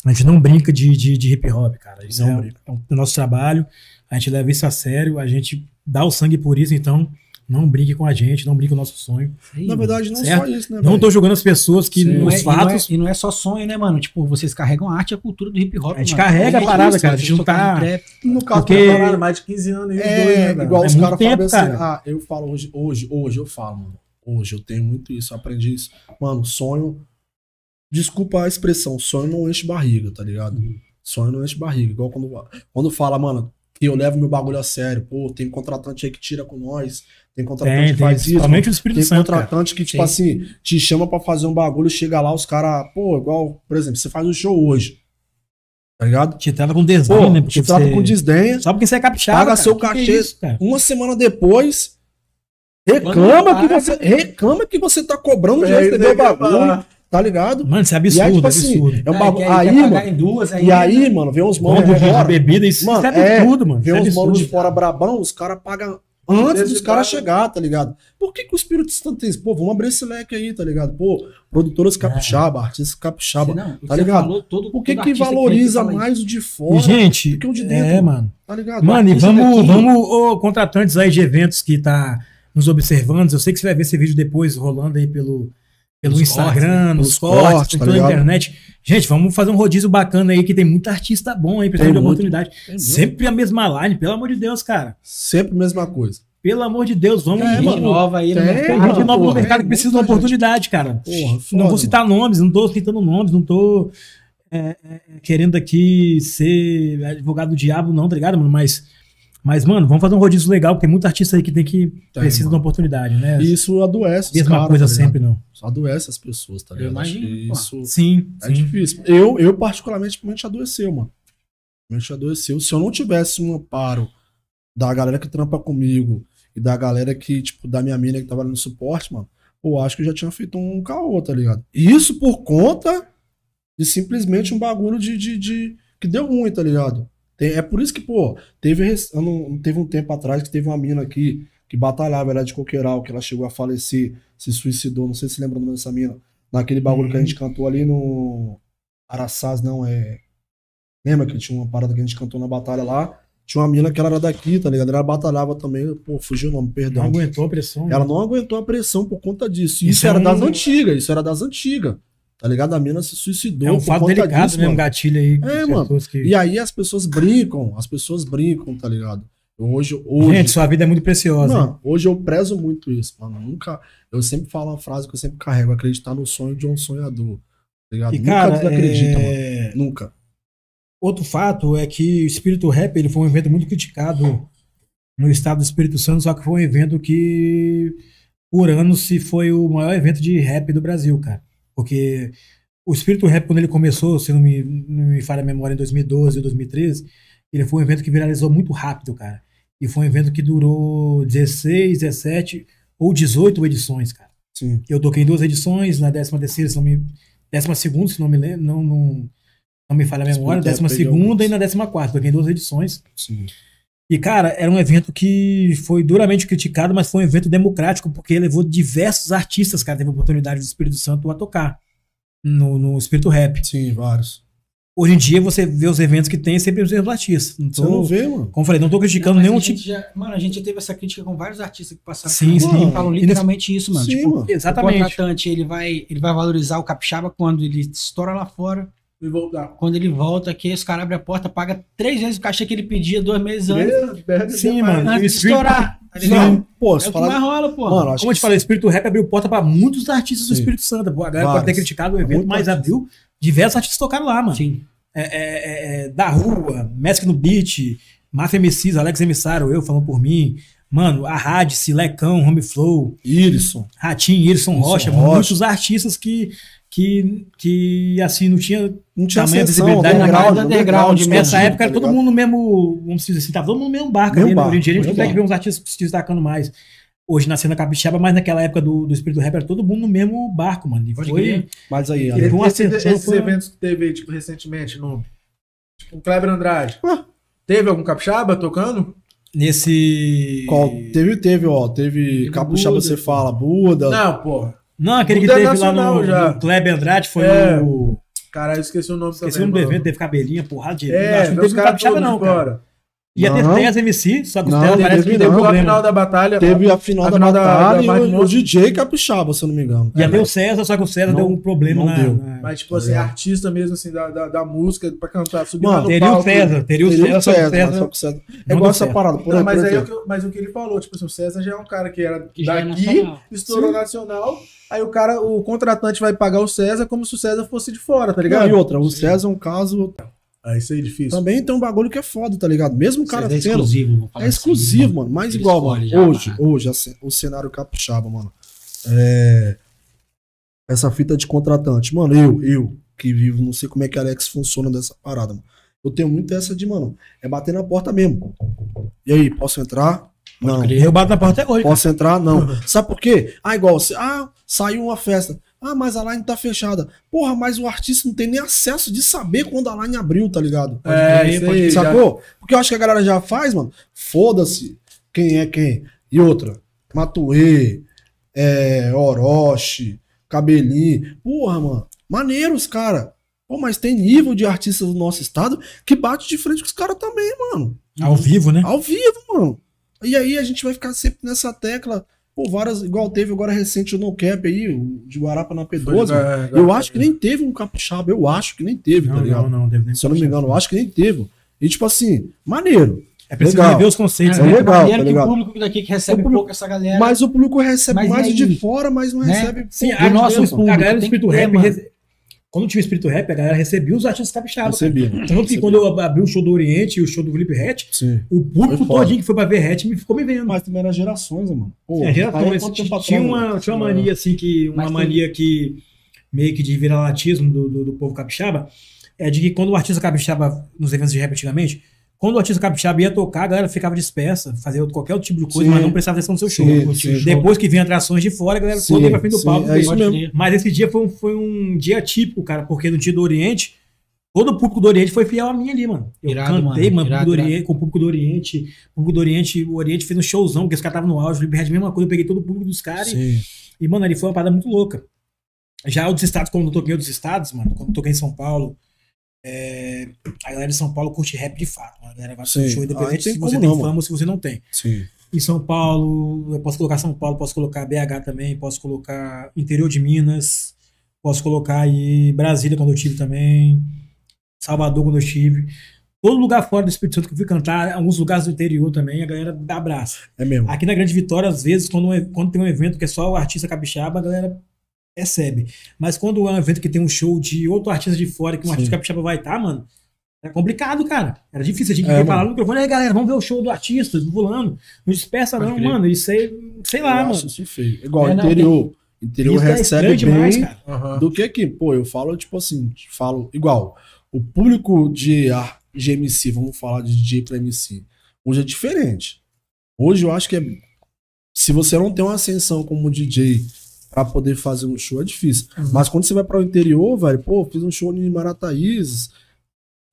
S2: a gente não brinca de, de, de hip hop, cara. Isso
S3: Não
S2: é,
S3: brinca.
S2: é o nosso trabalho, a gente leva isso a sério, a gente dá o sangue por isso, então não brinque com a gente, não brinque com o nosso sonho.
S3: Na verdade, não
S2: Certo?
S3: só isso, né?
S2: Não
S3: velho?
S2: tô julgando as pessoas que
S3: Sim.
S1: Não
S2: nos
S1: é- e não é-
S2: fatos.
S1: E não é só sonho, né, mano? Tipo, vocês carregam a arte e a cultura do hip hop.
S2: A gente
S1: mano.
S2: carrega a
S1: É
S2: parada,
S1: isso,
S2: cara,
S1: vocês
S2: de
S1: tocando
S2: juntar-
S1: trap.
S3: No caso,
S2: Porque-
S4: Pararam mais de 15 anos e os dois,
S3: É,
S4: né, cara?
S3: igual
S2: É
S3: os
S2: muito
S3: caras
S2: tempo,
S3: falam assim,
S2: cara.
S3: ah, eu falo hoje, hoje, hoje eu falo, mano. Hoje eu tenho muito isso, eu aprendi isso. Mano, sonho. Desculpa a expressão, sonho não enche barriga, tá ligado?
S2: Uhum.
S3: Sonho não enche barriga. Igual quando, quando fala, mano, que eu levo meu bagulho a sério. Pô, tem contratante aí que tira com nós, tem contratante
S2: Tem,
S3: que
S2: tem,
S3: faz isso.
S2: principalmente o Espírito
S3: Tem
S2: Santo, cara.
S3: contratante que, tipo assim, te chama pra fazer um bagulho, chega lá, os caras, pô, igual, por exemplo, você faz um show hoje. Tá ligado?
S2: Te trata com desdém,
S3: Pô,
S2: né? Porque
S3: te trata
S2: você-
S3: com desdenha.
S2: Só porque você é capixaba,
S3: Paga
S2: cara.
S3: seu
S2: Que que é
S3: cachê.
S2: isso, cara?
S3: Uma semana depois, reclama que você reclama que você tá cobrando de
S4: É, isso
S3: receber
S4: aí
S3: o
S4: que eu ia
S3: bagulho,
S4: falar.
S3: tá ligado?
S2: Mano, isso é
S3: e aí,
S2: absurdo,
S3: tipo assim,
S2: absurdo.
S3: é um
S1: Cara,
S3: bagulho.
S1: quer-
S3: Aí,
S1: quer pagar
S3: mano,
S1: em duas
S3: e
S1: ainda,
S3: aí, mano, vem uns
S2: Bom,
S3: manos de
S2: né? de
S3: fora,
S2: bebida, isso
S3: Mano,
S2: isso é
S3: é,
S2: absurdo, mano.
S3: vem
S2: isso é
S3: uns manos de
S2: absurdo.
S3: fora brabão, os caras pagam antes
S4: Desde
S3: dos caras
S4: brabo.
S3: chegar, tá ligado? Por que, que o Espírito Santo tem isso? Pô, vamos abrir esse leque aí, tá ligado? Pô,
S2: É.
S3: produtoras capixaba, artistas capixaba.
S1: Não, o que
S3: Tá
S1: você
S3: ligado?
S1: falou, todo-
S3: Por que
S1: todo
S3: que
S1: artista tem
S3: valoriza
S1: falar isso.
S3: mais o de
S2: E,
S3: fora
S2: gente,
S3: um do que o de dentro?
S2: é, mano.
S3: Tá ligado?
S2: Mano, e
S1: Isso
S2: vamos,
S1: daqui-
S2: vamos ô, contratantes aí de eventos que tá nos observando. Eu sei que você vai ver esse vídeo depois rolando aí pelo, pelo
S1: Nos
S2: Instagram,
S3: cortes, né?
S2: nos
S3: nos
S2: cortes,
S3: cortes,
S2: em
S3: tá
S2: toda a
S3: ligado?
S2: internet. Gente, vamos fazer um rodízio bacana aí, que tem muito artista bom aí, precisando de
S3: Tem muito.
S2: oportunidade. Sempre a mesma line, pelo amor de Deus, cara.
S3: Sempre a mesma coisa.
S2: Pelo amor de Deus, vamos.
S3: É,
S1: Gente
S2: vamos-
S3: mano.
S1: nova aí, no
S3: É,
S1: mercado.
S2: Tem
S3: mano,
S2: gente nova no
S3: porra,
S2: mercado
S3: é
S2: que precisa de uma
S3: muita
S2: oportunidade, cara.
S3: Porra,
S2: não vou
S3: foda,
S2: citar nomes, não tô citando nomes, não tô é, é, é, querendo aqui ser advogado do diabo, não, tá ligado, mano? Mas, mas mano, vamos fazer um rodízio legal, porque tem muito artista aí que tem que precisa de uma oportunidade, né?
S3: E tá isso adoece os
S2: Mesma
S3: caras,
S2: coisa
S3: tá ligado?
S2: sempre, não.
S3: Adoece as pessoas, tá
S1: Eu
S3: ligado? Acho
S1: imagino,
S3: que
S1: pô.
S3: isso
S2: Sim,
S3: é
S2: sim.
S3: difícil. Eu, eu particularmente, minha mente adoeceu, mano. Minha mente adoeceu. Se eu não tivesse um amparo da galera que trampa comigo e da galera que, tipo, da minha mina que trabalha no suporte, mano, eu acho que eu já tinha feito um caô, tá ligado? E Isso por conta de simplesmente um bagulho de, de, de- que deu ruim, tá ligado? Tem- é por isso que, pô, teve, rec- eu não- teve um tempo atrás que teve uma mina aqui que batalhava, ela é de coqueiral, que ela chegou a falecer, se suicidou, não sei se lembra o nome dessa mina, naquele bagulho que a
S2: Uhum.
S3: gente cantou ali no Araçás, não, é... Lembra que tinha uma parada que a gente cantou na batalha lá? Tinha uma menina que ela era daqui, tá ligado? Ela batalhava também. Pô, fugiu o nome,
S2: Não
S3: perdão.
S2: aguentou a pressão. né?
S3: Ela não aguentou a pressão por conta disso. E Isso,
S2: Isso é
S3: era
S2: um-
S3: das antigas, isso era das antigas. Tá ligado? A mina se suicidou
S2: É um
S3: por
S2: fato
S3: conta
S2: delicado,
S3: disso,
S2: né? Um
S3: mano.
S2: gatilho aí. de
S3: É, mano.
S2: pessoas que-
S3: E aí as pessoas brincam, as pessoas brincam, tá ligado? Hoje, hoje,
S2: Gente, sua vida é muito preciosa.
S3: mano, hoje eu prezo muito isso, mano. Nunca, eu sempre falo uma frase que eu sempre carrego, acreditar no sonho de um sonhador. Tá ligado?
S2: E
S3: Nunca
S2: cara,
S3: desacredita, mano.
S2: é...
S3: Nunca.
S2: Outro fato é que o Espírito Rap ele foi um evento muito criticado no estado do Espírito Santo, só que foi um evento que, por anos, se foi o maior evento de rap do Brasil, cara. Porque o Espírito Rap, quando ele começou, se não me, não me falha a memória, em 2012 ou 2013, ele foi um evento que viralizou muito rápido, cara. E foi um evento que durou 16, 17 ou 18 edições, cara.
S3: Sim.
S2: Eu toquei em duas edições, na décima terceira, se não me. Décima segunda, se não me lembro, não, não, não me falha a memória,
S3: Disputa,
S2: décima
S3: peguei
S2: segunda
S3: alguns.
S2: e na décima quarta, toquei em duas edições.
S3: Sim.
S2: E, cara, era um evento que foi duramente criticado, mas foi um evento democrático, porque levou diversos artistas, cara, teve oportunidade do Espírito Santo a tocar no, no Espírito Rap.
S3: Sim, vários.
S2: Hoje em dia, você vê os eventos que tem sempre os mesmos artistas. Não
S3: Você não
S2: tô,
S3: vê, mano.
S2: como eu falei, não tô criticando
S1: Não, mas
S2: nenhum
S1: a
S2: tipo.
S1: gente tá já- mano, a gente já teve essa crítica com vários artistas que passaram
S2: Sim,
S1: por aqui,
S3: sim.
S1: que falam literalmente isso, mano.
S3: Sim,
S1: Tipo,
S3: mano.
S1: O
S2: Exatamente.
S1: contratante, ele vai, ele vai valorizar o capixaba quando ele estoura lá fora.
S4: E voltar.
S1: Quando ele volta aqui, esse cara abre a porta, paga três vezes o cachê que ele pedia dois meses antes,
S2: Sim,
S4: Sim,
S2: mano.
S4: mano.
S2: o
S1: antes de
S2: espírito-
S1: estourar. Tá ligado?
S3: Sim, pô,
S1: É
S3: se
S1: o que
S3: falar.
S1: mais rola, pô.
S3: Mano, acho
S2: Como eu te
S3: que
S2: falei, o Espírito Rap abriu porta pra muitos artistas do
S3: Sim.
S2: Espírito Santo. A galera pode
S3: Vários.
S2: ter criticado o evento,
S3: Muito
S2: mas
S3: artista.
S2: abriu diversos artistas tocaram lá, mano.
S1: Sim.
S2: É, é, é, é, da Rua, Mask no Beat, Mafia MCs, Alex Emissário, eu falando por mim. Mano, a Radice, Lecão, Home Flow,
S3: Irisson.
S2: Ratinho, Irson
S3: Irson
S2: Rocha,
S3: Rocha.
S2: muitos artistas que, que, que, assim, não tinha.
S3: Não tinha
S2: Tamanha
S3: ascensão,
S2: visibilidade
S3: underground,
S1: na casa do underground,
S3: underground,
S2: Nessa
S3: tá
S2: época era todo
S3: ligado?
S2: mundo no mesmo. Vamos dizer assim, tava todo mundo no mesmo barco.
S3: Mesmo
S2: ali, né?
S3: barco,
S2: Hoje em dia a gente
S3: mesmo
S2: consegue ver
S3: barco.
S2: uns artistas se destacando mais. Hoje na cena capixaba, mas naquela época do, do Espírito Rap era todo mundo no mesmo barco, mano. E
S1: Pode
S2: foi,
S1: crer.
S3: Mas aí,
S2: Ele-
S3: aí.
S2: Teve uma ascensão,
S4: esses
S2: foi uma-
S4: eventos que teve, tipo, recentemente, no. Tipo, um Kleber Andrade.
S3: Ah.
S4: Teve algum capixaba tocando?
S2: nesse.
S3: Qual- Teve, teve, ó. Teve
S2: é
S1: Teve
S3: Capuchaba,
S1: Buda.
S3: você fala, Buda.
S4: Não, porra.
S2: Não, aquele que
S4: Muda
S2: teve lá
S4: é nacional
S2: no,
S4: já.
S2: no Kleber Andrade foi
S4: É.
S2: o.
S4: Caralho, eu esqueci o nome
S2: Esqueci
S4: também.
S2: o nome do
S4: mano.
S2: evento, teve cabelinha, porrada de.
S4: É,
S2: acho que
S4: vê
S2: não
S4: os
S2: teve
S4: caras
S2: capixaba,
S4: todos
S2: não,
S4: de
S2: cara.
S4: fora.
S2: Ia ter
S3: Não.
S2: 10 MC, só que os
S3: Não,
S2: 10
S3: teve
S2: parece que
S3: não.
S2: deu
S4: Teve o final
S2: problema.
S4: da batalha.
S3: Teve a final,
S4: a final
S3: da
S4: da-
S3: batalha
S4: da
S3: e
S4: Martin
S3: o, o
S4: Luther.
S3: DJ Capixaba, se eu não me engano.
S1: é
S3: É,
S2: Ia ter o César, só que o César
S3: Não,
S2: deu um problema
S3: não
S2: na.
S3: deu.
S2: na-
S4: Mas, tipo assim,
S3: Legal.
S4: artista mesmo, assim, da, da, da música, pra cantar, subir
S3: Mano,
S4: lá no
S2: Teria o
S4: palco.
S2: César, teria o
S3: Teria
S2: César, só que o
S3: mas só
S2: César.
S3: que o César. É
S2: não
S3: igual
S2: deu
S3: essa
S2: certo.
S3: parada. Por
S4: Não, mas, aí, é
S3: exemplo,
S4: o que, mas o que ele falou, tipo assim, o César já é um cara que era
S1: Que já é
S4: daqui,
S1: nacional.
S4: estourou nacional, aí o cara, o contratante vai pagar o César como se o César fosse de fora, tá
S3: Não,
S4: ligado?
S3: e outra, o César é um caso.
S4: Ah, isso aí é difícil.
S2: Tá
S3: Também tem um bagulho que é foda, tá ligado? Mesmo o cara
S1: Vocês é
S3: tendo.
S1: exclusivo, vou falar
S3: É exclusivo,
S1: assim,
S3: mano. Mas
S1: Ele
S3: igual,
S1: escolhe
S3: mano.
S1: já,
S3: hoje,
S1: né?
S3: hoje, a ce- o cenário capixaba, mano. É. Essa fita de contratante. Mano, eu, eu, que vivo, não sei como é que Alex funciona dessa parada, mano. Eu tenho muito essa de, mano, é bater na porta mesmo. E aí, posso entrar? Não.
S2: Eu bato na porta até hoje.
S3: Posso entrar? Não. Sabe por quê? Ah, igual, se- ah, saiu uma festa. Ah, mas a line tá fechada. Porra, mas o artista não tem nem acesso de saber quando a line abriu, tá ligado?
S4: É, isso aí, já-
S3: Sacou? Porque eu acho que a galera já faz, mano. Foda-se quem é quem. E outra, Matuê, é, Orochi, Cabelinho. Porra, mano. Maneiros, cara. Pô, mas tem nível de artista do nosso estado que bate de frente com os caras também, mano.
S2: Ao vivo, né?
S3: Ao vivo, mano. E aí a gente vai ficar sempre nessa tecla. Pô, várias, igual teve agora recente o No Cap aí, o de Guarapa na
S4: Foi
S3: P12. mano.
S4: devagar,
S3: Eu acho que nem teve um capixaba, eu acho que nem teve, tá
S2: Não,
S3: ligado?
S2: não, não, deve nem
S3: Se eu não me engano, eu acho que nem teve. E tipo assim, maneiro.
S2: É preciso
S3: Legal.
S2: rever os conceitos,
S3: É
S2: né?
S3: legal,
S1: maneiro
S3: tá
S1: que
S3: ligado?
S1: o público daqui que recebe
S3: O público-
S1: pouco essa galera.
S3: Mas o público recebe
S1: Mas e
S3: mais
S1: aí?
S3: de fora, mas não
S1: Né?
S3: recebe.
S2: é Sim,
S3: pô,
S2: a,
S3: de
S1: nosso
S3: dentro.
S1: público
S2: a galera do
S1: tem que
S2: Espírito
S1: ter,
S2: Rap.
S1: mano.
S2: rece- Quando tinha o Espírito Rap, a galera recebia os artistas capixabas.
S3: Recebia.
S2: Tanto que
S3: Recebia.
S2: quando eu ab- abri o show do Oriente e o show do Felipe Hatch,
S3: Sim.
S2: o público
S3: Foi foda.
S2: todinho que foi pra ver Hatch me ficou me vendo.
S3: Mas também era gerações, né, mano. Pô,
S2: É, gerações.
S3: quanto
S2: Tinha,
S3: tempo atrás,
S2: uma,
S3: mano?
S2: tinha uma mania assim que. Uma
S1: Mas tem-
S2: mania que meio que de viralatismo do, do, do povo capixaba. É de que quando o artista capixaba, nos eventos de rap antigamente, quando o artista capixaba ia tocar, a galera ficava dispersa, fazia outro- qualquer outro tipo de coisa,
S3: Sim.
S2: mas não prestava atenção no seu show.
S3: Sim, sim.
S2: Depois que vinha atrações de fora, a galera
S3: Sim,
S2: toda ia pra frente do
S3: sim,
S2: palco.
S3: é isso
S1: Pode
S3: mesmo.
S1: crer.
S2: Mas esse dia foi um, foi um dia típico, cara, porque no dia do Oriente, todo o público do Oriente foi fiel a mim ali, mano. Eu
S1: Irado,
S2: cantei,
S1: mano,
S2: mano, público
S1: irado,
S2: do Oriente, com o público do Oriente. O público do Oriente, o Oriente fez um showzão, porque esse cara tava no auge, o Liberhead, mesma coisa, eu peguei todo o público dos caras. E,
S3: Sim.
S2: e, mano, ali foi uma parada muito louca. Já outros estados, quando eu toquei em outros estados, mano, quando eu toquei em São Paulo, é, a galera de São Paulo curte rap de fato. né? A galera vai
S3: Sim.
S2: pro show
S3: Ah, não
S2: independente
S3: tem
S2: se
S3: como
S2: você
S3: não,
S2: tem fama
S3: mano.
S2: ou se você não tem.
S3: Sim.
S2: Em São Paulo, eu posso colocar São Paulo, posso colocar BH também, posso colocar interior de Minas, posso colocar aí Brasília quando eu tive também, Salvador quando eu tive. Todo lugar fora do Espírito Santo que eu fui cantar, alguns lugares do interior também, a galera abraça.
S3: É mesmo.
S2: Aqui na Grande Vitória, às vezes, quando, um e- quando tem um evento que é só o artista capixaba, a galera recebe. Mas quando é um evento que tem um show de outro artista de fora, que um
S3: Sim.
S2: artista capixaba vai estar, mano, é complicado, cara. Era difícil, a gente
S3: É,
S2: é,
S3: mano.
S2: falar no microfone, aí galera, vamos ver o show do artista, do fulano. Não dispersa
S1: Pode
S2: não,
S1: crer.
S2: mano, isso aí, sei lá,
S3: eu
S2: mano.
S3: acho isso feio. Igual,
S2: É, não,
S3: interior. Interior
S2: Isso é
S3: recebe bem
S2: estranho demais, cara.
S3: do que aqui. Pô, eu falo, tipo assim, falo igual. O público de, ah, de MC, vamos falar de DJ pra MC, hoje é diferente. Hoje eu acho que é. Se você não tem uma ascensão como DJ pra poder fazer um show, é difícil.
S1: Uhum.
S3: Mas quando você vai para o interior, velho, pô, fiz um show em Marataízes,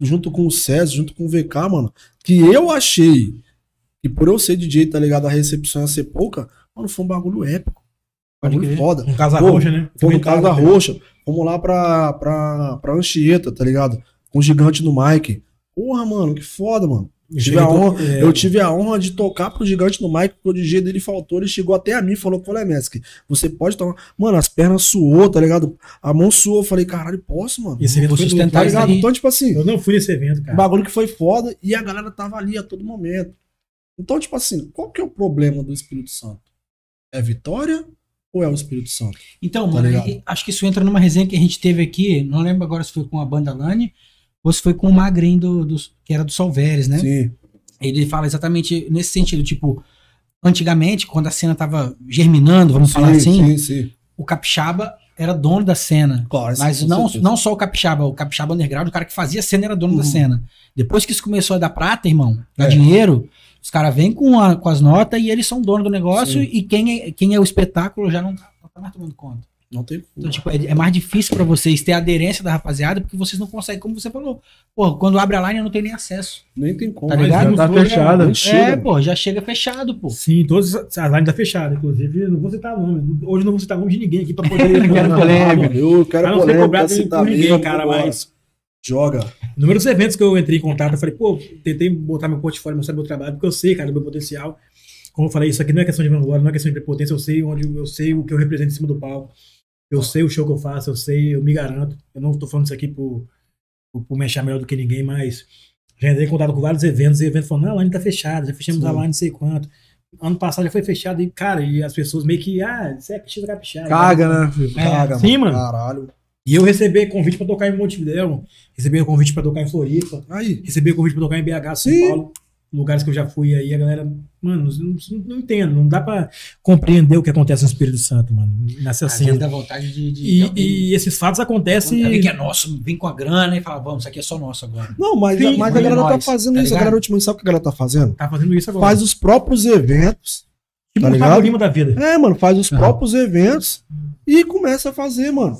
S3: junto com o César, junto com o VK, mano, que eu achei que por eu ser DJ, tá ligado, a recepção ia ser pouca, mano, foi um bagulho épico.
S1: Pode
S3: Bagulho
S1: crer.
S3: foda.
S2: Um casa
S3: Pô,
S2: roxa, né?
S3: Vou no
S2: Também
S3: carro
S2: tá-
S3: da Roxa, vamos lá pra, pra, pra Anchieta, tá ligado? Com o gigante do Mike. Porra, mano, que foda, mano. Tive a honra-
S2: é,
S3: Eu tive a honra de tocar pro gigante do Mike, porque o DJ dele faltou, ele chegou até a mim e falou, Colemeski, você pode tomar. Mano, as pernas suou, tá ligado? A mão suou, eu falei, caralho, posso, mano?
S2: Esse evento
S1: Vou
S2: foi do-
S1: sustentar
S3: Tá
S2: tá
S1: isso
S3: ligado?
S1: aí.
S3: Então, tipo assim,
S2: Eu não fui nesse evento, cara.
S3: um bagulho que foi foda e a galera tava ali a todo momento. Então, tipo assim, qual que é o problema do Espírito Santo? É vitória ou é o Espírito Santo?
S1: Então,
S3: Tá
S1: mano,
S3: ligado?
S1: e- acho que isso entra numa resenha que a gente teve aqui. Não lembro agora se foi com a banda Lani ou se foi com o Magrin, do, do- que era do Solveres, né?
S3: Sim.
S1: Ele fala exatamente nesse sentido, tipo, antigamente, quando a cena tava germinando, vamos falar assim,
S3: Sim, sim.
S1: o capixaba era dono da cena.
S3: Claro,
S1: Mas
S3: É, com
S1: não,
S3: certeza. Uhum.
S1: não só o capixaba, o capixaba underground, o cara que fazia cena era dono da cena. Depois que isso começou a dar prata, irmão, dar
S3: É.
S1: dinheiro, os caras vêm com, a- com as notas e eles são dono do negócio
S3: Sim.
S1: e quem é, quem é o espetáculo já não, não tá mais tomando conta.
S3: Não tem como.
S1: Então, tipo, é, é mais difícil pra vocês ter a aderência da rapaziada porque vocês não conseguem, como você falou. Pô, quando abre a line eu não tenho nem acesso.
S3: Nem tem como.
S1: Tá ligado?
S4: Tá fechada.
S3: Não
S1: é,
S3: chega, mano.
S1: pô, já chega fechado, pô.
S2: Sim, todas as as lines tá fechada, inclusive. Não vou citar nome. Hoje não vou citar nome de ninguém aqui pra poder.
S1: Não quero
S2: Não,
S1: polêmica.
S2: não,
S3: mano, eu quero
S2: Pra não ser
S3: polêmica, tá
S2: cobrado por
S3: citar
S2: ninguém,
S3: mesmo,
S2: cara,
S3: vambora.
S2: mas-
S3: Joga.
S2: Números eventos que eu entrei em contato, eu falei, pô, tentei botar meu portfólio, mostrar meu trabalho, porque eu sei, cara, do meu potencial. Como eu falei, isso aqui não é questão de vanglória, não é questão de prepotência, eu sei onde eu sei o que eu represento em cima do palco. Eu sei o show que eu faço, eu sei, eu me garanto. Eu não tô falando isso aqui por, por, por me achar melhor do que ninguém, mas já entrei em contato com vários eventos, e eventos falando, não, a line tá fechada, já fechamos
S3: Sim.
S2: a line não sei quanto. Ano passado já foi fechado, e, cara, e as pessoas meio que, ah, isso é X capixaba.
S4: Caga, né? filho?
S3: Caga,
S2: É, sim, mano.
S3: Caralho.
S2: E eu recebi convite pra tocar em Montevideo, recebi convite pra tocar em Floripa,
S3: Aí.
S2: recebi o convite pra tocar em BH, São
S3: Sim.
S2: Paulo, lugares que eu já fui aí, a galera, mano, não, não- não entendo, não dá pra compreender o que acontece no Espírito Santo, mano, nessa
S1: Às vezes
S2: cena.
S1: dá vontade de. de-
S2: Tá E,
S1: de-
S2: e esses fatos
S1: Quando vê
S2: acontecem.
S1: que é nosso, vem com a grana e fala, vamos, isso aqui é só nosso agora.
S3: Não, mas,
S2: Sim,
S3: mas a
S1: mano, é
S3: galera tá
S1: nóis,
S3: fazendo
S1: tá
S3: isso. A
S1: ligado?
S3: galera ultimamente sabe o que a galera tá fazendo?
S2: Tá fazendo isso agora.
S3: Faz os próprios eventos.
S2: tipo
S3: tá
S2: o
S3: ligado?
S2: Fábio Lima da vida.
S3: É, mano, faz os
S1: Aham.
S3: próprios eventos e começa a fazer, mano.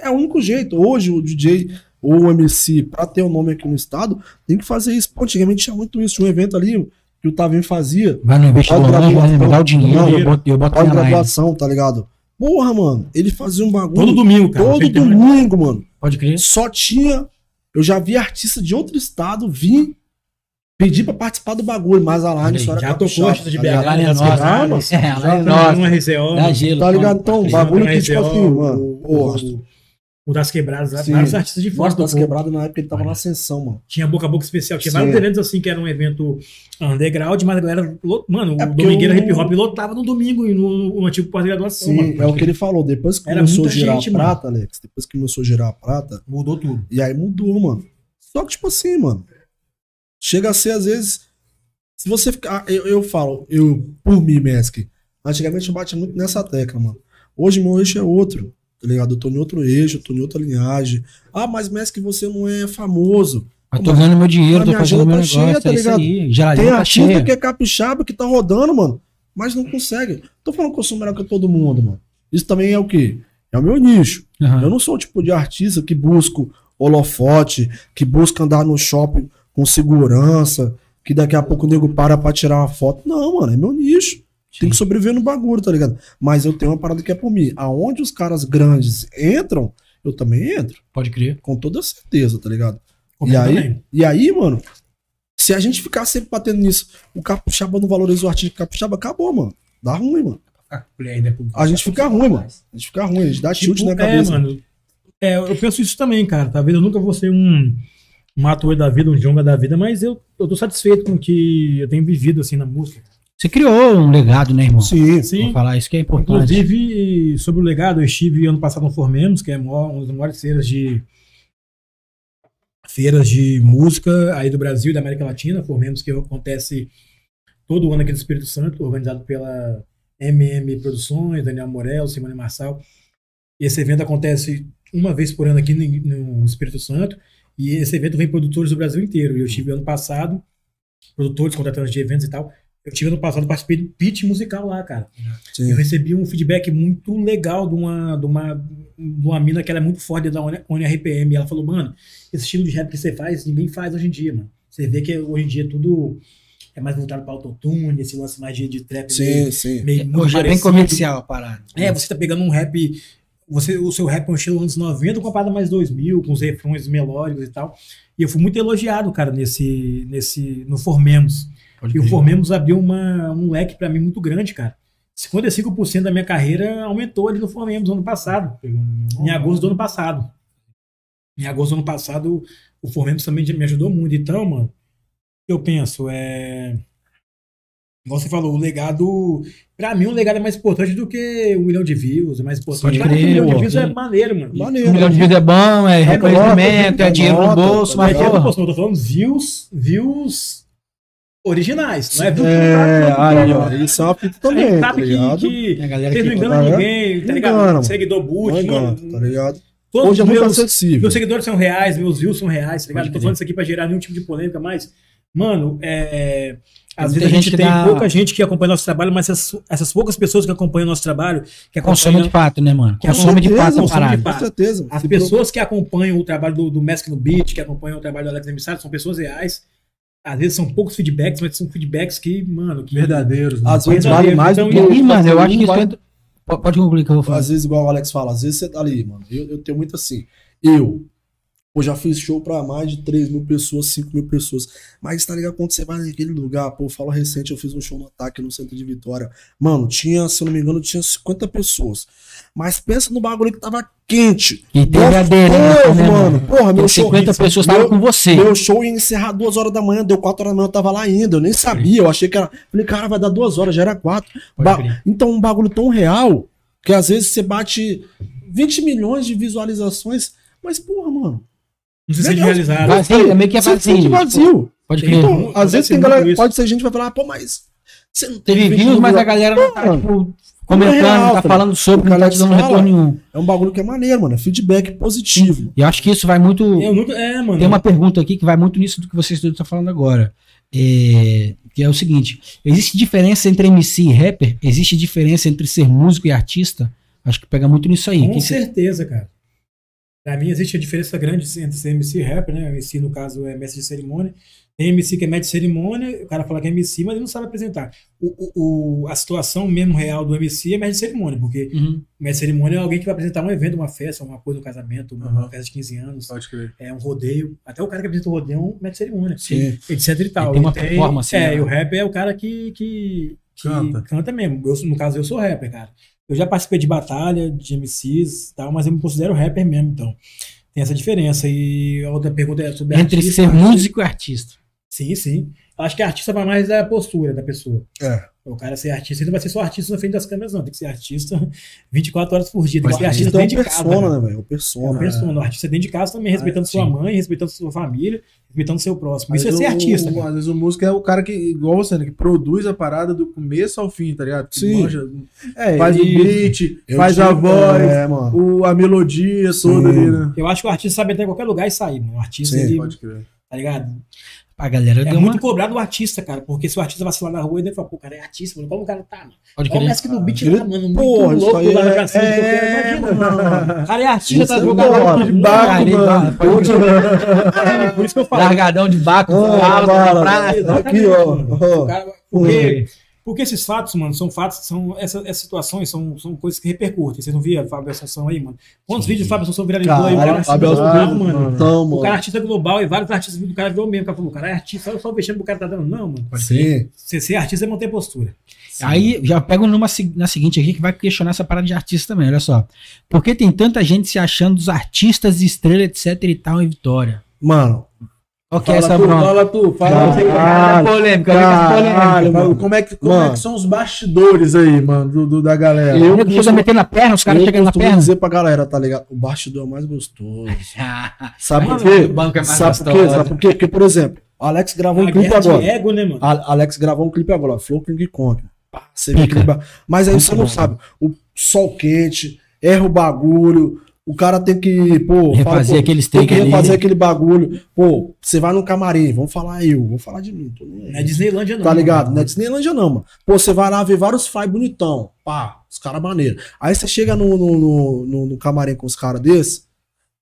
S3: É o único jeito. Hoje o DJ ou o MC, pra ter o nome aqui no estado, tem que fazer isso. Pô, antigamente tinha muito isso. Um evento ali que o Tavinho fazia.
S1: Vai no investidor,
S3: Pode graduação.
S1: né? me dá o dinheiro,
S3: Não,
S1: eu boto, eu boto
S3: Pós
S1: minha line.
S3: graduação, tá ligado? Porra, mano, ele fazia um bagulho
S2: Todo domingo, cara.
S3: todo
S2: Feito, né?
S3: domingo, mano.
S1: Pode crer?
S3: Só tinha. Eu já vi artista de outro estado vir pedir pra participar do bagulho, mas a
S1: Olha
S3: Line
S1: aí,
S3: só era
S2: Já tocou
S3: capixaba,
S2: a chance de né?
S3: tá
S2: BH,
S3: ligado?
S1: A line é
S2: das
S1: nossa.
S3: Ah, mano,
S1: É, a line
S2: Tá
S1: é nossa.
S2: numa RCO,
S1: Dá gelo.
S3: Tá ligado?
S1: toma, pode
S3: Então, o
S1: crer.
S3: bagulho que,
S2: Mas
S3: tipo
S2: é
S3: assim,
S2: o-
S3: mano. Porra.
S2: O das quebradas,
S3: Sim.
S2: vários artistas de fora
S3: Nossa,
S2: do
S3: das
S2: povo.
S3: quebradas na época ele tava na ascensão, mano.
S2: Tinha boca a boca especial. Tinha
S3: Sim.
S2: vários eventos assim que era um evento underground, mas a galera. lo- Mano,
S3: É
S2: o
S3: porque
S2: domingueiro
S3: o-
S2: hip hop lotava no domingo e no, no antigo pós-graduação, mano.
S3: Sim, é o que ele falou. Depois que
S2: Era
S3: começou a
S2: muita
S3: girar
S2: gente,
S3: a
S2: mano.
S3: prata, Alex, depois que começou a girar a prata,
S2: Mudou tudo.
S3: E aí mudou, mano. Só que, tipo assim, mano. Chega a ser, às vezes. Se você ficar. ah, Eu, eu falo, eu, por mim, Mask. Antigamente eu batia muito nessa tecla, mano. Hoje meu eixo é outro, tá ligado? Eu tô em outro eixo, eu tô em outra linhagem. Ah, mas Mask, você não é famoso.
S1: Eu tô ganhando meu
S3: A
S1: dinheiro, tô
S3: minha
S1: fazendo meu
S3: agenda tá
S1: negócio,
S3: cheia,
S1: é
S3: tá
S1: isso aí. Geladeira
S3: Tem
S1: tá
S3: artista
S1: cheia.
S3: que é capixaba que tá rodando, mano. Mas não consegue. Tô falando que eu sou melhor que todo mundo, mano. Isso também é o quê? É o meu nicho.
S1: Aham.
S3: Eu não sou o tipo de artista que busco holofote, que busca andar no shopping com segurança, que daqui a pouco o nego para pra tirar uma foto. Não, mano, é meu nicho. Tem que sobreviver no bagulho, tá ligado? Mas eu tenho uma parada que é por mim. Aonde os caras grandes entram, eu também entro.
S1: Pode crer.
S3: Com toda certeza, tá ligado? E
S2: Comenta
S3: aí,
S2: também.
S3: e aí, mano, se a gente ficar sempre batendo nisso, o capixaba não valoriza o artista capixaba, acabou, mano. Dá ruim, mano.
S1: A colher ainda é pro-
S3: A gente fica ruim, mano. A gente fica ruim, a gente dá chute
S2: Tipo,
S3: na
S2: É,
S3: cabeça.
S2: mano. É, eu penso isso também, cara. Talvez eu nunca vou ser um, um ator da vida, um jonga da vida, mas eu, eu tô satisfeito com o que eu tenho vivido, assim, na música.
S1: Você criou um legado, né, irmão?
S3: Sim,
S2: Sim.
S1: Vou falar isso que é importante.
S2: Inclusive, sobre o legado, eu estive ano passado no Formemos, que é mó- uma das maiores feiras de feiras de música aí do Brasil e da América Latina, Formemos que acontece todo ano aqui no Espírito Santo, organizado pela MM Produções, Daniel Morel, Simone Marçal. E esse evento acontece uma vez por ano aqui no, no Espírito Santo, e esse evento vem produtores do Brasil inteiro. E eu estive ano passado, produtores, contratantes de eventos e tal. Eu tive ano passado, participei do pitch musical lá, cara. Eu
S1: É.
S3: sim.
S2: recebi um feedback muito legal de uma, de uma, de uma mina que ela é muito forte da ONI ONI RPM. Ela falou, mano, esse estilo de rap que você faz, ninguém faz hoje em dia, mano. Você vê que hoje em dia tudo é mais voltado pra autotune, esse lance mais de, de trap meio,
S3: Sim, sim.
S2: meio muito
S1: Hoje é bem
S2: parecido.
S1: comercial a parada.
S2: É, você tá pegando um rap. Você, o seu rap é um estilo anos 90 comparado a mais 2000, com os refrões melódicos e tal. E eu fui muito elogiado, cara, nesse. nesse no Formemos.
S1: Pode
S2: E o
S1: crer.
S2: Formemos abriu uma, um leque pra mim muito grande, cara. 55% da minha carreira aumentou ali no Formemos ano passado. Em agosto do ano passado. Em agosto do ano passado, o Formemos também me ajudou muito. Então, mano, eu penso, é. Igual você falou, o legado. Pra mim, o legado é mais importante do que um milhão de views. É mais importante.
S1: Pode
S2: Claro que
S1: crer,
S2: um milhão de
S1: ó,
S2: views
S1: sim.
S2: é maneiro, mano.
S3: Maneiro.
S1: Um milhão de views é bom, é reconhecimento,
S3: nota,
S1: é dinheiro no
S3: nota,
S1: bolso,
S3: tá
S2: Mas
S1: mas
S2: é,
S1: porra.
S2: pô, eu tô falando views, views originais, não é view
S3: É, aí, ó,
S2: A
S3: isso é uma fita
S2: gente
S3: também, tá
S2: sabe
S3: ligado?
S2: que, que
S1: A galera
S2: vocês não
S1: que
S3: engano,
S2: enganam
S3: Tá
S2: ninguém, tá
S3: Não
S2: ligado?
S3: engana, mano.
S2: Seguidor boot,
S3: Não engana,
S2: mano.
S3: tá ligado?
S2: Todos
S3: Hoje é
S2: os
S3: muito
S2: meus,
S3: acessível.
S2: meus seguidores são reais, meus views são reais, tá ligado? Não tô
S1: crer.
S2: falando isso aqui pra gerar nenhum tipo de polêmica, mas, mano, é. Às
S1: muita
S2: vezes a gente
S1: gente que
S2: tem
S1: dá-
S2: pouca gente que acompanha nosso trabalho, mas essas, essas poucas pessoas que acompanham nosso trabalho, que
S1: Consome
S2: acompanham
S1: de fato, né, mano?
S2: Que é
S1: Consome de
S3: certeza,
S1: fato a
S2: consome de
S1: parada.
S2: fato.
S3: Com certeza.
S2: As
S3: Se
S2: pessoas que acompanham o trabalho do, do Mask no Beat, que acompanham o trabalho do Alex Emissário, são pessoas reais. Às vezes são poucos feedbacks, mas são feedbacks que, mano, que
S4: Verdadeiros. né?
S3: Às vezes
S2: Verdadeiro,
S3: vale mais do
S2: então,
S3: que.
S2: e
S1: Ih, mano, eu acho que
S3: Vale
S1: isso entra... Po- Pode concluir que eu vou falar.
S3: Às vezes, igual o Alex fala, às vezes você tá ali, mano. Eu, eu tenho muito assim. Eu, pô, já fiz show pra mais de 3 mil pessoas, 5 mil pessoas. Mas tá ligado quando você vai naquele lugar, pô, eu falo recente, eu fiz um show no ataque no centro de Vitória. Mano, tinha, se eu não me engano, tinha 50 pessoas. Mas pensa no bagulho que tava quente.
S1: E teve a
S3: Gostoso,
S1: dele, né,
S3: mano.
S1: mano?
S3: Porra, meu show.
S1: 50 pessoas
S3: Meu-
S1: estavam com você.
S3: Meu show ia encerrar duas horas da manhã, deu quatro horas da manhã, eu tava lá ainda, eu nem sabia, eu achei que era. Falei, cara, vai dar duas horas, já era quatro.
S1: Pode
S3: Ba-
S1: crer.
S3: então, um bagulho tão real, que às vezes você bate 20 milhões de visualizações, mas porra, mano.
S2: não se sente
S3: Legal.
S2: realizado.
S1: Vazio, é meio que é
S3: você sente
S1: vazio. É.
S3: vazio.
S1: Pode crer.
S3: Então,
S2: Tem-
S3: às vezes tem
S2: Uhum. acontece
S3: galera,
S2: muito isso.
S3: pode ser gente que vai falar, pô, mas você não
S1: Teve views,
S3: mil
S1: mas a
S3: views."
S1: galera não tá,
S3: Mano,
S1: tipo,
S3: é
S1: comentando,
S3: real,
S1: não tá
S3: tá
S1: falando sobre, não tá te dando
S3: Fala.
S1: retorno nenhum.
S3: É um bagulho que é maneiro, mano, é feedback positivo.
S1: E eu acho que isso vai muito...
S2: Eu nunca, é, mano.
S1: Tem uma pergunta aqui que vai muito nisso do que vocês dois estão falando agora. É, que é o seguinte: existe diferença entre MC e rapper? Existe diferença entre ser músico e artista? Acho que pega muito nisso aí.
S2: Com
S1: Quem se-
S2: certeza, cara. Pra mim existe a diferença grande assim, entre ser MC e rapper, né? MC, no caso, é mestre de cerimônia. Tem MC que é mestre de cerimônia, o cara fala que é MC, mas ele não sabe apresentar. O- o- o- a situação mesmo real do MC é mestre de cerimônia, porque
S1: Uhum.
S2: mestre de cerimônia é alguém que vai apresentar um evento, uma festa, uma coisa, um casamento, uma
S4: Aham.
S2: festa de 15 anos.
S4: Pode crer.
S2: é um rodeio. Até o cara que apresenta o rodeio é um mestre de cerimônia,
S3: Sim.
S2: etc e tal.
S1: Ele tem uma
S2: E
S1: performance,
S2: É,
S1: né?
S2: e o rapper é o cara que, que, que
S4: Canta.
S2: canta. mesmo. Eu, sou- no caso, eu sou rapper, cara. Eu já participei de batalha, de MCs e tal, mas eu me considero rapper mesmo, então. Tem essa diferença. E a outra pergunta é sobre
S1: Entre
S2: artista.
S1: ser músico e artista.
S2: Sim, sim. Acho que artista vai mais da postura da pessoa.
S3: É.
S2: O cara ser artista, ele não vai ser só artista na frente das câmeras, não. Tem que ser artista 24 horas por dia. Tem que ser
S3: O
S2: artista
S3: artista é um
S2: dentro de casa.
S3: persona,
S2: cara.
S3: né, velho? É um
S2: É uma
S3: persona.
S2: persona. O artista dentro de casa também, respeitando sua
S1: sim.
S2: mãe, respeitando sua família, respeitando seu próximo. Isso é
S4: Às
S2: ser
S4: vezes o-
S2: artista,
S4: o-
S2: cara.
S4: Às vezes o músico é o cara que, igual você, né, que produz a parada do começo ao fim, tá ligado? Que
S3: Sim.
S4: manja,
S3: É,
S4: faz o
S3: e-
S4: beat,
S3: eu
S4: faz a
S3: digo-
S4: voz,
S3: É, mano.
S4: o, a melodia toda
S3: Sim.
S4: ali, né?
S2: Eu acho que o artista sabe entrar em qualquer lugar e sair, mano. O artista,
S3: Sim,
S2: ele,
S4: Pode crer.
S2: tá ligado?
S1: A galera
S2: É
S1: deu
S2: muito
S1: uma.
S2: cobrado o artista, cara. Porque se o artista vacilar na rua, ele fala, pô, cara, é artista, mano. Como o cara tá, mano? Olha
S1: Pode
S2: o
S1: crer.
S2: Mask no beat
S3: Ele-
S2: lá, mano. Muito
S3: Porra, isso
S2: louco
S3: aí
S2: lá
S3: é-
S2: na praça.
S3: é,
S2: O cara é artista,
S3: Isso
S2: tá
S3: é
S2: jogando
S3: da
S2: lá
S3: hora.
S2: de
S4: Baco,
S1: Cara, ele
S4: mano.
S1: fala, pode crer.
S3: é,
S2: bola. Por isso que eu falo.
S1: Largadão de baco,
S3: Ah,
S1: alto, na
S3: bala.
S1: praça.
S3: Aqui, ó.
S2: Exatamente, mano. O cara- Porque Porque esses fatos, mano, são fatos, são essa- essas, situações, são, são coisas que repercutem. Vocês não viram Fábio Assunção aí, mano? Quantos
S5: Sim.
S2: vídeos o Fábio Assunção viralizou aí?
S3: Caralho,
S2: Vários
S3: Fábio
S2: vídeos
S3: Assunção,
S2: viralizou, mano.
S3: Então,
S2: O cara é
S3: mano.
S2: artista global e vários artistas do cara virou mesmo. O cara falou, o cara é artista, olha só o vexame que o cara tá dando. Não, mano.
S3: Sim.
S2: Você ser artista é manter postura.
S1: Aí já pego numa, se- na seguinte aqui que vai questionar essa parada de artista também, olha só. Por que tem tanta gente se achando dos artistas, estrela, etc e tal em Vitória?
S3: Mano, Ah,
S1: Qual que é
S4: Fala
S1: essa
S4: tu,
S1: bronca?
S4: fala tu, fala
S1: tá
S3: Caralho,
S4: tu.
S1: Olha a polêmica, olha essa polêmica.
S4: Fala,
S3: mano.
S4: Como, é que, como
S3: Mano.
S4: é que são os bastidores aí, mano, do, do- da galera?
S3: Eu-
S1: Nego chega metendo na perna, os caras
S3: eu
S1: chegando na
S3: costumo
S1: perna.
S3: dizer pra galera, tá ligado? O bastidor é o mais gostoso.
S1: Ah,
S3: Sabe
S2: Mano,
S3: por quê?
S1: o banco é mais
S3: Sabe por quê?
S1: gostoso.
S3: Sabe por quê? Porque, por exemplo, o Alex gravou um
S2: a
S3: clipe
S2: guerra de
S3: agora.
S2: ego, né, mano?
S3: A- Alex gravou um clipe agora, ó, Flow King Kong. Pá, Você vê o
S1: Pica.
S3: clipe. Mas aí
S1: Muito
S3: você não
S1: bom.
S3: sabe. O sol quente, erra o bagulho. O cara tem que, pô, fala,
S1: refazer
S3: pô,
S1: aqueles
S3: tem que
S1: takes ali.
S3: refazer aquele bagulho. Pô, você vai no camarim, vamos falar eu, vou falar de mim. tô nem aí.
S2: Não é Disneylândia, não.
S3: Tá ligado?
S2: mano.
S3: Não é Disneylândia, não, mano. Pô, você vai lá ver vários fly bonitão. Pá, os caras maneiros. Aí você chega no, no, no, no- no camarim com os caras desse,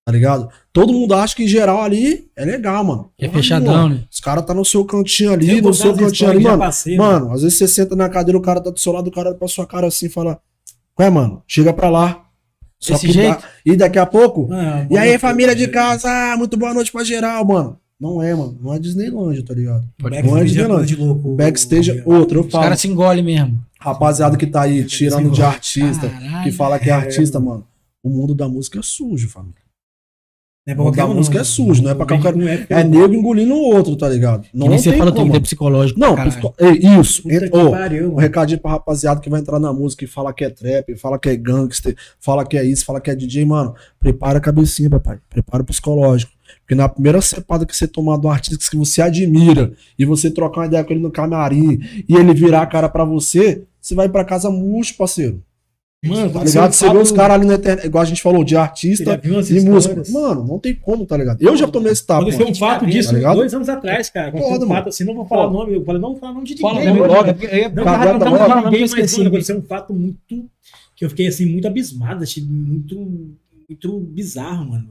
S3: tá ligado? Todo mundo acha que em geral ali é legal, mano.
S1: É
S3: Porra
S1: fechadão,
S3: nenhuma.
S1: né?
S3: Os caras tá no seu cantinho
S2: Eu
S3: ali,
S2: vou
S3: no
S2: dar
S3: seu
S2: as
S3: cantinho
S2: histórias
S3: ali,
S2: que já
S3: mano.
S2: passei,
S3: Mano, às vezes você senta na cadeira, o cara tá do seu lado, o cara olha pra sua cara assim e fala: Ué, mano, chega pra lá. Só
S1: Desse
S3: que dá-
S1: jeito?
S3: E daqui a pouco.
S2: Mano,
S3: E aí,
S2: mano,
S3: família de casa, Ah, muito boa noite pra geral, mano. Não é, mano. Não é Disneylândia, tá ligado? Não é
S2: Backstage é coisa de louco.
S3: O backstage é outro. Eu
S1: Os
S3: falo,
S1: caras se engolem mesmo.
S3: rapaziada que tá aí tirando de artista,
S1: Caralho.
S3: que fala que é artista, mano. O mundo da música é sujo, família.
S2: Não é
S3: O mundo da
S2: um,
S3: música é
S2: mano.
S3: sujo, não é pra
S2: Vem
S3: qualquer um.
S2: com época,
S3: É nego engolindo o outro, tá ligado?
S1: Que
S3: Não
S1: nem você
S3: tem
S1: fala, tem
S3: como.
S1: que ter psicológico.
S3: Não,
S1: caralho.
S3: psico- é isso.
S2: Puta que
S3: Ô,
S2: pariu,
S3: um
S2: mano.
S3: recadinho pra rapaziada que vai entrar na música e fala que é trap, fala que é gangster, fala que é isso, fala que é DJ, mano. Prepara a cabecinha, papai. Prepara o psicológico. Porque na primeira cepada que você tomar de um artista que você admira e você trocar uma ideia com ele no camarim e ele virar a cara pra você, você vai pra casa murcho, parceiro.
S2: Mano,
S3: Tá ligado? Você vê os caras ali na internet, igual a gente falou, de
S2: é
S3: artista e música.
S2: né?
S3: Mano, não tem como, tá ligado? Eu já tomei esse tapa.
S2: Aconteceu
S3: Mano.
S2: um fato disso
S3: tá ligado?
S2: dois anos atrás, cara. Aconteceu
S3: Foda,
S2: um
S3: mano.
S2: fato assim, não vou falar
S3: Foda.
S2: nome. Eu falei, não vou falar nome de
S1: Fala
S2: ninguém.
S1: o nome
S2: mano.
S1: logo. Eu ia
S2: Não,
S1: falar-
S2: cara,
S3: Aguenta
S2: não tava
S3: logo.
S2: falando ninguém,
S1: Esqueci
S2: mas mano,
S1: ninguém.
S2: aconteceu um fato muito. que eu fiquei assim, muito abismado, achei muito, muito bizarro, mano.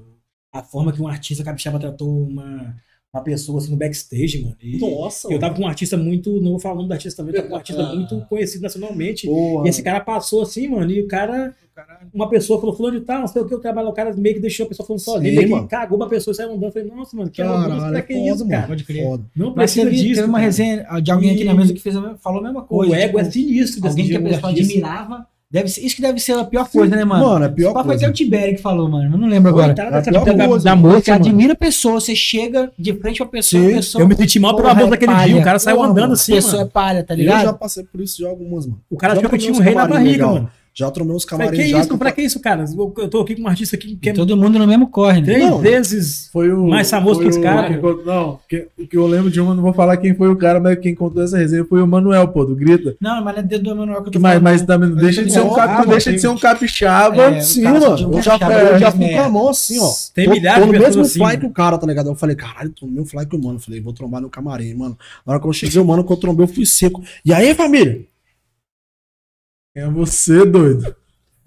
S2: A forma que um artista capixaba tratou uma, uma pessoa assim no backstage, mano. E
S3: Nossa,
S2: eu tava com um artista muito. Não vou falar o nome do artista também, eu tava com um artista muito conhecido nacionalmente.
S3: porra.
S2: E esse cara passou assim, mano, e o cara. Uma pessoa falou, fulano de tal, não sei o que, eu trabalho, o cara meio que deixou a pessoa falando
S3: Sim,
S2: sozinha, meio
S3: mano.
S2: que cagou uma pessoa e saiu andando. Eu falei, nossa, mano, que loucura,
S3: Caralho,
S2: será
S3: é
S2: que
S3: foda,
S2: é isso, cara?
S3: mano.
S1: Pode crer.
S3: Foda.
S2: Não
S1: Mas
S2: precisa
S1: teve,
S2: disso.
S1: teve uma
S2: cara.
S1: resenha de alguém aqui na
S2: E-
S1: mesa que fez, a- falou a mesma coisa.
S2: O ego
S1: tipo,
S2: é sinistro desse
S1: Alguém que a
S2: jogo,
S1: pessoa
S2: artista.
S1: admirava. Deve ser, isso que deve ser a pior coisa, né, mano?
S3: Mano, é a pior
S1: Esse papo
S3: coisa.
S1: Foi até o Tibério que falou, mano. Eu não lembro agora. Então,
S2: Coitada
S3: É a
S2: dessa
S3: pior
S2: vida da-
S3: coisa.
S2: da
S1: Você
S2: moça, mano.
S1: admira a pessoa, você chega de frente pra pessoa,
S3: Sim,
S1: a pessoa.
S2: Eu me senti mal pelo
S1: Porra,
S2: amor
S1: é
S2: daquele
S1: palha.
S2: dia. O cara saiu
S3: Porra,
S2: andando
S3: mano.
S2: assim,
S1: a pessoa
S2: mano.
S1: é palha, tá
S3: Eu já
S1: ligado?
S3: passei por isso de algumas, mano.
S2: O cara
S3: Já
S2: achou que eu
S3: tomei
S2: tinha um
S3: uns
S2: rei na
S3: camarim
S2: barriga,
S3: legal.
S2: mano.
S3: Já tomei uns
S2: Falei,
S3: camarim
S2: que
S3: já. tá
S2: isso?
S3: que
S2: Pra que isso, cara? Eu eu tô aqui com um artista aqui que
S1: E
S2: é
S1: todo mundo no mesmo corre, né?
S2: três
S3: Não.
S2: vezes.
S4: Foi o,
S2: Mais famoso
S4: foi
S2: que os
S4: o-
S2: caras.
S4: que encont- Não, que, que eu lembro de uma, não vou falar quem foi o cara, mas quem contou essa resenha foi o Manuel, pô, do Grita.
S1: Não, mas não é dedo do Emanuel que eu
S4: Que
S1: tô
S4: mais,
S1: falando.
S4: mas também não deixa de ser um,
S3: Não,
S4: cap,
S3: ah,
S4: não deixa de ser um capixaba.
S1: É,
S3: Sim,
S1: o cara
S3: mano.
S1: sentiu um
S3: Eu já,
S1: chapéu
S3: eu
S1: de
S3: já fui com
S1: merda.
S3: a mão assim, ó.
S2: Tem
S3: tô,
S2: milhares
S3: tô no
S2: de
S3: mesmo
S2: pessoas
S3: fly
S2: assim,
S3: que o cara, tá ligado? Eu falei, caralho, tô no mesmo fly que o mano. Eu falei, vou trombar no camarim, mano. Na hora que eu cheguei, o mano, que eu trombei, eu fui seco. E aí, família?
S4: É você, doido.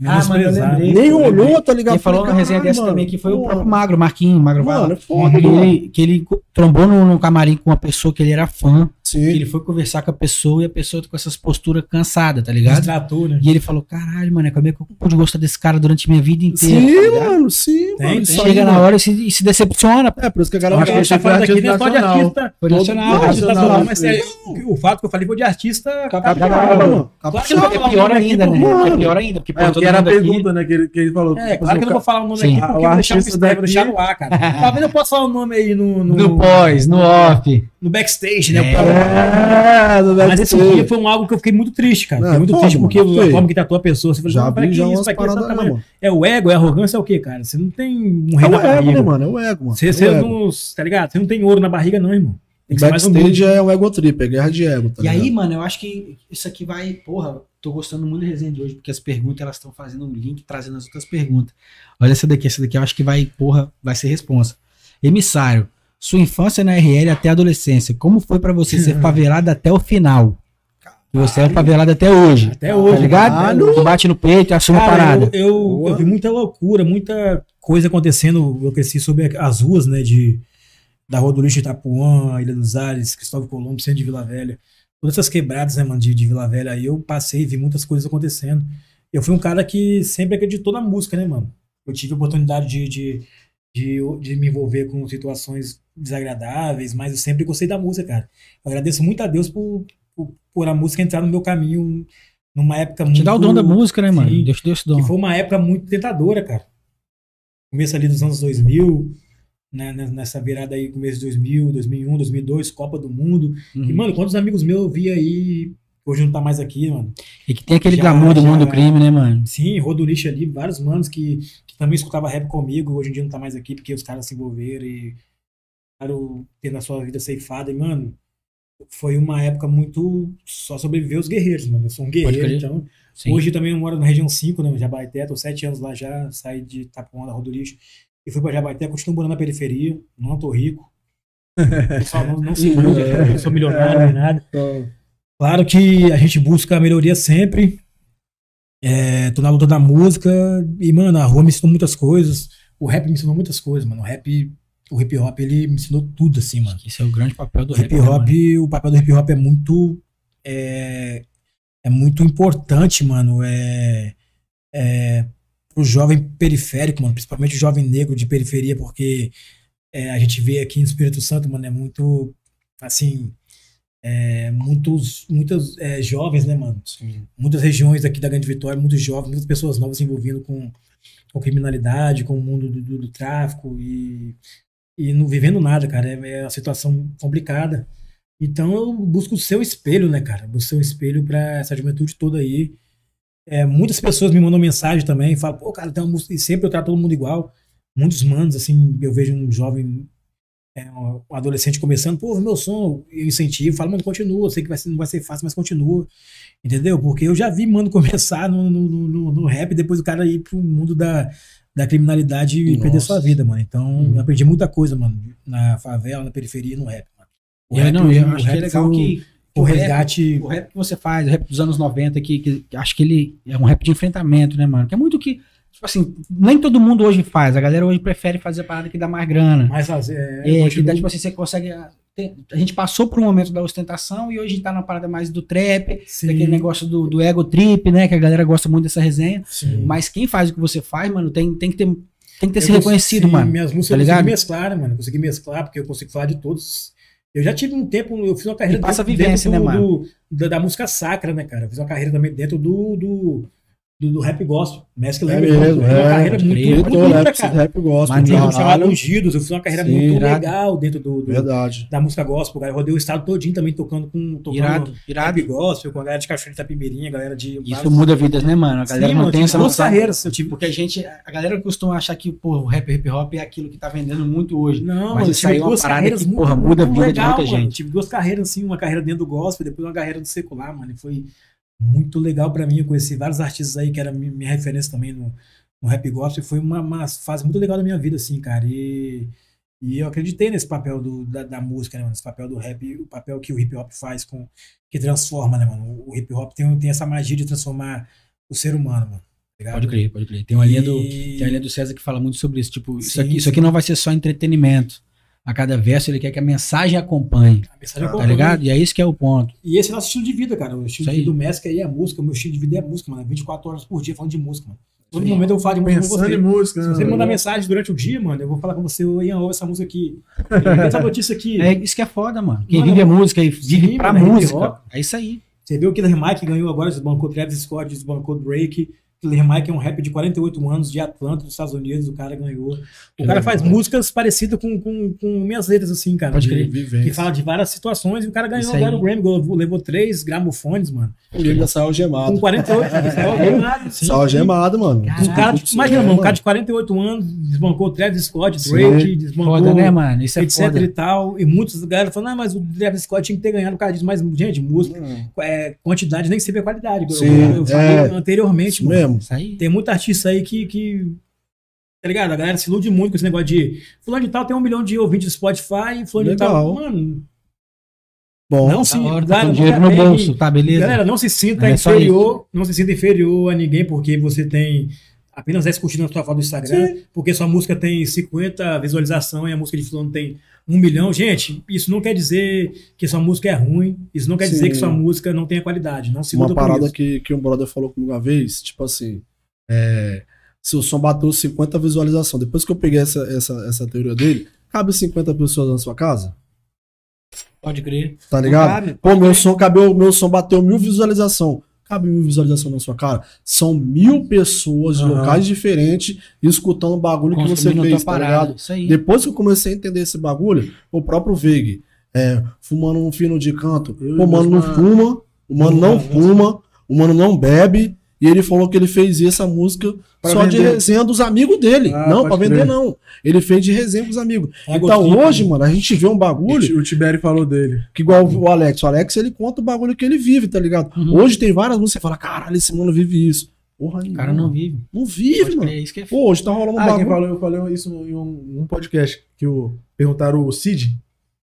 S1: Ah, mano, eu
S2: né? Menosprezado.
S1: lembrei.
S3: Nem olhou, tá ligado?
S1: Quem falou na
S3: Falei,
S1: resenha
S3: caralho,
S1: dessa
S3: mano,
S1: também, que foi o
S3: porra.
S1: próprio Magro, Marquinho, Magro vai lá.
S3: Mano, é foda,
S1: que,
S3: mano.
S1: ele, que ele trombou no, no camarim com uma pessoa que ele era fã. que
S3: Sim.
S1: ele foi conversar com a pessoa e a pessoa com essas posturas cansadas, tá ligado?
S2: Destratou, né?
S1: E ele falou: caralho, mano, como é que eu pude gostar desse cara durante minha vida inteira?
S3: Sim,
S1: tá ligado?
S3: mano, sim,
S2: Tem,
S3: mano.
S2: tem.
S3: isso aí,
S1: Chega na
S3: mano.
S1: hora e se, e se decepciona.
S3: É, por isso que a
S2: Eu
S3: galera
S2: acho que a gente tá
S4: Foi
S2: falando aqui não é só de
S4: nacional.
S2: artista.
S1: Foi
S4: Todo-
S1: nacional. né?
S4: Não,
S2: artista
S4: nacional,
S2: nacional, mas é-
S3: sim.
S2: o fato que eu falei foi de artista.
S3: Capixaba, mano.
S1: Claro que não,
S3: Capixaba.
S1: é Tá pior ainda, né? É pior ainda. Porque, pô,
S4: É,
S1: todo
S4: que era a
S1: mundo aqui-
S4: pergunta, né? Que ele, que ele falou.
S2: É,
S4: Tipo
S2: claro
S4: assim,
S2: que eu não vou falar o nome
S1: Sim.
S2: aqui, porque eu
S4: O
S2: vou deixar
S4: artista
S2: um mistério, vou
S4: daqui-
S2: deixar no ar, cara. Talvez eu possa falar o nome aí no, no,
S1: No pós, no off.
S2: no backstage, né?
S1: É.
S2: Pra-
S3: É, do
S2: Mas esse
S3: backstage.
S2: dia foi um algo que eu fiquei muito triste, cara. Fiquei
S3: É,
S2: muito
S3: pô,
S2: triste,
S3: mano,
S2: porque
S3: foi.
S2: a forma que tratou a pessoa, você falou,
S3: Já
S2: "Não, pra
S3: vi
S2: que
S3: já
S2: isso,
S3: umas
S2: pra que isso,
S3: paradas, né,
S2: tá fazendo?"
S3: mano.
S2: É o ego, é a arrogância, é o quê, cara? Você não tem um
S3: É
S2: rei
S3: o
S2: na
S3: ego, né,
S2: barriga.
S3: mano? É o ego, mano.
S2: Você,
S3: É
S2: você
S3: o ego.
S2: não, tá ligado? Você não tem ouro na barriga, não, irmão. Tem que ser mais humilde.
S3: Backstage é um ego trip, é guerra de ego, tá
S1: E aí,
S3: ligado?
S1: mano, eu acho que isso aqui vai. Porra, tô gostando muito da resenha de hoje, porque as perguntas elas estão fazendo um link, trazendo as outras perguntas. Olha essa daqui, essa daqui eu acho que vai, porra, vai ser responsa. Emissário, sua infância na RL até a adolescência, como foi pra você ser favelado até o final? E Você é favelado até hoje.
S2: Até
S1: Tá
S2: hoje.
S1: ligado? Tu Bate no peito, assume a
S2: Cara, eu,
S1: parada.
S2: eu,
S3: Boa.
S2: eu vi muita loucura, muita coisa acontecendo. Eu cresci sobre as ruas, né? De, da Rua do Lixo Itapuã, Ilha dos Ares, Cristóvão Colombo, Centro de Vila Velha. todas essas quebradas, né, mano, de, de Vila Velha aí, eu passei, vi muitas coisas acontecendo. Eu fui um cara que sempre acreditou na música, né, mano? Eu tive a oportunidade de, de, de, de me envolver com situações desagradáveis, mas eu sempre gostei da música, cara. Eu agradeço muito a Deus por, por, por a música entrar no meu caminho numa época muito.
S1: Te dá o dom da música, né, mano?
S2: Sim.
S1: Deus te deu esse dom.
S2: Que foi uma época muito tentadora, cara. Começo ali dos anos 2000, né, né, nessa virada aí, começo de 2000, 2001, 2002, Copa do Mundo.
S1: Uhum.
S2: E, mano, quantos amigos meus eu vi aí, hoje não tá mais aqui, mano.
S1: E que tem aquele
S2: Já-
S1: glamour do
S2: já-
S1: mundo do crime, né, mano?
S2: Sim, Rodolixo ali, vários manos que, que também escutava rap comigo, hoje em dia não tá mais aqui porque os caras se envolveram e ficaram tendo a sua vida ceifada. E, mano, foi uma época muito. Só sobreviver os guerreiros, mano. Eu sou um guerreiro,
S1: crer.
S2: então.
S1: Sim.
S2: Hoje também eu moro na região 5, né, Jabaité, tô sete anos lá já, saí de Tapuã da Rodo Lixo e fui pra Jabaité, continuo morando na periferia, não tô rico. Pessoal, não, não se ilude, eu não sou milionário nem nada. Claro que a gente busca a melhoria sempre. É, tô na luta da música e, mano, a rua me ensinou muitas coisas. O rap me ensinou muitas coisas, mano. O rap, o hip hop, ele me ensinou tudo, assim, mano.
S1: Esse é o grande papel do
S2: O hip hop, o papel do hip hop é muito é, é muito importante, mano. É, é pro jovem periférico, mano, principalmente o jovem negro de periferia, porque é, a gente vê aqui em Espírito Santo, mano, é muito assim, é, muitos muitas é, jovens, né, mano? Muitas regiões aqui da Grande Vitória, muitos jovens, muitas pessoas novas se envolvendo com, com criminalidade, com o mundo do, do- do tráfico e, e não vivendo nada, cara. É, é uma situação complicada. Então eu busco o seu espelho, né, cara? O seu espelho pra essa juventude toda aí. É, muitas pessoas me mandam mensagem também, falam, pô, cara, tem uma música. E sempre eu trato todo mundo igual. Muitos manos, assim, eu vejo um jovem, é, um adolescente começando, pô, meu som, eu incentivo, falo, mano, continua, eu sei que vai ser- não vai ser fácil, mas continua. Entendeu? Porque eu já vi mano começar no, no, no- no, no rap, depois o cara ir pro mundo da, da criminalidade e perder
S3: Nossa.
S2: sua vida, mano. Então, eu aprendi muita coisa, mano, na favela, na periferia e no rap, mano. O
S1: É,
S2: rap,
S1: não,
S2: o
S1: eu acho que
S2: rap
S1: é
S2: foi
S1: legal
S2: o-
S1: que
S2: o
S1: o rap-
S2: resgate.
S1: o rap que você faz, o rap dos anos 90, que, que- que acho que ele é um rap de enfrentamento, né, mano? Que é muito que, tipo assim, nem todo mundo hoje faz. A galera hoje prefere fazer a parada que dá mais grana.
S2: Mas as- é,
S1: É, que
S2: continua-
S1: dá, tipo assim, você consegue. ah, tem- a gente passou por um momento da ostentação e hoje tá na parada mais do trap,
S2: Sim,
S1: daquele negócio do, do ego trip, né? Que a galera gosta muito dessa resenha.
S2: sim.
S1: Mas quem faz o que você faz, mano, tem, tem que ter, tem que ter
S2: né? Eu
S1: se reconhecido,
S2: consegui-
S1: mano.
S2: Minhas músicas
S1: tá
S2: eu
S1: ligado?
S2: consegui mesclar, né, mano? Eu Consegui mesclar, porque eu consigo falar de todos. Eu já tive um tempo, eu fiz uma carreira
S1: E passa a vivência,
S2: dentro
S1: né,
S2: do- do- da, da música sacra, né, cara? Eu fiz uma carreira também dentro do, do, do, do rap gospel. Mestre
S3: É
S2: lembra?
S3: mesmo,
S2: eu fiz uma
S3: é,
S2: carreira
S1: pode
S2: muito,
S1: crer,
S2: muito
S3: Muito
S2: bonita,
S3: rap,
S2: cara.
S3: rap gospel,
S2: Eu
S1: Maneiro.
S2: tinha um chamado
S3: caralho.
S2: Ungidos, eu fiz uma carreira
S3: Sim,
S2: muito
S3: irado.
S2: legal dentro do, do-
S3: Verdade.
S2: da música gospel, cara. Eu rodei o estado todinho também tocando com tocando
S1: Irado,
S2: rap
S1: irado.
S2: gospel, com a galera de Cachoeira de Itapimirim, a galera de...
S1: Isso muda vidas, né, mano? A galera
S2: Sim,
S1: não
S2: mano,
S1: tem
S2: tive
S1: essa
S2: duas
S1: noção.
S2: carreiras, eu tive...
S1: Porque a gente, a galera costuma achar que, pô, o rap hip hop é aquilo que tá vendendo muito hoje.
S2: Não,
S1: Mas
S2: mano, eu
S1: isso
S2: tive
S1: aí é uma
S2: duas
S1: parada
S2: carreiras
S1: que,
S2: muito-
S1: porra, muda a
S2: muito
S1: vida de muita
S2: mano.
S1: gente.
S2: Tive duas carreiras, assim, uma carreira dentro do gospel, depois uma carreira do secular, mano. E foi muito legal pra mim. Eu conheci vários artistas aí que era mi- minha referência também no, no rap gospel. E foi uma, uma fase muito legal da minha vida, assim, cara. E, e eu acreditei nesse papel do, da, da música, né, mano? Esse papel do rap, o papel que o hip hop faz com. que transforma, né, mano? O hip hop tem, tem essa magia de transformar o ser humano, mano. tá ligado?
S1: Pode crer, pode crer. Tem uma linha do.
S2: E-
S1: Tem a linha do César que fala muito sobre isso. Tipo, isso
S2: Sim,
S1: aqui, isso
S2: sim.
S1: aqui não vai ser só entretenimento. A cada verso ele quer que a mensagem acompanhe,
S2: a mensagem
S3: Tá
S2: é
S1: tá ligado? E é isso que é o ponto.
S2: E esse é nosso estilo de vida, cara. O estilo de
S1: Isso
S2: vida
S1: aí.
S2: do Mestre aí é a música. O meu estilo de vida é a música, mano. 24 horas por dia falando de música, mano. Todo
S1: Isso aí.
S2: momento eu falo de música com
S4: Pensando
S2: você.
S4: em música,
S2: Se
S4: né,
S2: você me
S4: mano?
S2: mandar mensagem durante o dia, mano, eu vou falar com você, ô Ian, ouve essa música aqui. Vê essa notícia aqui.
S1: É isso que é foda, mano. Quem
S2: Mano,
S1: vive a música e vive
S2: sim,
S1: pra
S2: mano, é hip
S1: música,
S2: hop.
S1: é isso aí.
S2: Você viu o Killer Mike ganhou agora, desbancou Travis Scott, desbancou Drake. Killer Mike é um rap de 48 anos, de Atlanta, dos Estados Unidos, o cara ganhou. O cara faz músicas parecidas com, com, com minhas letras, assim, cara.
S1: Pode
S2: de-
S1: crer.
S2: Que
S3: Vivência.
S2: fala de várias situações e o cara ganhou
S1: Isso aí.
S2: agora o Grammy, levou- levou três gramofones, mano.
S3: E ele já saiu algemado.
S2: Com 48, Então, né? sim.
S3: Saiu algemado, mano.
S2: Um cara,
S3: Putz,
S2: de, imagina,
S3: é,
S2: mano, um cara
S3: mano.
S2: de 48 anos desbancou Travis Scott,
S3: Sim.
S2: Drake, desbancou,
S1: Foda, né, mano? Isso é
S2: etc e
S1: foda.
S2: tal. E muitos galera falando, ah, mas o Travis Scott tinha que ter ganhado por causa disso. Mas, gente, música,
S3: Hum,
S2: é, quantidade nem sempre é qualidade. Eu-
S3: Sim,
S2: eu eu falei
S3: é.
S2: anteriormente,
S3: Isso
S2: mano.
S3: mesmo.
S1: Isso aí.
S2: Tem muito artista aí que, que. Tá ligado? A galera se ilude muito com esse negócio de. Fulano de tal tem um milhão de ouvintes do Spotify, Fulano de tal.
S3: Legal.
S2: Mano,
S3: Bom,
S2: não se.
S1: Da hora, tá
S2: galera, não
S1: com dinheiro no
S2: tem-
S1: bolso, tá, beleza?
S2: Galera, não se sinta
S1: É só
S2: inferior, não se sinta inferior a ninguém porque você tem apenas 10 curtidas na sua foto do Instagram, porque sua música tem 50 visualizações e a música de fulano tem um milhão. Gente, isso não quer dizer que sua música é ruim, isso não quer dizer
S3: Sim.
S2: que sua música não tenha qualidade, não se
S3: uma
S2: luta por
S3: parada
S2: isso.
S3: que, que um brother falou comigo uma vez, tipo assim, é, se o som bateu 50 visualizações, depois que eu peguei essa, essa, essa teoria dele, cabe 50 pessoas na sua casa?
S1: Pode crer.
S3: Tá ligado?
S1: Não cabe.
S3: Pô, meu som, cabeu, meu som bateu mil visualização. Cabe mil visualização na sua cara? São mil pessoas de
S2: Aham.
S3: locais diferentes escutando o bagulho que você
S1: Construindo a
S3: fez,
S1: tua
S3: tá ligado?
S1: parada. Isso aí.
S3: Depois que eu comecei a entender esse bagulho, o próprio Vig, é, fumando um fino de canto,
S4: Eu
S3: Pô,
S4: e
S3: o mano
S4: meus
S3: não
S4: mano.
S3: fuma, o mano não fuma, o mano não bebe, e ele falou que ele fez essa música
S4: Pra
S3: só de
S4: vender.
S3: resenha dos amigos dele.
S4: Ah,
S3: não,
S4: pode
S3: pra vender
S4: crer. né?
S3: não. Ele fez de resenha com os amigos.
S2: É
S3: então
S2: gotinha,
S3: hoje, mano, a gente vê um
S4: O
S3: bagulho
S4: Ti- O Tibério falou dele.
S3: que igual o Alex. O Alex, ele conta o bagulho que ele vive, tá ligado?
S1: Uhum.
S3: Hoje tem várias músicas que você fala, caralho, esse mano vive isso. Porra,
S1: O cara não vive.
S3: não vive,
S1: Pode
S3: mano.
S1: crer, isso que é
S3: Pô, hoje tá rolando um
S4: Ah, quem
S3: bagulho.
S4: falou, eu falei isso em um, um podcast que o, perguntaram o Cid,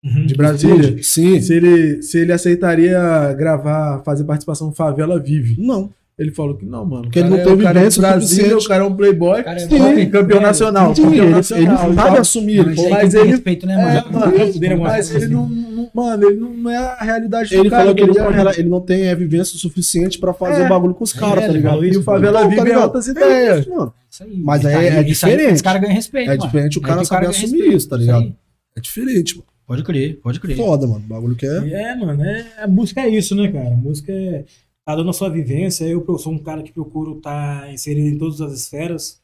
S2: Uhum.
S4: de Brasília,
S3: Sim.
S4: se ele, se ele aceitaria gravar, fazer participação no Favela Vive.
S3: Não.
S4: Ele falou que não, mano.
S3: Porque
S4: O cara
S3: ele não
S4: é-
S3: teve
S4: o cara é
S3: vivência
S4: um Brasília,
S3: suficiente.
S4: o cara é um playboy,
S1: Cara, é
S4: sim,
S1: bom.
S4: campeão nacional.
S3: Sim,
S4: campeão
S3: ele,
S4: nacional,
S3: ele
S4: e
S3: sabe
S4: tal.
S3: assumir. ele
S1: Mas, aí
S4: mas
S1: tem que ter
S4: ele-
S1: respeito, né,
S4: É,
S1: mano?
S4: mano, assim,
S2: campo dele é uma
S4: Mas ele não, não- mano, ele não é a realidade
S3: Ele
S4: do cara.
S3: falou que ele
S4: tá
S3: não,
S4: ligado?
S3: ele não tem é, vivência suficiente pra fazer
S4: É.
S3: o bagulho com os caras,
S2: É,
S3: tá
S2: ele
S3: ligado?
S2: falou
S4: E
S2: isso,
S4: o Favela
S3: Não, tá
S4: Vive é
S3: ligado?
S4: outras
S3: É
S4: ideias.
S3: isso, mano.
S1: Isso aí.
S3: Mas aí é
S1: isso aí,
S3: diferente.
S1: Os caras ganham respeito,
S3: É
S1: mano.
S3: diferente o
S1: Aí
S3: cara
S1: que
S3: saber
S1: ganha
S3: assumir
S1: respeito.
S3: isso, tá ligado?
S1: aí.
S3: É diferente, mano.
S1: Pode crer, pode crer.
S3: É Foda, mano. O bagulho que é.
S2: É, mano, é, a música é isso, né, cara? A música é tá dando a sua vivência. Eu pro- sou um cara que procuro estar inserido em todas as esferas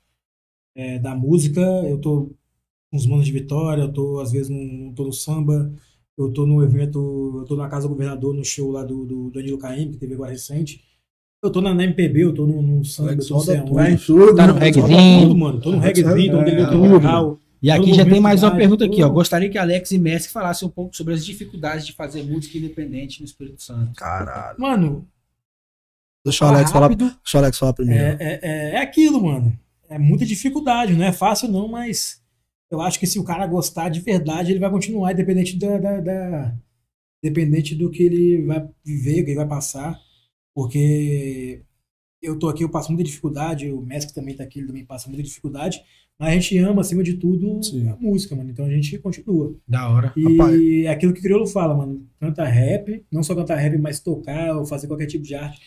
S2: é, da música. Eu tô com os manos de Vitória, eu tô, às vezes, num, tô no samba, eu tô no evento, eu tô na Casa do Governador, no show lá do, do Danilo Caim, que teve agora recente. Eu tô na, na MPB, eu tô no, no samba, eu
S3: Alex
S2: tô no
S3: roda
S2: Ceará.
S3: tudo.
S4: Vai em tudo,
S1: Tá no
S4: mano.
S1: reggaezinho.
S2: Tudo, mano. Tô no
S3: Alex
S2: reggaezinho, tô no
S4: roda
S2: delírio
S1: tudo.
S2: tropical.
S1: E aqui
S2: Todo
S1: já tem mais uma
S2: movimento,
S1: pergunta aqui, ó.
S2: tudo.
S1: Gostaria que Alex e Messi falassem um pouco sobre as dificuldades de fazer música independente no Espírito Santo.
S3: Caralho.
S2: Mano,
S3: Deixa o Alex falar,
S2: rápido.
S3: deixa o Alex falar primeiro.
S2: É, é, é, é aquilo, mano. É muita dificuldade, não é fácil não, mas eu acho que se o cara gostar de verdade, ele vai continuar, independente da, da, da- independente do que ele vai viver, o que ele vai passar, porque eu tô aqui, eu passo muita dificuldade, o Messi que também tá aqui, ele também passa muita dificuldade, mas a gente ama, acima de tudo,
S3: Sim.
S2: a música, mano, então a gente continua.
S1: Da hora.
S2: E
S3: Rapaz.
S2: é aquilo que o Criolo fala, mano, cantar rap, não só cantar rap, mas tocar ou fazer qualquer tipo de arte,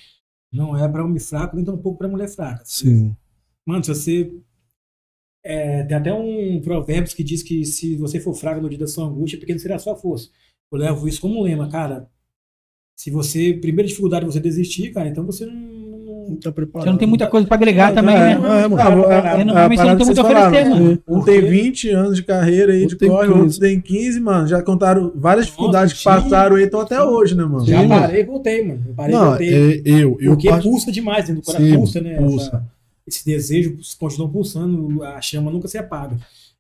S2: não é pra homem fraco, nem tampouco pra mulher fraca.
S3: Sim.
S2: Mano, se você. É, tem até um provérbio que diz que se você for fraco no dia da sua angústia, pequeno será a sua força. Eu levo isso como um lema, cara. Se você. Primeira dificuldade é você desistir, cara, então você não. não-
S3: Não tá preparado.
S1: Você não tem muita coisa pra agregar
S2: Não,
S1: também,
S2: é,
S1: né?
S2: é, mano.
S4: Ah, vou-
S2: Cara,
S4: ah,
S2: cara,
S4: ah,
S1: não, mas
S4: a
S1: você não
S4: parada
S1: tem
S4: que
S1: muito a
S4: vocês
S1: oferecer,
S4: falaram,
S1: mano.
S4: Um tem 20 anos de carreira aí
S3: Outro
S4: de
S3: tem
S4: corre, outro
S3: 15.
S4: tem 15, mano. Já contaram várias dificuldades que
S2: sim.
S4: passaram aí, estão até hoje, né, mano?
S2: Já
S3: Sim,
S2: parei e voltei, mano. Eu parei e
S3: Não,
S2: voltei.
S3: é- eu, eu,
S2: Porque
S3: parti-
S2: pulsa demais dentro do coração.
S3: Sim,
S2: pulsa, né?
S3: pulsa.
S2: Essa- esse desejo continua pulsando, a chama nunca se apaga.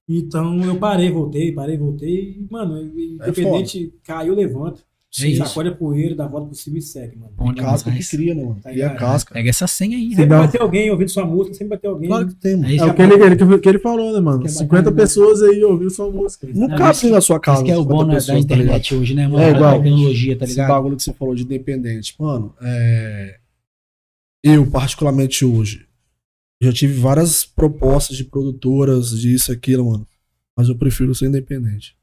S2: Então eu parei, voltei, parei, voltei. E, mano,
S3: É
S2: independente, caiu, levanta.
S1: É isso.
S2: Sacode a poeira, dá a volta por cima e segue, mano.
S1: Bom
S3: casca
S1: demais.
S3: que cria, né, mano?
S2: Tá
S3: Cria
S2: ligado?
S3: casca.
S1: Pega essa senha aí, né?
S2: Sempre
S4: dá
S2: vai
S4: um-
S2: ter alguém ouvindo sua música, sempre vai ter alguém.
S3: Claro que tem, mano.
S1: É isso
S4: É
S1: que
S4: o que ele, ele- que ele falou, né, mano?
S1: Que é
S4: 50
S1: bacana, né?
S4: pessoas aí ouviram sua música.
S3: Não
S1: Não,
S3: cabe
S1: isso-
S3: na sua casa.
S1: Isso que é o
S3: 50
S1: bom né, da
S3: pessoas, tá ligado?
S1: internet hoje, né, mano?
S3: É,
S1: Da
S3: igual.
S1: tecnologia, tá
S3: Esse
S1: ligado?
S3: bagulho que você falou de independente. Mano, é, eu, particularmente hoje, já tive várias propostas de produtoras, disso, aquilo, mano. Mas eu prefiro ser independente.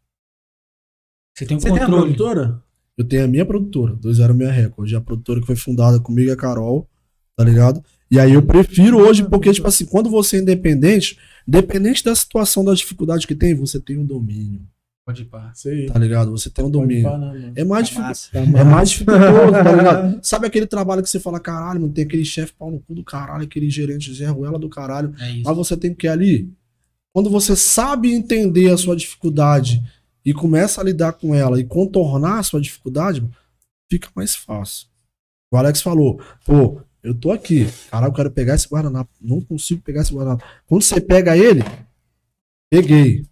S1: Você tem um
S4: Você tem a
S1: controle.
S4: produtora?
S3: Eu tenho a minha produtora, dois era minha recorde. A produtora que foi fundada comigo é a Carol, tá ligado? E aí eu prefiro hoje, porque, tipo assim, quando você é independente, dependente da situação, da dificuldade que tem, você tem um domínio,
S1: Pode pá.
S4: Sei.
S3: tá ligado? Você tem um
S4: Pode
S3: domínio.
S4: falar,
S2: né,
S4: mano.
S3: É mais difícil.
S1: Massa.
S3: É mais dificultoso, tá ligado? Sabe aquele trabalho que você fala, caralho, mano, tem aquele chefe pau no cu do caralho, aquele gerente Zé Ruela do caralho.
S1: É
S3: Mas
S1: isso.
S3: você tem que ir ali. Quando você sabe entender a sua dificuldade e começa a lidar com ela e contornar a sua dificuldade, mano, fica mais fácil. O Alex falou, pô, eu tô aqui, caralho, eu quero pegar esse guardanapo. Não consigo pegar esse guardanapo. Quando você pega ele, peguei.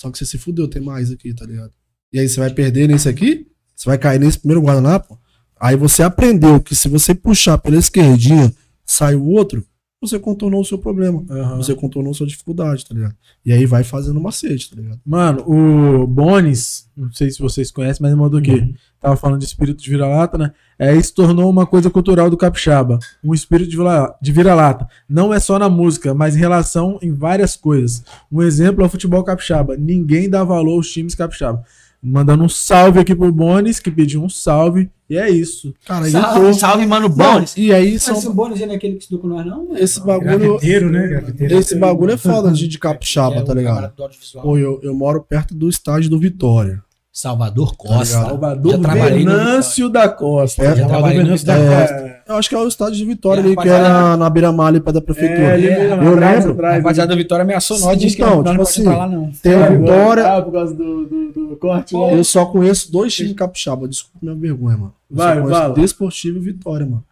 S3: Só que você se fudeu, tem mais aqui, tá ligado? E aí você vai perder nesse aqui? Você vai cair nesse primeiro guardanapo? Aí você aprendeu que se você puxar pela esquerdinha, sai o outro. você contornou o seu problema.
S4: Aham.
S3: Você contornou a sua dificuldade, tá ligado? E aí vai fazendo macete, tá ligado?
S4: Mano, o Bones, não sei se vocês conhecem, mas ele mandou aqui. Tava falando de espírito de vira-lata, né? É, isso tornou uma coisa cultural do capixaba. Um espírito de vila- de vira-lata. Não é só na música, mas em relação em várias coisas. Um exemplo é o futebol capixaba. Ninguém dá valor aos times capixaba. Mandando um salve aqui pro Bones, que pediu um salve. E é isso.
S3: Cara, aí
S1: Salve, salve, mano, Bones.
S3: E aí são.
S1: Mas o Bones não é aquele que estudou com nós, não? mano?
S3: Esse bagulho.
S2: Grafiteiro, né? Grafiteiro.
S3: Esse bagulho é foda de, de
S1: É
S3: capixaba,
S1: o
S3: tá ligado?
S1: camarada do audiovisual.
S3: Pô, eu, eu moro perto do estádio do Vitória.
S1: Salvador
S3: Tá
S1: Costa.
S3: ligado?
S4: Salvador
S1: Já trabalhei no
S4: Venâncio da Costa.
S3: É,
S1: Já trabalhei no
S2: Venâncio da
S3: é,
S2: Costa.
S3: eu acho que é o estádio de Vitória
S1: É,
S3: ali, que
S1: rapaziada. É,
S3: era na beira-mar ali, perto da prefeitura.
S1: ele-
S3: eu lembro.
S1: A rapaziada da Vitória ameaçou nós, disse que
S3: Então,
S1: nós não
S3: tipo
S1: podemos
S3: assim,
S1: entrar lá, não.
S3: Tem a Vitória.
S4: Ah, por causa do, do, do corte né? lá.
S3: Eu só conheço dois times capixaba. Desculpa minha vergonha, mano. Eu só
S4: Vai,
S3: conheço
S4: fala.
S3: Desportivo e Vitória, mano.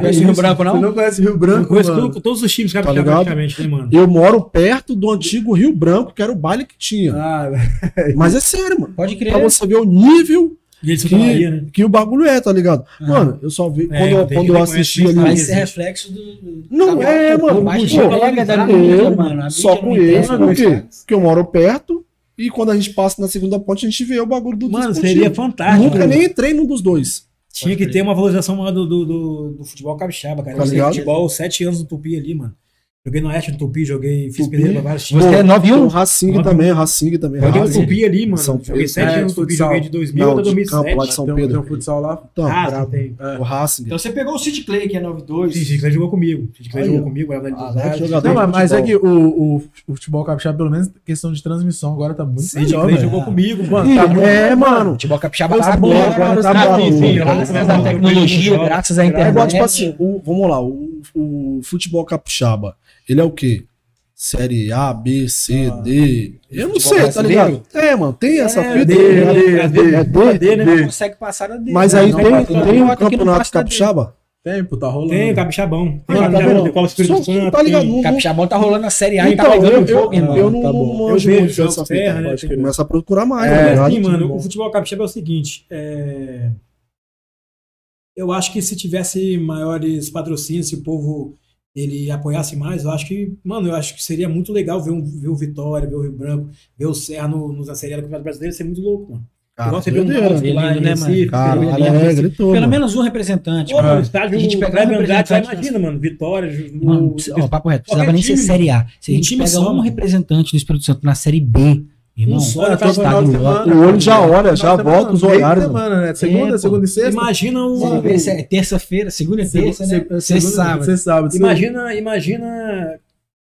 S1: Não é time branco,
S4: Você
S1: não?
S4: não conhece Rio
S2: Eu
S4: Branco,
S2: conheço
S4: mano?
S2: todo- todos os times
S3: Tá ligado? Tá
S2: praticamente, né, mano?
S3: Eu moro perto do antigo Rio Branco, que era o baile que tinha.
S4: Ah,
S3: Mas é sério, mano.
S1: Pode crer.
S3: Pra você ver o nível
S2: E eles
S3: que,
S2: são da Bahia, né?
S3: que o bagulho é, tá ligado?
S1: Aham.
S3: Mano, eu só vi.
S2: É,
S3: quando eu,
S2: tem
S3: quando
S2: que
S3: eu
S2: reconhecer
S3: assisti
S2: isso,
S3: ali.
S2: né?
S1: Mas isso é reflexo do. do-
S3: Não
S1: da-
S3: é, mano.
S1: Mas
S3: Pô,
S1: chega da mídia,
S3: eu
S1: mano. A mídia
S3: só
S1: não entende,
S2: né?
S3: conheço
S1: não
S3: por quê?
S1: faz.
S3: Porque eu moro perto e quando a gente passa na segunda ponte, a gente vê o bagulho do
S2: Mano,
S3: desportivo.
S2: seria fantástico. né?
S3: Nunca
S2: mano.
S3: nem entrei num dos dois.
S2: Tinha que
S1: crer.
S2: ter uma valorização maior do, do, do, do futebol capixaba, cara.
S3: Tá
S2: eu joguei
S3: ligado?
S2: futebol sete anos no Tupi ali, mano. Joguei no Oeste no Tupi, joguei, fiz
S3: Tupi?
S2: peneira pra vários times.
S1: Você é 9 e
S3: Tem
S1: 1?
S3: o Racing
S2: Não,
S3: também, Racing também.
S2: Joguei no
S3: Racing.
S2: Tupi ali, mano.
S3: São-
S2: joguei sete
S4: é,
S2: anos no Tupi,
S4: futsal.
S2: joguei de 2000
S3: Não,
S2: até
S3: de campo lá de
S2: 2007.
S3: São
S4: tem, um-
S3: Pedro.
S4: tem um futsal lá.
S3: Então,
S2: Ah,
S3: bravo.
S2: tem.
S3: o Racing.
S1: Então você pegou o Sid Clay, que é 9-2.
S2: Sim, sim, você jogou comigo. Sim, Você
S3: Aí,
S2: jogou
S3: ó.
S2: comigo, era
S3: Ah,
S2: da
S3: moleque,
S2: idade.
S3: jogador.
S4: Não, mas, mas é
S3: futebol.
S4: que o, o, o futebol capixaba, pelo menos questão de transmissão, agora tá muito
S2: Sid Clay jogou comigo, mano.
S4: Mano, tá
S3: Ih,
S4: muito-
S3: é, mano.
S1: Futebol capixaba
S3: Coisa
S1: tá bom
S3: boa,
S1: agora, tá
S3: coisa
S1: bom.
S3: boa. Sim,
S1: Graças
S2: graças
S1: à
S2: a
S1: tecnologia,
S2: Deus.
S1: graças à
S3: É igual, tipo
S1: internet.
S3: assim, o- vamos lá, o, o futebol capixaba, ele é o quê? Série A, B, C, D. Eu não
S1: Futebol
S3: sei, tá
S1: brasileiro?
S3: ligado? É, mano, tem essa
S2: É,
S3: fita.
S2: D,
S3: tá ligado?
S2: D, D,
S3: É D,
S2: D, né?
S3: D.
S1: consegue passar a dele.
S3: Mas aí
S1: Não,
S3: tem,
S1: não, não,
S3: tem
S1: não,
S3: um
S1: aqui não
S3: campeonato
S1: passa da dele.
S3: capixaba?
S4: Tempo, tá rolando.
S2: Tem, Capixabão. Tem
S3: Mano, tá
S2: Capixabão,
S3: vendo?
S2: tem Cola é Espírito
S3: Só-
S2: Santo.
S3: tá ligado?
S2: tem-
S3: Não-
S1: Capixabão tá rolando a Série A e
S3: Então,
S1: tá
S3: eu,
S1: pegando
S3: eu,
S1: fogo, irmão.
S3: eu não,
S4: Tá bom.
S1: É
S3: não
S2: Eu
S3: manjo
S2: vejo
S3: muito
S2: jogos
S3: dessa
S2: de terra,
S3: fita,
S2: né?
S3: pode
S2: Tem-
S3: começar a procurar mais.
S2: É,
S3: tá ligado?
S2: assim, mano,
S4: bom.
S2: o futebol capixaba é o seguinte, é, eu acho que se tivesse maiores patrocínios, se o povo ele apoiasse mais, eu acho que, mano, eu acho que seria muito legal ver, um, ver o Vitória, ver o Rio Branco, ver o Serra no, nos aceleros do Campeonato Brasileiro, seria muito louco, mano.
S3: Cara,
S2: Igual você vê um
S3: doideira,
S2: Náutico lá
S1: né,
S2: em
S1: mano?
S2: Recife,
S3: Cara,
S2: você vê
S3: olha,
S2: ali,
S3: é, gritou,
S1: Pelo
S3: mano.
S1: menos um representante,
S2: Pô, mano,
S1: mano.
S2: o estádio
S1: A gente pega
S2: Kleber
S1: um
S2: Andrade, você
S1: representante,
S2: imagina, mano, Vitória, Ju-
S1: Mano,
S2: no-
S1: ó, papo reto, precisava
S2: um Qualquer
S1: nem ser
S2: time.
S1: Série A. Se a
S2: Um
S1: gente
S2: time
S1: pega
S2: só,
S1: um
S2: mano.
S1: representante do Espírito Santo na Série B, irmão,
S2: Um só, eu tava
S1: estádio
S2: falando,
S1: lota.
S3: O olho já olha, já volta os horários. mano.
S4: tá Semana, né? Segunda,
S1: É, pô.
S4: segunda e sexta?
S2: imagina o...
S1: Série B, sé- é terça-feira, segunda e
S4: Segu-
S1: terça, né?
S4: se-
S1: Sexta e
S4: segunda-
S1: sábado.
S4: sexta, sábado.
S2: Imagina, imagina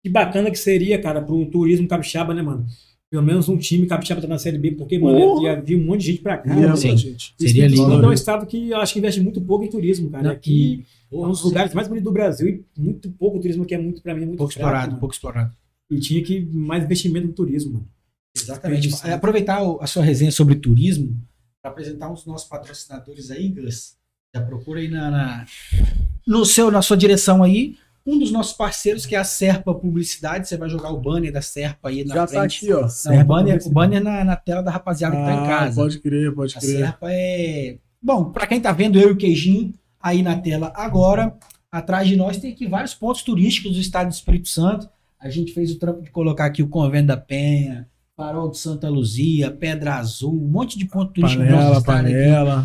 S2: que bacana que seria, cara, pro turismo capixaba, né, mano? Pelo menos um time capixaba tá na Série B, porque, mano,
S3: Porra!
S2: ia, ia vir um monte de gente pra cá.
S3: Ia,
S2: mano.
S1: Sim.
S3: mano, gente.
S2: Espírito
S1: Seria lindo,
S2: Santo é
S4: né?
S2: um estado que eu acho que investe muito pouco em turismo, cara.
S1: Não,
S2: aqui é um
S1: Pouco
S2: dos lugares mais bonitos do Brasil e muito pouco turismo, que é muito, pra mim, é muito fraco,
S1: explorado,
S2: mano.
S1: pouco explorado.
S2: E tinha que mais investimento no turismo, mano.
S1: Exatamente.
S2: Sim.
S1: É, Aproveitar o- a sua resenha sobre turismo para apresentar uns nossos patrocinadores aí, Gus. Já procura aí na, na- no seu, na sua direção aí. Um dos nossos parceiros, que é a Serpa Publicidade. Você vai jogar o banner da Serpa aí na
S4: Já tá
S1: frente.
S4: aqui, ó.
S1: Não, o banner, o banner na, na tela da rapaziada que tá em
S4: Ah,
S1: casa.
S4: Pode crer, pode
S1: A
S4: crer.
S1: Serpa Tá é. Bom, para quem tá vendo eu e o Queijinho aí na tela agora, atrás de nós tem aqui vários pontos turísticos do estado do Espírito Santo. A gente fez o trampo de colocar aqui o Convento da Penha, Farol de Santa Luzia, Pedra Azul, um monte de ponto turístico do nosso
S4: Panela,
S1: estado aqui.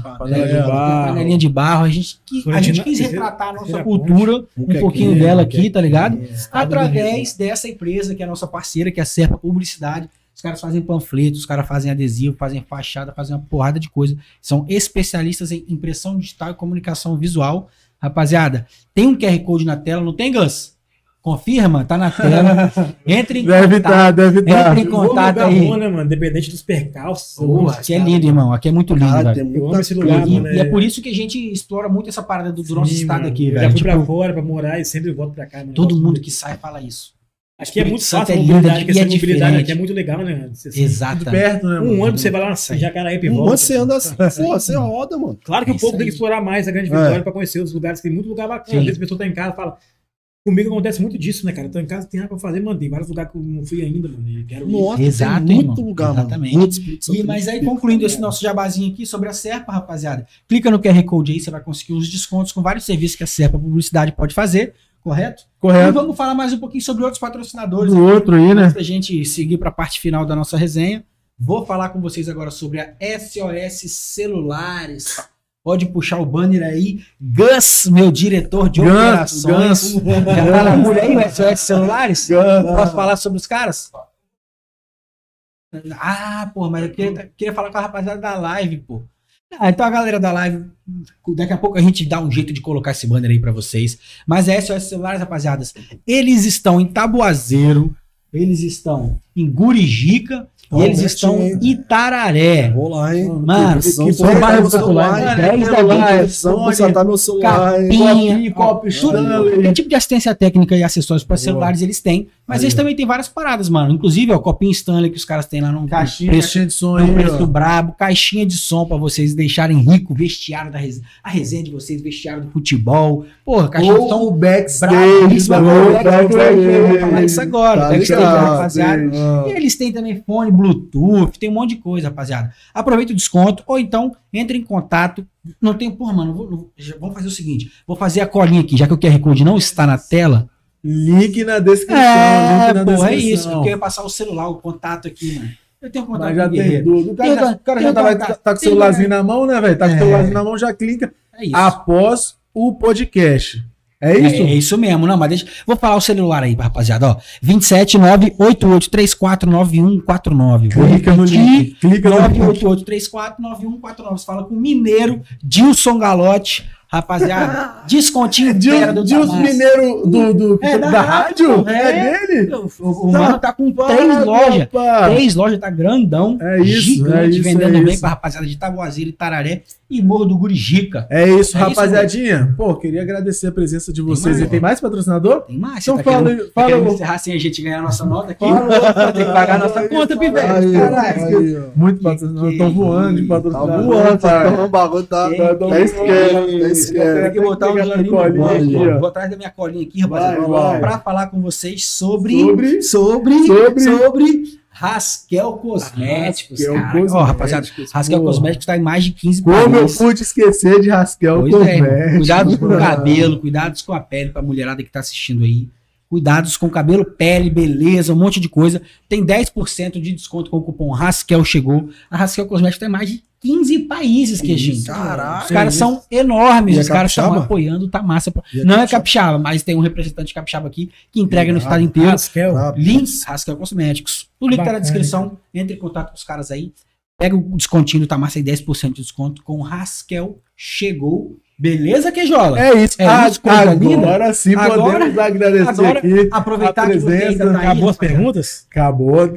S4: panela, panela de
S3: Panela,
S4: barro. é
S1: Panelinha de barro, a gente, que- a gente
S2: Florentino-
S1: quis
S2: Florentino-
S1: retratar a nossa
S2: Florentino-
S1: cultura, um pouquinho
S3: Muquequinha,
S1: dela aqui, tá ligado?
S2: Através.
S1: através dessa empresa que é a nossa parceira, que é a Serpa Publicidade. Os caras fazem panfletos, os caras fazem adesivo, fazem fachada, fazem uma porrada de coisa. São especialistas em impressão digital e comunicação visual. Rapaziada, tem um QR Code na tela, não tem, Gus? Confirma, tá na tela. Entre em
S4: Deve
S1: contato.
S4: tá, deve tá.
S1: Entre em contato aí.
S2: Bom, né, mano? Independente dos percalços. eu
S1: Porra,
S2: amo esse
S1: aqui é
S2: estado,
S1: lindo,
S2: mano.
S1: irmão. Aqui é muito lindo,
S3: Cara,
S1: velho.
S3: Ah, tem
S2: Eu
S3: muita
S2: amo esse
S1: E-
S2: Ah, lugar,
S1: e,
S2: mano.
S1: e é por isso que a gente explora muito essa parada do, do nosso
S2: Sim,
S1: estado
S2: mano.
S1: aqui,
S2: Eu
S1: velho.
S2: Já fui
S1: Tipo,
S2: pra né? fora pra morar e sempre volto pra cá. mano.
S1: todo
S2: Gosto
S1: mundo
S2: muito.
S1: que sai fala isso.
S2: Acho que é muito
S1: Espírito Santo
S2: fácil
S1: é
S2: a
S1: lindo
S2: mobilidade,
S1: aqui
S2: que essa
S1: e é
S2: mobilidade
S1: diferente.
S2: aqui é muito legal, né? mano? Você-
S4: De
S1: Exatamente.
S4: perto, né?
S2: Um
S4: mano?
S2: ônibus você vai lá em Jacaraípe e
S3: Um
S2: volta.
S3: ano você anda assim, pô, você roda, mano.
S2: Claro que
S1: É
S2: o
S1: isso
S2: povo tem
S1: aí.
S2: que explorar mais a grande vitória pra conhecer os lugares, tem muito lugar bacana.
S1: É. Sim.
S2: Às vezes a pessoa tá em casa e fala. Comigo acontece muito disso, né, cara? Eu tô em casa, tem nada pra fazer, mano. Tem vários lugares que eu não fui ainda, mano. E quero ir.
S3: Nossa,
S1: Exato,
S3: tem muito
S1: irmão.
S3: lugar,
S1: Exatamente.
S3: mano. Muito Espírito Santo.
S1: E, mas é aí, concluindo esse nosso jabazinho aqui sobre a Serpa, rapaziada, clica no QR Code aí, você vai conseguir uns descontos com vários serviços que a Serpa Publicidade pode fazer, correto? E
S4: Correto.
S1: vamos falar mais um pouquinho sobre outros patrocinadores.
S4: Do outro aí, né?
S1: Antes da gente seguir para a parte final da nossa resenha, vou falar com vocês agora sobre a SOS Celulares. Pode puxar o banner aí. Gus, meu diretor de
S4: Gus,
S1: operações.
S4: Gus.
S1: Já tá na agulha aí o SOS Celulares? Posso falar sobre os caras? Ah, pô, mas eu
S4: Uhum.
S1: queria, queria falar com a rapaziada da live, pô. Ah, então a galera da live, daqui a pouco a gente dá um jeito de colocar esse banner aí pra vocês. Mas é SOS Celulares, rapaziadas. Eles estão em Tabuazeiro, eles estão em Gurijica e
S3: Ó,
S1: eles
S3: pertinho,
S1: estão em
S3: hein?
S1: Itararé.
S3: Vou lá, hein?
S1: Mano,
S3: São
S4: que
S3: Paulo,
S4: bairro
S3: meu
S4: popular,
S3: celular,
S4: né?
S3: hein?
S1: 10 da manhã,
S3: Vão consertar meu celular, hein?
S1: Capinha,
S4: Copinho, copo,
S1: tudo,
S4: Stanley.
S1: qualquer tipo de assistência técnica e acessórios para
S4: Boa.
S1: celulares eles têm, mas
S4: Aí,
S1: eles
S4: ó.
S1: também têm várias paradas, mano. Inclusive, ó, copinho Stanley que os caras têm lá no
S4: Caixinha,
S1: preço,
S4: caixinha de som
S1: num
S4: aí,
S1: preço
S4: ó.
S1: brabo, caixinha de som para vocês deixarem rico, vestiário da resenha, a resenha de vocês, vestiário do futebol. Porra, caixinha de som
S4: Ou o backstage. né?
S1: bravíssima.
S4: ou o
S1: né? Vou falar
S4: backstage.
S1: isso agora,
S3: Tá
S1: tá ligado,
S3: ligado,
S1: rapaziada? E eles têm também fone, Bluetooth, tem um monte de coisa, rapaziada. Aproveita o desconto ou então entre em contato. Não tem, porra, mano, vou- não- já- vamos fazer o seguinte: vou fazer a colinha aqui, já que o QR Code não está na tela.
S4: Link na descrição.
S1: É,
S4: link na
S1: porra, é
S4: descrição.
S1: isso, porque eu ia passar o celular, o contato aqui, mano. Eu tenho um contato
S4: Mas
S1: com
S4: já
S1: o
S4: tem
S1: Guerreiro.
S4: tudo. O cara,
S1: Tem
S4: já,
S1: outra-
S4: o cara
S1: tem
S4: já tá, lá,
S1: outra-
S4: tá, tá com o
S1: tem
S4: celularzinho na mão, né, velho? Tá com
S1: É.
S4: o celularzinho na mão, já clica
S1: É isso.
S4: após o podcast. É
S1: É
S4: isso?
S1: é isso mesmo, não, mas deixa. Vou falar o celular aí, rapaziada, ó. 27988349149. Vou
S4: Clica no
S1: repetir.
S4: link. Clica no link.
S1: 988349149. Você um, fala com o Mineiro, Dilson Galote. Rapaziada, descontinho fera
S4: Dil- Dils
S1: Damasco.
S4: um- Mineiro do, do-
S1: É, da
S4: da,
S1: rádio,
S4: rádio?
S1: é.
S4: dele?
S1: O, o mano tá com três lojas. Três lojas, tá grandão.
S4: É isso, é isso,
S1: vendendo
S4: é
S1: bem
S4: isso.
S1: pra rapaziada de Taboazeira, Tararé e Morro do Gurijica.
S4: É isso,
S1: É isso,
S4: rapaziadinha. Pô, queria agradecer a presença de vocês.
S1: mais,
S4: e tem mais patrocinador?
S1: Tem mais, você
S4: Então
S1: tá
S4: fala,
S1: querendo,
S4: aí,
S1: tá
S4: fala,
S1: querendo
S4: aí.
S1: encerrar sem a gente ganhar a nossa nota aqui?
S4: Fala.
S1: Tem que pagar a nossa conta,
S3: Aí,
S1: Pivete.
S3: ó,
S1: Caralho,
S3: aí, ó.
S4: Muito patrocinador.
S1: que- é
S4: Estão voando de
S3: Tá
S4: patrocinador.
S3: voando, tá
S4: pai.
S3: tomando um bagulho, tá?
S1: Tem-
S3: tá-
S4: Tá
S3: Tá esquerdo, tá
S1: Tem
S3: esquerdo.
S1: que botar um
S4: É, Tem que pegar na
S1: dinheirinho no
S4: colinha
S1: bolso,
S4: aqui,
S1: ó.
S4: ó.
S1: Vou atrás da minha colinha aqui, rapaziada,
S3: Vai, vai.
S1: pra falar com vocês sobre
S4: Sobre-
S1: sobre sobre,
S4: sobre-
S1: Rasquel Cosméticos,
S4: Rasquel
S1: cara. Ó, rapaziada, Rasquel
S4: porra.
S1: Cosméticos tá em mais de 15
S4: Como eu
S1: países.
S4: pude esquecer de Rasquel
S1: Pois é, irmão.
S4: Cosméticos.
S1: cuidados com o
S4: mano.
S1: cabelo, cuidados com a pele pra mulherada que tá assistindo aí. Cuidados com cabelo, pele, beleza, um monte de coisa. Tem 10% de desconto com o cupom Rasquel chegou. A Rasquel Cosméticos tá em mais de 15 países, que gente.
S3: Caralho.
S1: Os caras
S3: Ah, Isso.
S2: Ah,
S1: são enormes,
S3: E é
S1: os caras estão
S3: capixaba?
S1: apoiando, tá massa. pra-
S3: E é
S1: Não é
S3: capixaba?
S1: capixaba, mas tem um representante capixaba aqui que entrega no
S3: Irado.
S1: estado inteiro.
S2: Rasquel.
S3: Tá,
S1: Links, Rascal Cosméticos. O link tá na
S2: Bacana.
S1: descrição. Entre em contato com os caras aí. Pega o descontinho do Tamassa aí, 10% de desconto com o Rascal Chegou. Beleza, Queijola?
S4: É isso.
S1: É
S4: A-
S1: isso, coisa linda.
S4: agora sim
S1: Agora-
S4: podemos agradecer
S1: agora-
S4: aqui.
S1: Aproveitar
S4: a
S1: que você ainda
S4: presença,
S1: tá aí.
S2: Acabou as
S1: rapaziada.
S2: perguntas?
S4: Acabou.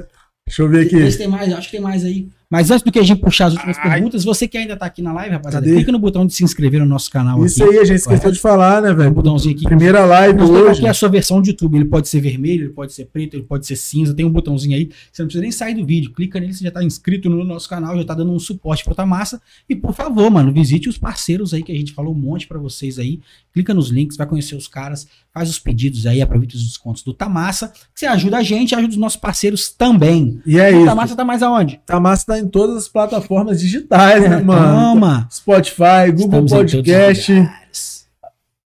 S4: Deixa eu ver
S1: Vê se
S4: aqui.
S1: tem mais, acho que tem mais aí. Mas antes do que a gente puxar as últimas perguntas, você que ainda tá aqui na live, rapaziada,
S4: Cadê?
S1: clica no botão de se inscrever no nosso canal
S4: Isso
S1: aqui.
S4: aí, a gente esqueceu
S1: Correto.
S4: de falar, né,
S1: Tem um
S4: velho?
S1: botãozinho aqui.
S4: Primeira live
S1: Nós temos aqui
S4: hoje.
S1: a sua versão de YouTube. Ele pode ser vermelho, ele pode ser preto, ele pode ser cinza. Tem um botãozinho aí. Você não precisa nem sair do vídeo. Clica nele, você já está inscrito no nosso canal, já está dando um suporte para Tamassa. E por favor, mano, visite os parceiros aí que a gente falou um monte para vocês aí. Clica nos links, vai conhecer os caras, faz os pedidos aí, aproveita os descontos do Tamassa. que Você ajuda a gente, ajuda os nossos parceiros também.
S4: E é
S1: o
S4: isso.
S1: Tamassa tá mais aonde?
S4: Tamassa tá em todas as plataformas digitais, né, mano?
S1: Toma.
S4: Spotify, Google
S1: É, Estamos em todos os
S4: Podcast.
S1: lugares.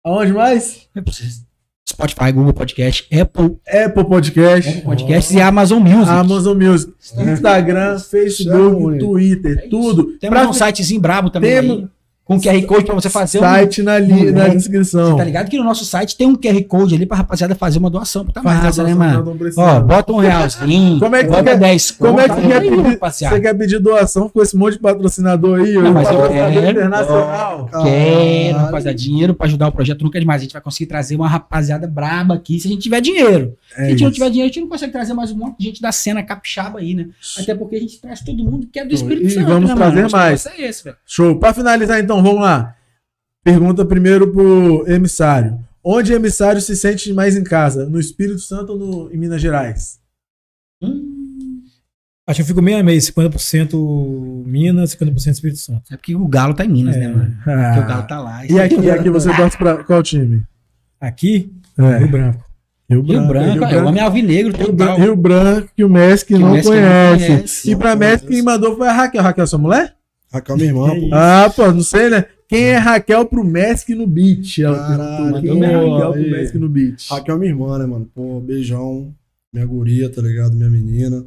S4: Aonde mais?
S1: É pra vocês. Spotify, Google Podcast, Apple
S4: Apple Podcast.
S1: É. Podcasts e Amazon Music.
S4: Amazon Music, Instagram,
S3: Chama,
S4: Facebook, Twitter,
S1: É isso.
S4: tudo.
S1: Temos
S4: Pra
S1: um sitezinho brabo também
S4: Temos-
S1: aí, com QR Code pra você fazer um...
S4: site na, li- na descrição.
S1: Tá ligado que no nosso site tem um QR Code ali pra rapaziada fazer uma doação pro
S4: Faz
S1: Tamasa,
S4: a
S1: né,
S4: doação,
S1: mano?
S4: não precisa.
S1: Ó, bota um realzinho,
S4: Como é que
S1: bota
S4: fica-
S1: 10
S4: Como é que
S1: conto,
S4: você quer,
S1: aí,
S4: pedir,
S1: rapaziada.
S4: você quer pedir doação com esse monte de patrocinador aí?
S1: Não,
S4: ó,
S1: mas eu
S4: patrocinador
S1: quero.
S4: internacional.
S1: Quero,
S3: Caralho.
S1: rapaziada, dinheiro pra ajudar o projeto nunca é demais. A gente vai conseguir trazer uma rapaziada braba aqui se a gente tiver dinheiro. se a
S4: É
S1: gente não
S4: isso.
S1: tiver dinheiro, a gente não consegue trazer mais um monte de gente da cena capixaba aí, né? Até porque a gente traz todo mundo que é do Espírito
S4: E
S1: Santo.
S4: vamos
S1: né,
S4: trazer
S1: mano? Acho que
S4: mais.
S1: É esse, velho.
S4: Show. Pra finalizar, então, vamos lá. Pergunta primeiro pro emissário. Onde emissário se sente mais em casa? No Espírito Santo ou no- em Minas Gerais?
S1: Hum.
S2: Acho que eu fico meio a meio, 50% Minas, 50% Espírito Santo.
S1: É porque o Galo tá em Minas,
S2: É.
S1: né, mano? Porque o Galo tá lá.
S4: E aqui, aqui você torce pra qual time?
S2: Aqui, Rio
S4: É.
S2: Branco.
S1: Rio Branco, é, o homem alvinegro
S4: Rio,
S1: total.
S4: Bran- Rio Branco que o Messi que
S1: Que o
S4: não
S1: Messi que não
S4: conhece.
S1: conhece.
S4: E pra
S3: Não
S4: Messi
S3: conhece.
S4: quem mandou foi a Raquel. Raquel, sua mulher?
S3: Raquel, é minha irmã,
S2: Que
S3: pô.
S2: isso.
S4: Ah, pô, não sei, né? Quem é Raquel pro Mask no beat? É Ela
S3: Caralho,
S4: perguntou, Quem é
S3: boa,
S4: Raquel pro
S3: aí.
S4: Mask no beat?
S3: Raquel é minha irmã, né, mano? Pô, beijão. Minha guria, tá ligado? Minha menina.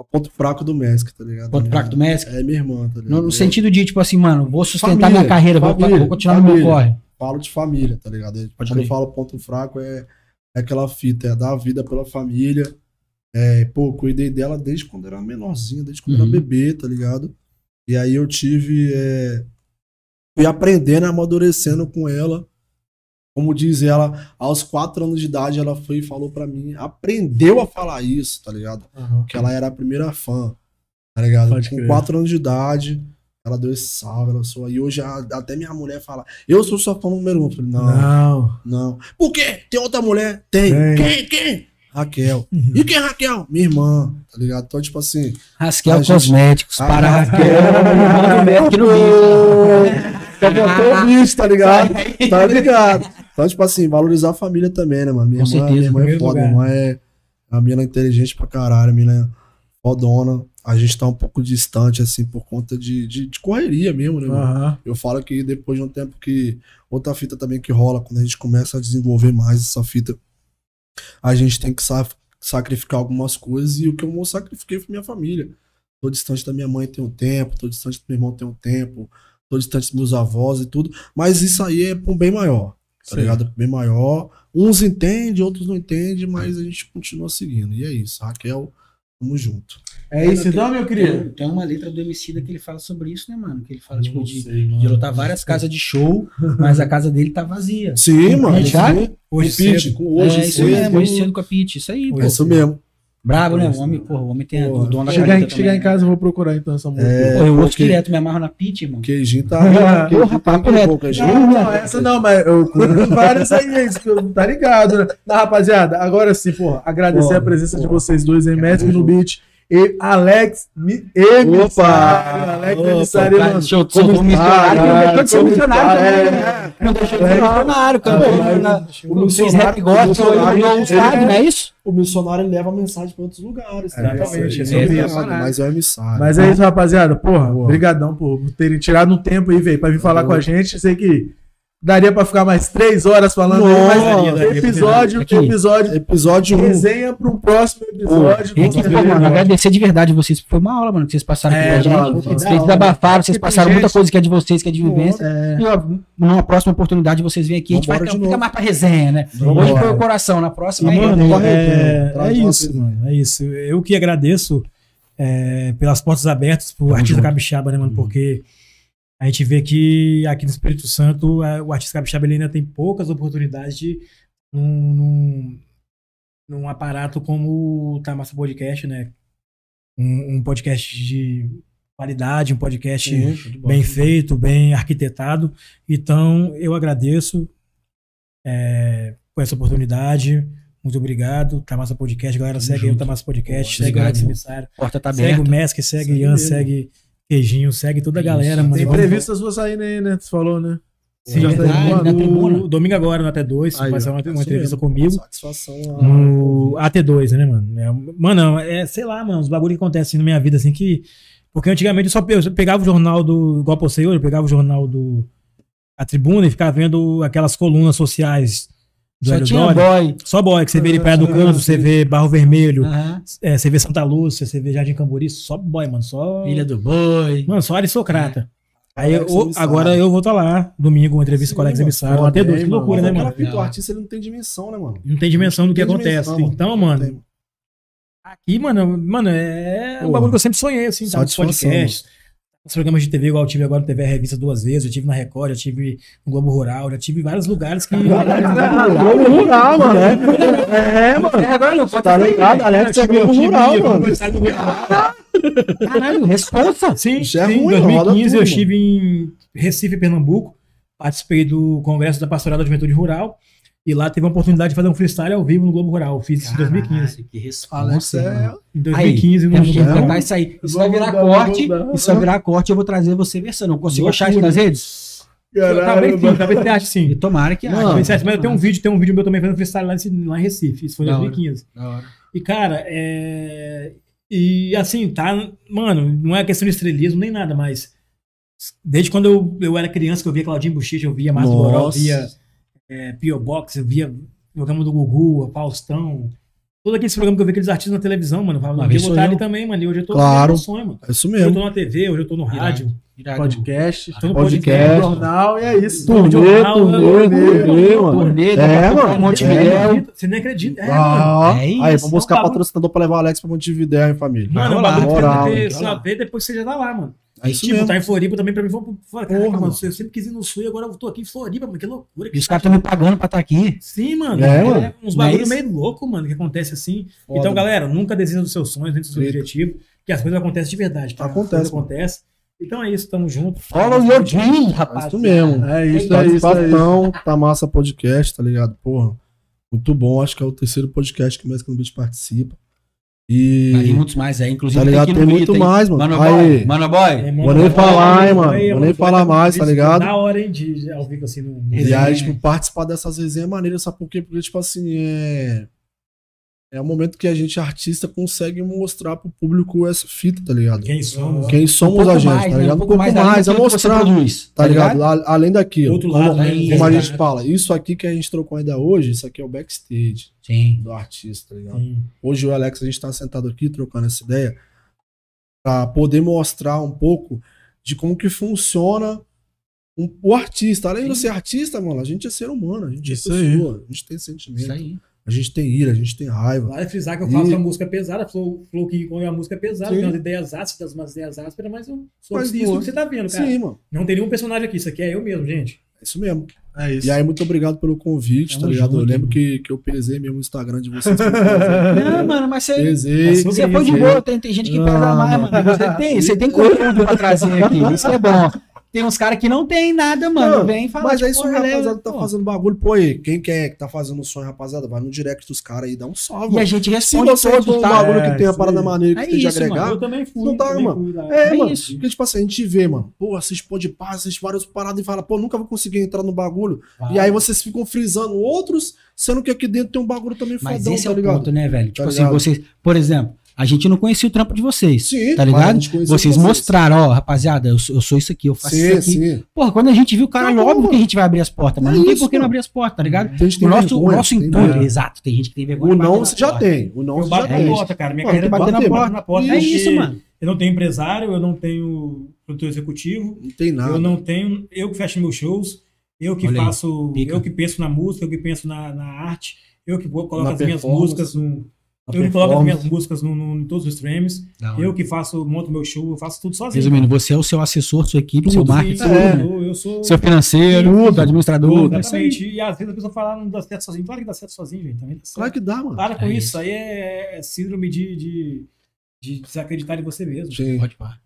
S3: O ponto fraco do Mask, tá ligado?
S1: Ponto
S3: Minha-
S1: fraco do Mask?
S3: É minha irmã, tá ligado?
S1: No, no
S3: Eu
S1: sentido de, tipo assim, mano, vou sustentar
S3: Família,
S1: minha carreira, vou-
S3: família,
S1: vou, continuar no meu
S3: família.
S1: corre.
S3: falo de família, tá ligado? Eu-
S1: Pode
S3: Quando eu
S1: crer.
S3: falo ponto fraco, é, é aquela fita, é dar a vida pela família. É, pô, eu cuidei dela desde quando era menorzinha, desde quando
S1: Uhum.
S3: era bebê, tá ligado? E aí eu tive. É, fui aprendendo, amadurecendo com ela. Como diz ela, aos quatro anos de idade ela foi e falou pra mim, aprendeu a falar isso, tá ligado? que ela era a primeira fã, tá ligado?
S4: Pode
S3: Com
S4: crer.
S3: 4 anos de idade, ela deu esse salve, ela sou. E hoje a- até minha mulher fala, eu sou sua fã número um. Eu falei, não, não.
S4: Não.
S3: Por quê? Tem outra mulher?
S4: Tem.
S3: Tem.
S4: Uhum.
S3: Quem? Quem? Raquel. E quem é Raquel? Minha irmã, tá ligado? Então, tipo assim,
S1: Rasquel
S3: A gente-
S1: Cosméticos,
S3: Ah,
S1: para Rasquel.
S4: Raquel,
S1: Mask no beat.
S4: Já botou o bicho, tá ligado?
S3: tá ligado? Então, tipo assim, valorizar a família também, né, mano? Minha
S1: Com
S3: irmã,
S1: certeza,
S3: minha irmã é
S2: primeiro
S3: foda, minha irmã é. A mina é inteligente pra caralho, a mina é fodona. A gente tá um pouco distante, assim, por conta de, de, de correria mesmo, né, mano?
S4: Aham.
S3: Eu falo que depois de um tempo que. Outra fita também que rola, quando a gente começa a desenvolver mais essa fita, a gente tem que sa- sacrificar algumas coisas e o que eu não sacrifiquei foi minha família. Tô distante da minha mãe tem um tempo, tô distante do meu irmão tem um tempo, tô distante dos meus avós e tudo, mas isso aí é pra um bem maior, tá
S4: Sim.
S3: ligado? Bem maior. Uns entendem, outros não entendem, mas a gente continua seguindo. E é isso, Raquel, tamo junto.
S4: É isso então, meu querido?
S1: Tem- Tem uma letra do Emicida que ele fala sobre isso, né, mano? Que ele fala, tipo,
S4: Não
S1: de,
S4: sei,
S1: de
S4: mano.
S1: lotar várias casas de show, mas a casa dele tá vazia.
S3: Sim, mano.
S1: gente tá?
S3: sim.
S2: Hoje
S3: Repeat,
S2: cedo.
S3: com hoje,
S1: é, isso
S3: cedo.
S1: mesmo, hoje cedo com a Pete, isso aí, pô.
S3: É isso mesmo.
S1: Brabo, né? O homem, porra, o homem tem
S3: Porra.
S1: o dono da
S4: Chegar,
S1: caneta
S4: em, chegar
S1: também,
S4: em casa eu vou procurar então essa música.
S1: né? Porra, eu ouço
S3: porque-
S1: direto, me amarro na Pete, irmão.
S3: Queijinho tá.
S4: Porra,
S3: Queijinho tá
S1: papo
S3: com
S1: reto.
S3: pouca gente.
S4: Não, não, essa não, mas eu curto várias aí, isso que eu- tá ligado, né? Não, rapaziada, agora sim, porra, agradecer
S3: Porra,
S4: a presença de
S3: porra.
S4: vocês dois aí, México no Beat e Alex Mi- Emissário.
S3: Opa!
S4: Alex
S3: Opa,
S4: Emissário,
S1: Cara,
S4: mano.
S1: deixa eu- soltou um missionário,
S4: Ah,
S1: não deixou de ser
S4: como
S1: missionário
S4: tá,
S1: também, né? Não deixou de ser missionário, cara.
S3: Ah,
S1: Pô,
S3: mas-
S1: na-
S3: O
S1: O Vocês rap
S3: missionário,
S1: gostam,
S3: o
S1: hoje
S3: missionário,
S1: virou um estádio, não é isso?
S3: o missionário ele leva a mensagem pra outros lugares. tá ligado?
S2: exatamente,
S3: Isso
S2: é
S3: é
S2: essa
S3: errado,
S4: parada.
S3: mas é um emissário.
S4: Mas é isso, rapaziada, porra, brigadão por terem tirado um tempo aí, velho, pra vir falar com a gente, sei que daria pra ficar mais três horas falando aí, mas
S3: Nossa,
S2: daria, daria,
S4: episódio,
S1: Aqui.
S4: episódio,
S3: Episódio 1.
S4: resenha pra um próximo episódio.
S1: E aqui, pô, mano, agradecer de verdade vocês. Foi uma aula, mano, que vocês passaram aqui
S4: É,
S1: pra gente.
S4: mano, foi da
S1: Vocês
S4: hora.
S1: desabafaram,
S4: Porque
S1: vocês
S4: tem
S1: passaram muita
S4: gente-
S1: coisa que é de vocês, que é de vivência.
S4: É.
S1: E ó, numa próxima oportunidade vocês vêm aqui, a gente vai
S3: Vambora
S1: ficar
S3: de
S1: fica
S3: novo.
S1: mais pra resenha, né?
S3: Vambora.
S1: Hoje foi o coração, na próxima é
S2: Mano,
S3: corre,
S2: é,
S3: cara.
S2: é
S3: né? Traz
S2: isso, mano. É isso. Eu que agradeço é, pelas portas abertas pro
S3: Tamo
S2: artista
S3: junto. Uhum.
S2: capixaba, né, mano? Porque a gente vê que aqui no Espírito Santo é, o artista capixaba ele ainda tem poucas oportunidades de num, num, num aparato como o Tamassa Podcast, né? Um, um podcast de qualidade, um podcast bem feito, bem arquitetado. Então, eu agradeço é, por essa oportunidade. Muito obrigado. Tamassa Podcast, galera, segue aí o Tamassa Podcast, segue
S1: Boa,
S2: o
S1: obrigado.
S2: Alex Emissário,
S1: porta tá
S2: segue
S1: aberta.
S2: o Mask, segue o
S4: Segue
S2: Ian,
S4: ele.
S2: segue Queijinho, segue toda a
S1: Isso.
S2: galera, mano.
S4: Tem
S2: Vamos-
S4: entrevistas suas saindo aí, né? Tu falou, né?
S2: Sim,
S4: Já tá
S2: verdade,
S4: indo lá
S2: na
S4: no-
S2: tribuna. domingo agora no AT2,
S4: Aí,
S2: vai ser
S4: ó,
S2: uma,
S3: é
S2: uma
S3: isso
S2: entrevista
S3: mesmo.
S2: comigo.
S3: Satisfação.
S2: No AT2, né, mano? É, mano, é, sei lá, mano, os bagulho que acontecem na minha vida, assim, que. Porque antigamente eu só pe- eu pegava o jornal do. Igual pra você hoje, eu pegava o jornal do. A tribuna e ficava vendo aquelas colunas sociais do
S1: Só
S2: Hélio
S1: tinha
S2: Dória.
S1: boy.
S2: Só boy, que você vê ele Praia do Canto, você vê Barro Vermelho,
S1: Aham.
S2: é, você vê Santa Lúcia, você vê Jardim Cambori, só boy, mano. Só.
S1: Ilha do Boi.
S2: Mano, só aristocrata. Aí eu-
S3: Alex Emissário.
S2: agora eu vou estar lá, domingo, uma entrevista com o Alex
S3: Sim,
S2: Emissário,
S4: foda,
S2: até dois.
S4: hein,
S2: Que
S4: mano?
S2: loucura, né, mano?
S3: O artista ele não tem dimensão, né, mano?
S2: Não tem dimensão do que
S3: Tem
S2: acontece.
S3: dimensão, mano.
S2: Então,
S3: Não
S2: mano,
S3: tem.
S2: aqui, mano, mano, é um
S3: Porra.
S2: bagulho que eu sempre sonhei, assim, tá? Nos
S3: Satisfação,
S2: podcasts, nos programas de TV, igual eu tive agora no TV Revista duas vezes, eu tive na Record, já tive no Globo Rural, já tive em vários lugares que.
S4: Globo Rural, mano. É, mano.
S1: É, agora não, pode
S4: Tá
S1: sair,
S4: ligado?
S1: velho.
S4: Alex é Globo Rural, mano.
S1: Caralho, responsa.
S2: Sim,
S3: Isso é
S2: sim, em
S3: ruim, roda
S2: 2015 eu
S3: tudo.
S2: estive em Recife, Pernambuco, participei do Congresso da Pastoral da Juventude Rural e lá teve a oportunidade de fazer um freestyle ao vivo no Globo Rural. Eu Fiz isso em 2015.
S1: Caralho, que
S3: Alex
S1: responsa.
S3: é.
S1: irmão.
S2: Em 2015 no
S1: Temos que
S2: Globo Rural.
S1: implantar isso aí. é um Isso vai
S4: Vamos
S1: virar
S4: mudar,
S1: corte.
S4: vamos mudar.
S1: Isso vai virar corte. Eu vou trazer você versando. Eu consigo achar isso nas redes?
S2: Talvez
S4: Caralho,
S2: sim,
S4: mano.
S2: talvez você ache
S1: E
S2: sim.
S1: tomara que
S3: Mano,
S1: ache.
S2: Talvez você ache, mas eu tenho um vídeo, tem um vídeo meu também fazendo freestyle lá, nesse- lá em Recife. Isso foi em
S1: Da hora.
S2: 2015.
S1: Da hora.
S2: E, cara, é. E assim, tá. Mano, não é questão de estrelismo nem nada, mas. Desde quando eu, eu era criança, que eu via Claudinho Bochecha, eu via Márcio Boró, eu via é, Pio Box, eu via programa do Gugu, Faustão. Todos aqueles programas que eu vi aqueles artistas na televisão, mano. Eu falava,
S4: Uma
S1: Ah,
S2: não, eu
S4: vez
S2: vou botar
S1: é um
S4: sonhou.
S2: ali também, mano. E hoje eu tô
S3: Claro.
S2: no sonho, mano.
S3: É isso
S2: Hoje eu
S3: mesmo.
S2: tô na TV, hoje eu tô no rádio.
S1: Irado.
S4: Podcast,
S2: Tô no
S4: podcast,
S2: podcast.
S4: jornal, e é isso.
S2: Turnê,
S4: Jornal, né?
S2: turnê,
S4: turnê,
S2: turnê,
S4: mano.
S1: Turnê, dá
S3: É,
S1: pra comprar
S3: mano,
S1: um monte de
S2: Você
S3: é.
S2: nem
S1: milhão.
S2: acredita, Você nem acredita. É, mano.
S3: Ah,
S1: É
S3: aí,
S1: isso,
S3: vamos buscar
S2: é um bagulho-
S3: patrocinador pra levar o Alex pra Montevidéu, hein, família.
S2: Mano, é um
S1: rolar,
S2: bagulho que
S3: moral,
S2: você tem que ter
S1: vai
S2: sua
S1: rolar.
S2: vez, depois você já tá lá, mano.
S3: É
S2: E,
S3: isso
S2: tipo,
S3: mesmo.
S2: tá em Floripa também, pra mim foi. foi caraca,
S3: Porra,
S2: mano,
S3: mano.
S2: eu sempre quis ir no sul e agora eu tô aqui em Floripa, mano. Que loucura.
S1: E
S2: Que
S1: os caras estão me pagando pra estar
S3: tá
S1: aqui.
S2: Sim, mano.
S3: É,
S2: É,
S3: mano.
S2: uns
S1: Não é
S2: bagulho
S1: isso?
S2: meio louco, mano, que acontece assim.
S3: Foda.
S2: Então, galera, nunca desista dos seus sonhos, nem dos seus
S3: Eita.
S2: objetivos, que as coisas acontecem de verdade. tá? As
S3: Acontece,
S2: coisas
S3: mano.
S2: acontecem. Então é isso, tamo junto.
S1: Follow your dream,
S3: É
S1: rapaz.
S3: isso mesmo.
S4: É isso, é isso, é isso.
S3: Participação, tá massa podcast, tá ligado? Porra, muito bom. Acho que é o terceiro podcast que o Mestre no Beat participa.
S1: Mas tem
S3: E.
S1: muitos mais aí, inclusive.
S3: Tá ligado?
S1: aqui
S3: Tem
S1: no Brito,
S3: muito
S1: hein?
S3: mais, mano.
S1: Mano
S3: Aí.
S1: Boy, Mano Boy.
S2: É,
S3: Vou nem
S2: olha,
S3: falar, hein,
S2: olha,
S3: mano.
S2: olha,
S3: Vou nem
S2: foi
S3: falar
S2: uma
S3: mais, tá
S2: entrevista
S3: ligado?
S2: Da hora, hein, de de- ao vivo assim no. no-
S3: E aí,
S1: Resenha.
S3: tipo, participar dessas resenhas é maneiro, sabe por quê? Porque, tipo assim, é. É o momento que a gente, artista, consegue mostrar pro público essa fita, tá ligado?
S2: Quem somos?
S3: Quem somos a
S1: pouco
S3: gente,
S1: mais,
S3: tá
S1: né?
S3: ligado? Um pouco
S1: além
S3: mais, é
S1: daquilo que você
S3: mostrar,
S1: produz,
S3: tá ligado? A- Além daquilo.
S2: Outro lado,
S3: como,
S2: né?
S3: como a
S2: Exato.
S3: gente fala, isso aqui que a gente trocou ainda hoje, isso aqui é o backstage
S1: Sim.
S3: do artista, tá ligado?
S2: Sim.
S3: Hoje eu e o Alex, a gente tá sentado aqui trocando essa ideia pra poder mostrar um pouco de como que funciona um- o artista. Além de eu ser artista, mano, a gente é ser humano, a gente
S4: Isso
S3: é
S4: aí.
S3: pessoa, a gente tem
S1: Isso
S3: sentimento,
S1: aí.
S3: a gente tem ira, a gente tem raiva.
S2: Vale frisar que eu faço
S3: E-
S2: uma música pesada, falou, falou que quando é uma música pesada,
S3: Sim.
S2: tem umas ideias ásperas, umas ideias ásperas, mas eu sou
S3: Mas
S2: isso
S3: boa.
S2: que você tá vendo, cara.
S3: Sim, mano.
S2: Não tem nenhum personagem aqui, isso aqui é eu mesmo, gente.
S3: É isso mesmo.
S4: É isso.
S3: E aí, muito obrigado pelo convite,
S4: Tamo
S3: tá ligado? eu
S4: junto,
S3: lembro
S4: mano.
S3: que, que eu pesei mesmo o Instagram de vocês. pelo prazer.
S1: Não, É, mano, mas você.
S3: Pesei.
S2: Passou-
S1: Você foi de
S3: Sim.
S1: boa, tem, tem gente que
S3: Não,
S1: pesa mais,
S3: Ah, mano.
S1: mano. Você tem, você tem conteúdo pra trazer aqui. Isso é bom. Tem uns caras que não tem nada, mano.
S3: Não,
S1: vem falar.
S3: Mas
S1: de
S3: é isso, aí,
S1: porra,
S3: rapaziada,
S1: leva-
S3: que tá
S1: pô.
S3: fazendo bagulho. Pô, aí, quem quer que tá fazendo sonho, rapaziada, vai no direct dos caras aí, dá um salve.
S1: E a gente
S3: Se
S1: responde
S3: você
S1: todos,
S3: for um
S1: tá?
S3: bagulho
S4: É,
S3: que tem a
S4: isso
S3: parada
S4: aí.
S3: maneira que
S1: É
S3: tem de
S1: isso, mano.
S3: agregar.
S2: Eu também fui.
S3: Ah, Não dá,
S2: também
S3: mano.
S2: fui lá.
S3: É,
S1: É
S3: mano.
S1: isso.
S3: Porque, tipo assim, a gente vê, mano, pô, assiste pode pá, assiste várias paradas e fala, pô, nunca vou conseguir entrar no bagulho.
S1: Ah.
S3: E aí vocês ficam frisando outros, sendo que aqui dentro tem um bagulho também
S1: Mas
S3: fodão,
S1: esse
S3: tá
S1: é o
S3: ligado?
S1: ponto, né, velho? Tipo assim,
S3: ligado?
S1: vocês, por exemplo, a gente não conhecia o trampo de vocês.
S3: Sim,
S1: tá
S3: mas a
S1: ligado?
S3: gente conheceu
S1: Vocês mostraram, ó, rapaziada, eu sou, eu sou isso aqui, eu faço isso
S3: Sim,
S1: aqui.
S3: sim.
S1: Porra, quando a gente viu o cara,
S3: Acabou,
S1: óbvio
S3: mano.
S1: que a gente vai abrir as portas, mas
S3: É
S1: não tem
S3: isso,
S1: por que não
S3: mano.
S1: abrir as portas, tá ligado?
S3: Tem gente que
S1: O
S3: tem
S1: nosso, o
S3: vergonha,
S1: nosso
S3: tem
S1: intuito,
S3: vergonha.
S1: exato, tem gente que tem vergonha.
S3: O
S1: de bater
S3: não
S1: na
S3: você já
S1: porta.
S3: tem. O não
S2: Eu
S3: você já
S2: bato
S1: é
S2: na
S3: tem.
S1: isso.
S2: porta, cara. Minha
S3: Mano,
S2: carreira é
S3: tem
S2: bater
S3: que
S2: na
S3: bater,
S2: porta.
S3: mano.
S2: na porta,
S1: É
S2: porque
S1: isso, mano.
S2: Eu não tenho empresário, eu não tenho produtor executivo,
S3: Não tem nada.
S2: eu não tenho. Eu que fecho meus shows, eu que
S1: Olha aí,
S2: faço.
S1: pica.
S2: Eu que penso na música, eu que penso na, na arte, eu que vou- coloco
S3: Na
S2: as minhas
S3: performance.
S2: músicas no.
S3: A
S2: Eu que coloco as minhas
S3: performance.
S2: músicas no, no- em todos os streams.
S1: Da hora.
S2: Eu que faço, monto meu show, eu faço tudo sozinho.
S1: Resumindo, você é Então, o seu assessor, sua equipe, seu
S2: Tudo,
S1: marketing, né?
S2: sim,
S3: é.
S2: eu, eu sou.
S1: seu financeiro, seu administrador. é isso aí.
S2: Exatamente. E às vezes a pessoa fala, "Ah, não dá certo sozinho. Claro que dá certo sozinho, gente. Também dá certo.
S3: Claro que dá, mano.
S2: Para com
S1: É
S2: isso,
S1: isso.
S2: isso aí é síndrome de, de, de desacreditar em você mesmo.
S3: Sim.
S1: Pode pá.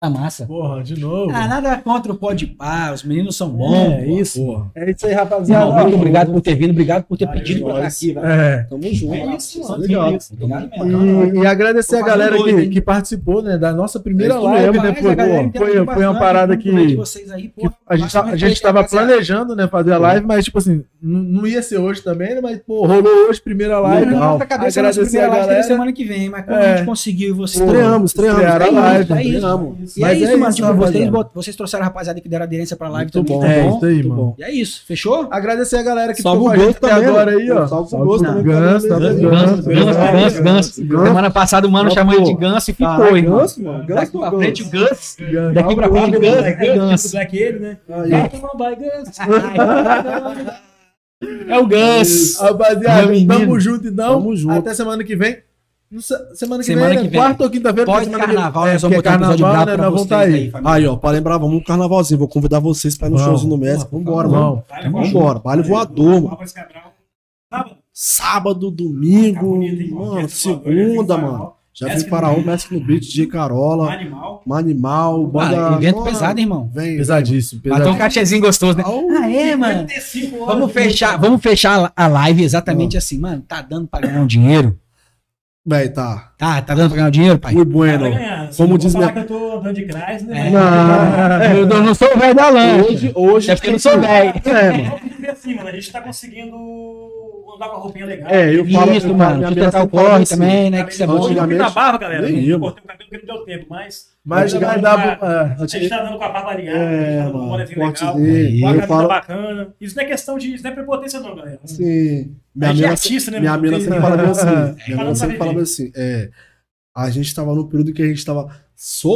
S1: Tá massa.
S4: Porra, de novo.
S1: Ah, nada contra o pode pá, os meninos são bons.
S2: É,
S1: Tá pô.
S2: isso.
S3: Porra.
S4: É isso aí, rapaziada.
S1: Não, muito obrigado por ter vindo, obrigado por ter pedido pra estar
S3: nós.
S1: aqui, velho.
S4: É.
S3: Tamo junto.
S2: É isso,
S3: Tá
S2: mano.
S3: ligado.
S1: Obrigado mesmo.
S4: E, e agradecer
S1: Tô
S4: a galera
S1: fazendo dois,
S4: que,
S1: hein?
S4: que participou, né, da nossa primeira
S3: É isso
S4: live,
S3: mesmo,
S4: né,
S1: Mas
S4: pô,
S1: a galera
S4: pô, foi,
S1: interagiu
S4: foi uma
S1: bastante, né,
S4: parada
S1: muito bem de
S4: que,
S1: vocês aí,
S4: que
S1: porra.
S4: a gente,
S1: Bastante
S4: tá- a gente
S1: gente,
S4: tava
S1: rapaziada.
S4: planejando, né, fazer a live, mas, tipo assim, n- não ia ser hoje também, né, mas, pô, rolou hoje, primeira live.
S1: Não, na
S3: Legal.
S1: nossa cabeça, a nossa
S4: Agradecer a
S1: primeira live
S4: galera.
S1: seria semana que vem, mas como
S4: É.
S1: a gente conseguiu e vocês...
S3: Estreamos, estreamos.
S4: Estrearam a
S3: Tá
S4: live,
S3: isso, tá isso.
S1: estreamos. E
S4: Mas
S1: é isso,
S4: é
S1: mano.
S4: isso,
S1: tipo, vocês,
S4: rapaziada.
S1: bot- vocês trouxeram a rapaziada que deram aderência pra live
S3: Muito
S1: também.
S3: bom.
S1: tá
S4: É,
S1: bom?
S4: isso aí,
S3: Muito
S4: mano.
S3: bom.
S1: E é isso, fechou?
S4: Agradecer a galera que
S3: Salve
S4: ficou
S3: o
S4: com a
S3: Ganso
S4: gente até
S3: também,
S4: agora
S3: mano.
S4: aí, ó.
S3: Salve o Ganso também,
S4: Ganso,
S3: tá
S4: salve o
S3: vendo?
S4: Ganso,
S3: Ganso, Ganso,
S4: Ganso,
S3: Ganso.
S1: Semana passada o mano
S3: Ganso,
S1: chamou ele de
S3: pô.
S1: ganso e ficou,
S3: Caralho,
S1: irmão.
S3: Ganso, mano. Ganso
S1: Daqui
S3: do
S1: pra
S3: Ganso.
S1: frente o ganso.
S4: Ganso.
S1: Daqui pra frente o ganso. É ganso.
S2: Tipo Black ele, né?
S3: Aí, ó.
S2: Vai que não vai, Ganso.
S1: É o ganso.
S4: Rapaziada,
S1: Meu menino.
S4: tamo junto então.
S3: Tamo junto.
S4: Até semana que vem. Não se- Semana que
S1: Semana
S4: vem,
S1: que
S4: né?
S1: vem.
S4: Quarta ou quinta-feira, porque semana que-
S1: Pós-carnaval,
S4: é,
S1: nós vamos
S4: porque
S1: botar um episódio
S4: carnaval,
S1: brabo
S4: né,
S1: pra
S4: nós vamos
S1: vocês
S4: tá
S1: aí,
S4: aí.
S1: família.
S3: Aí, ó, pra lembrar, vamos no carnavalzinho. Vou convidar vocês pra ir no
S4: Vamos.
S3: showzinho do mestre. Vambora, mano.
S4: Vamos.
S2: Vai, um vai, um
S3: Vambora. Vale voador, mano.
S2: Álvares Cabral. Sábado.
S3: Sábado,
S2: Tá
S3: domingo,
S2: bonito, hein?
S3: mano.
S2: Orquestra voadora,
S3: Segunda,
S2: Faraó,
S3: mano. Já
S2: Mestre
S3: vi Faraó,
S2: Luiz.
S3: Mestre no Beat, G. Carola,
S2: Animal.
S3: Manimal,
S1: Ah,
S3: Banda.
S1: evento
S3: Mano,
S1: pesado, irmão.
S3: Vem.
S4: Pesadíssimo,
S1: Bateu um
S4: pesadíssimo.
S1: cachezinho gostoso, né?
S3: Au.
S1: Ah, é, mano.
S2: 55 horas.
S1: Vamos fechar, vamos fechar a live exatamente assim, mano. Tá dando pra ganhar um dinheiro?
S3: Véi, tá.
S1: Tá, tá dando pra ganhar um dinheiro, pai?
S3: Muito
S2: Tá
S3: bueno.
S2: ganhando.
S3: Como
S2: Não
S3: diz
S2: vou falar
S3: minha-
S2: que eu tô andando de graça, né?
S1: É.
S2: Mas-
S4: Ah,
S1: Eu não sou o velho da lancha.
S3: Hoje, hoje.
S1: É porque eu não sou velho.
S2: um
S4: É, mano.
S2: Vamos dizer assim, mano, a gente tá conseguindo andar com a roupinha legal.
S4: É, eu falo.
S1: Isso,
S4: eu falo-
S1: mano.
S4: minha
S1: De
S4: mina
S1: tentar o
S4: sempre fala
S1: corre
S4: assim,
S1: também, né? Que isso
S2: Cabelo-
S1: é bom.
S2: Eu cortei
S4: Antigamente,
S2: a barba, galera.
S4: nem
S2: eu
S4: eu.
S2: cortei o cabelo porque não deu tempo, mas.
S4: Mas
S2: Antigamente,
S4: dá
S2: a- tá
S4: pra.
S2: A gente tá andando com a barba alinhada,
S4: É,
S2: a gente tá andando com
S4: mano,
S2: um bonezinho
S4: corte
S2: legal,
S4: dele,
S2: com a
S4: eu
S2: camisa
S4: falo-
S2: bacana. Isso não é questão de. Isso não é prepotência, não, galera. a
S3: Assim, minha
S2: gente é
S3: mina,
S2: artista, né,
S3: minha
S2: mano?
S3: mina
S2: Tem-
S3: sempre falava assim.
S2: É,
S3: Minha
S2: falando
S3: mina
S2: pra
S3: sempre falava
S2: viver.
S3: assim. É, a gente tava no período que a gente tava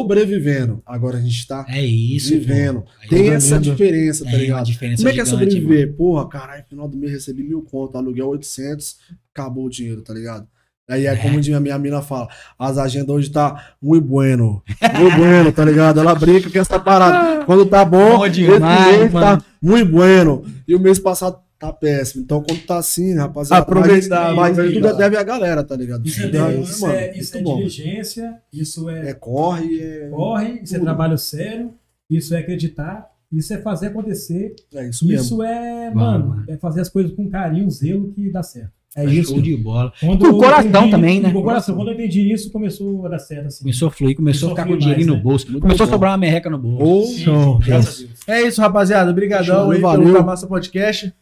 S3: sobrevivendo. Agora a gente tá
S1: É isso, pô.
S3: vivendo.
S1: Aí é
S3: Tem
S4: eu
S3: essa
S4: lembro.
S3: diferença, tá
S1: tem uma
S3: ligado?
S1: diferença
S3: Como é que é
S1: gigante,
S3: sobreviver? Porra, caralho, final do mês recebi mil conto, aluguel 800, acabou o dinheiro, tá ligado? Aí é, como a minha mina fala, as agendas hoje tá muito bueno, muito bueno, tá ligado? Ela brinca com essa parada. Quando tá bom,
S1: Bom
S3: esse
S1: demais,
S3: mês
S1: mano.
S3: tá muito bueno. E o mês passado tá péssimo. Então quando tá assim, rapaziada,
S4: Aproveitar,
S3: mas, mas
S4: aproveitar.
S3: tudo deve a galera, tá ligado?
S2: Isso é,
S3: Tudo deve,
S2: isso
S3: mano,
S2: é, isso é
S3: muito bom.
S2: diligência, isso é,
S3: É corre, é,
S2: corre, isso é
S3: tudo.
S2: trabalho sério, isso é acreditar, isso é fazer acontecer,
S3: é isso
S2: isso,
S3: mesmo.
S2: é,
S1: Bom,
S2: mano,
S1: mano.
S2: é fazer as coisas com carinho, zelo que dá certo. É
S1: mano.
S2: isso.
S1: Show de bola.
S2: Quando
S1: Com o
S2: eu
S1: coração
S2: entendi-
S1: também, né?
S2: Com o coração. Quando eu entendi isso, começou a dar certo assim.
S1: Começou a fluir, começou
S2: Começou
S1: a ficar
S2: a
S1: com o
S2: fluir
S1: dinheirinho
S2: mais,
S1: no bolso. começou a
S3: bom.
S1: sobrar uma merreca no
S2: é
S1: bolso.
S4: Ou-
S2: Show. Graças a Deus.
S4: É isso, rapaziada. Obrigadão
S3: Show,
S4: aí pelo
S3: valeu.
S4: Tamassa Podcast.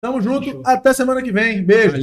S4: Tamo junto. Até semana que vem. Beijo.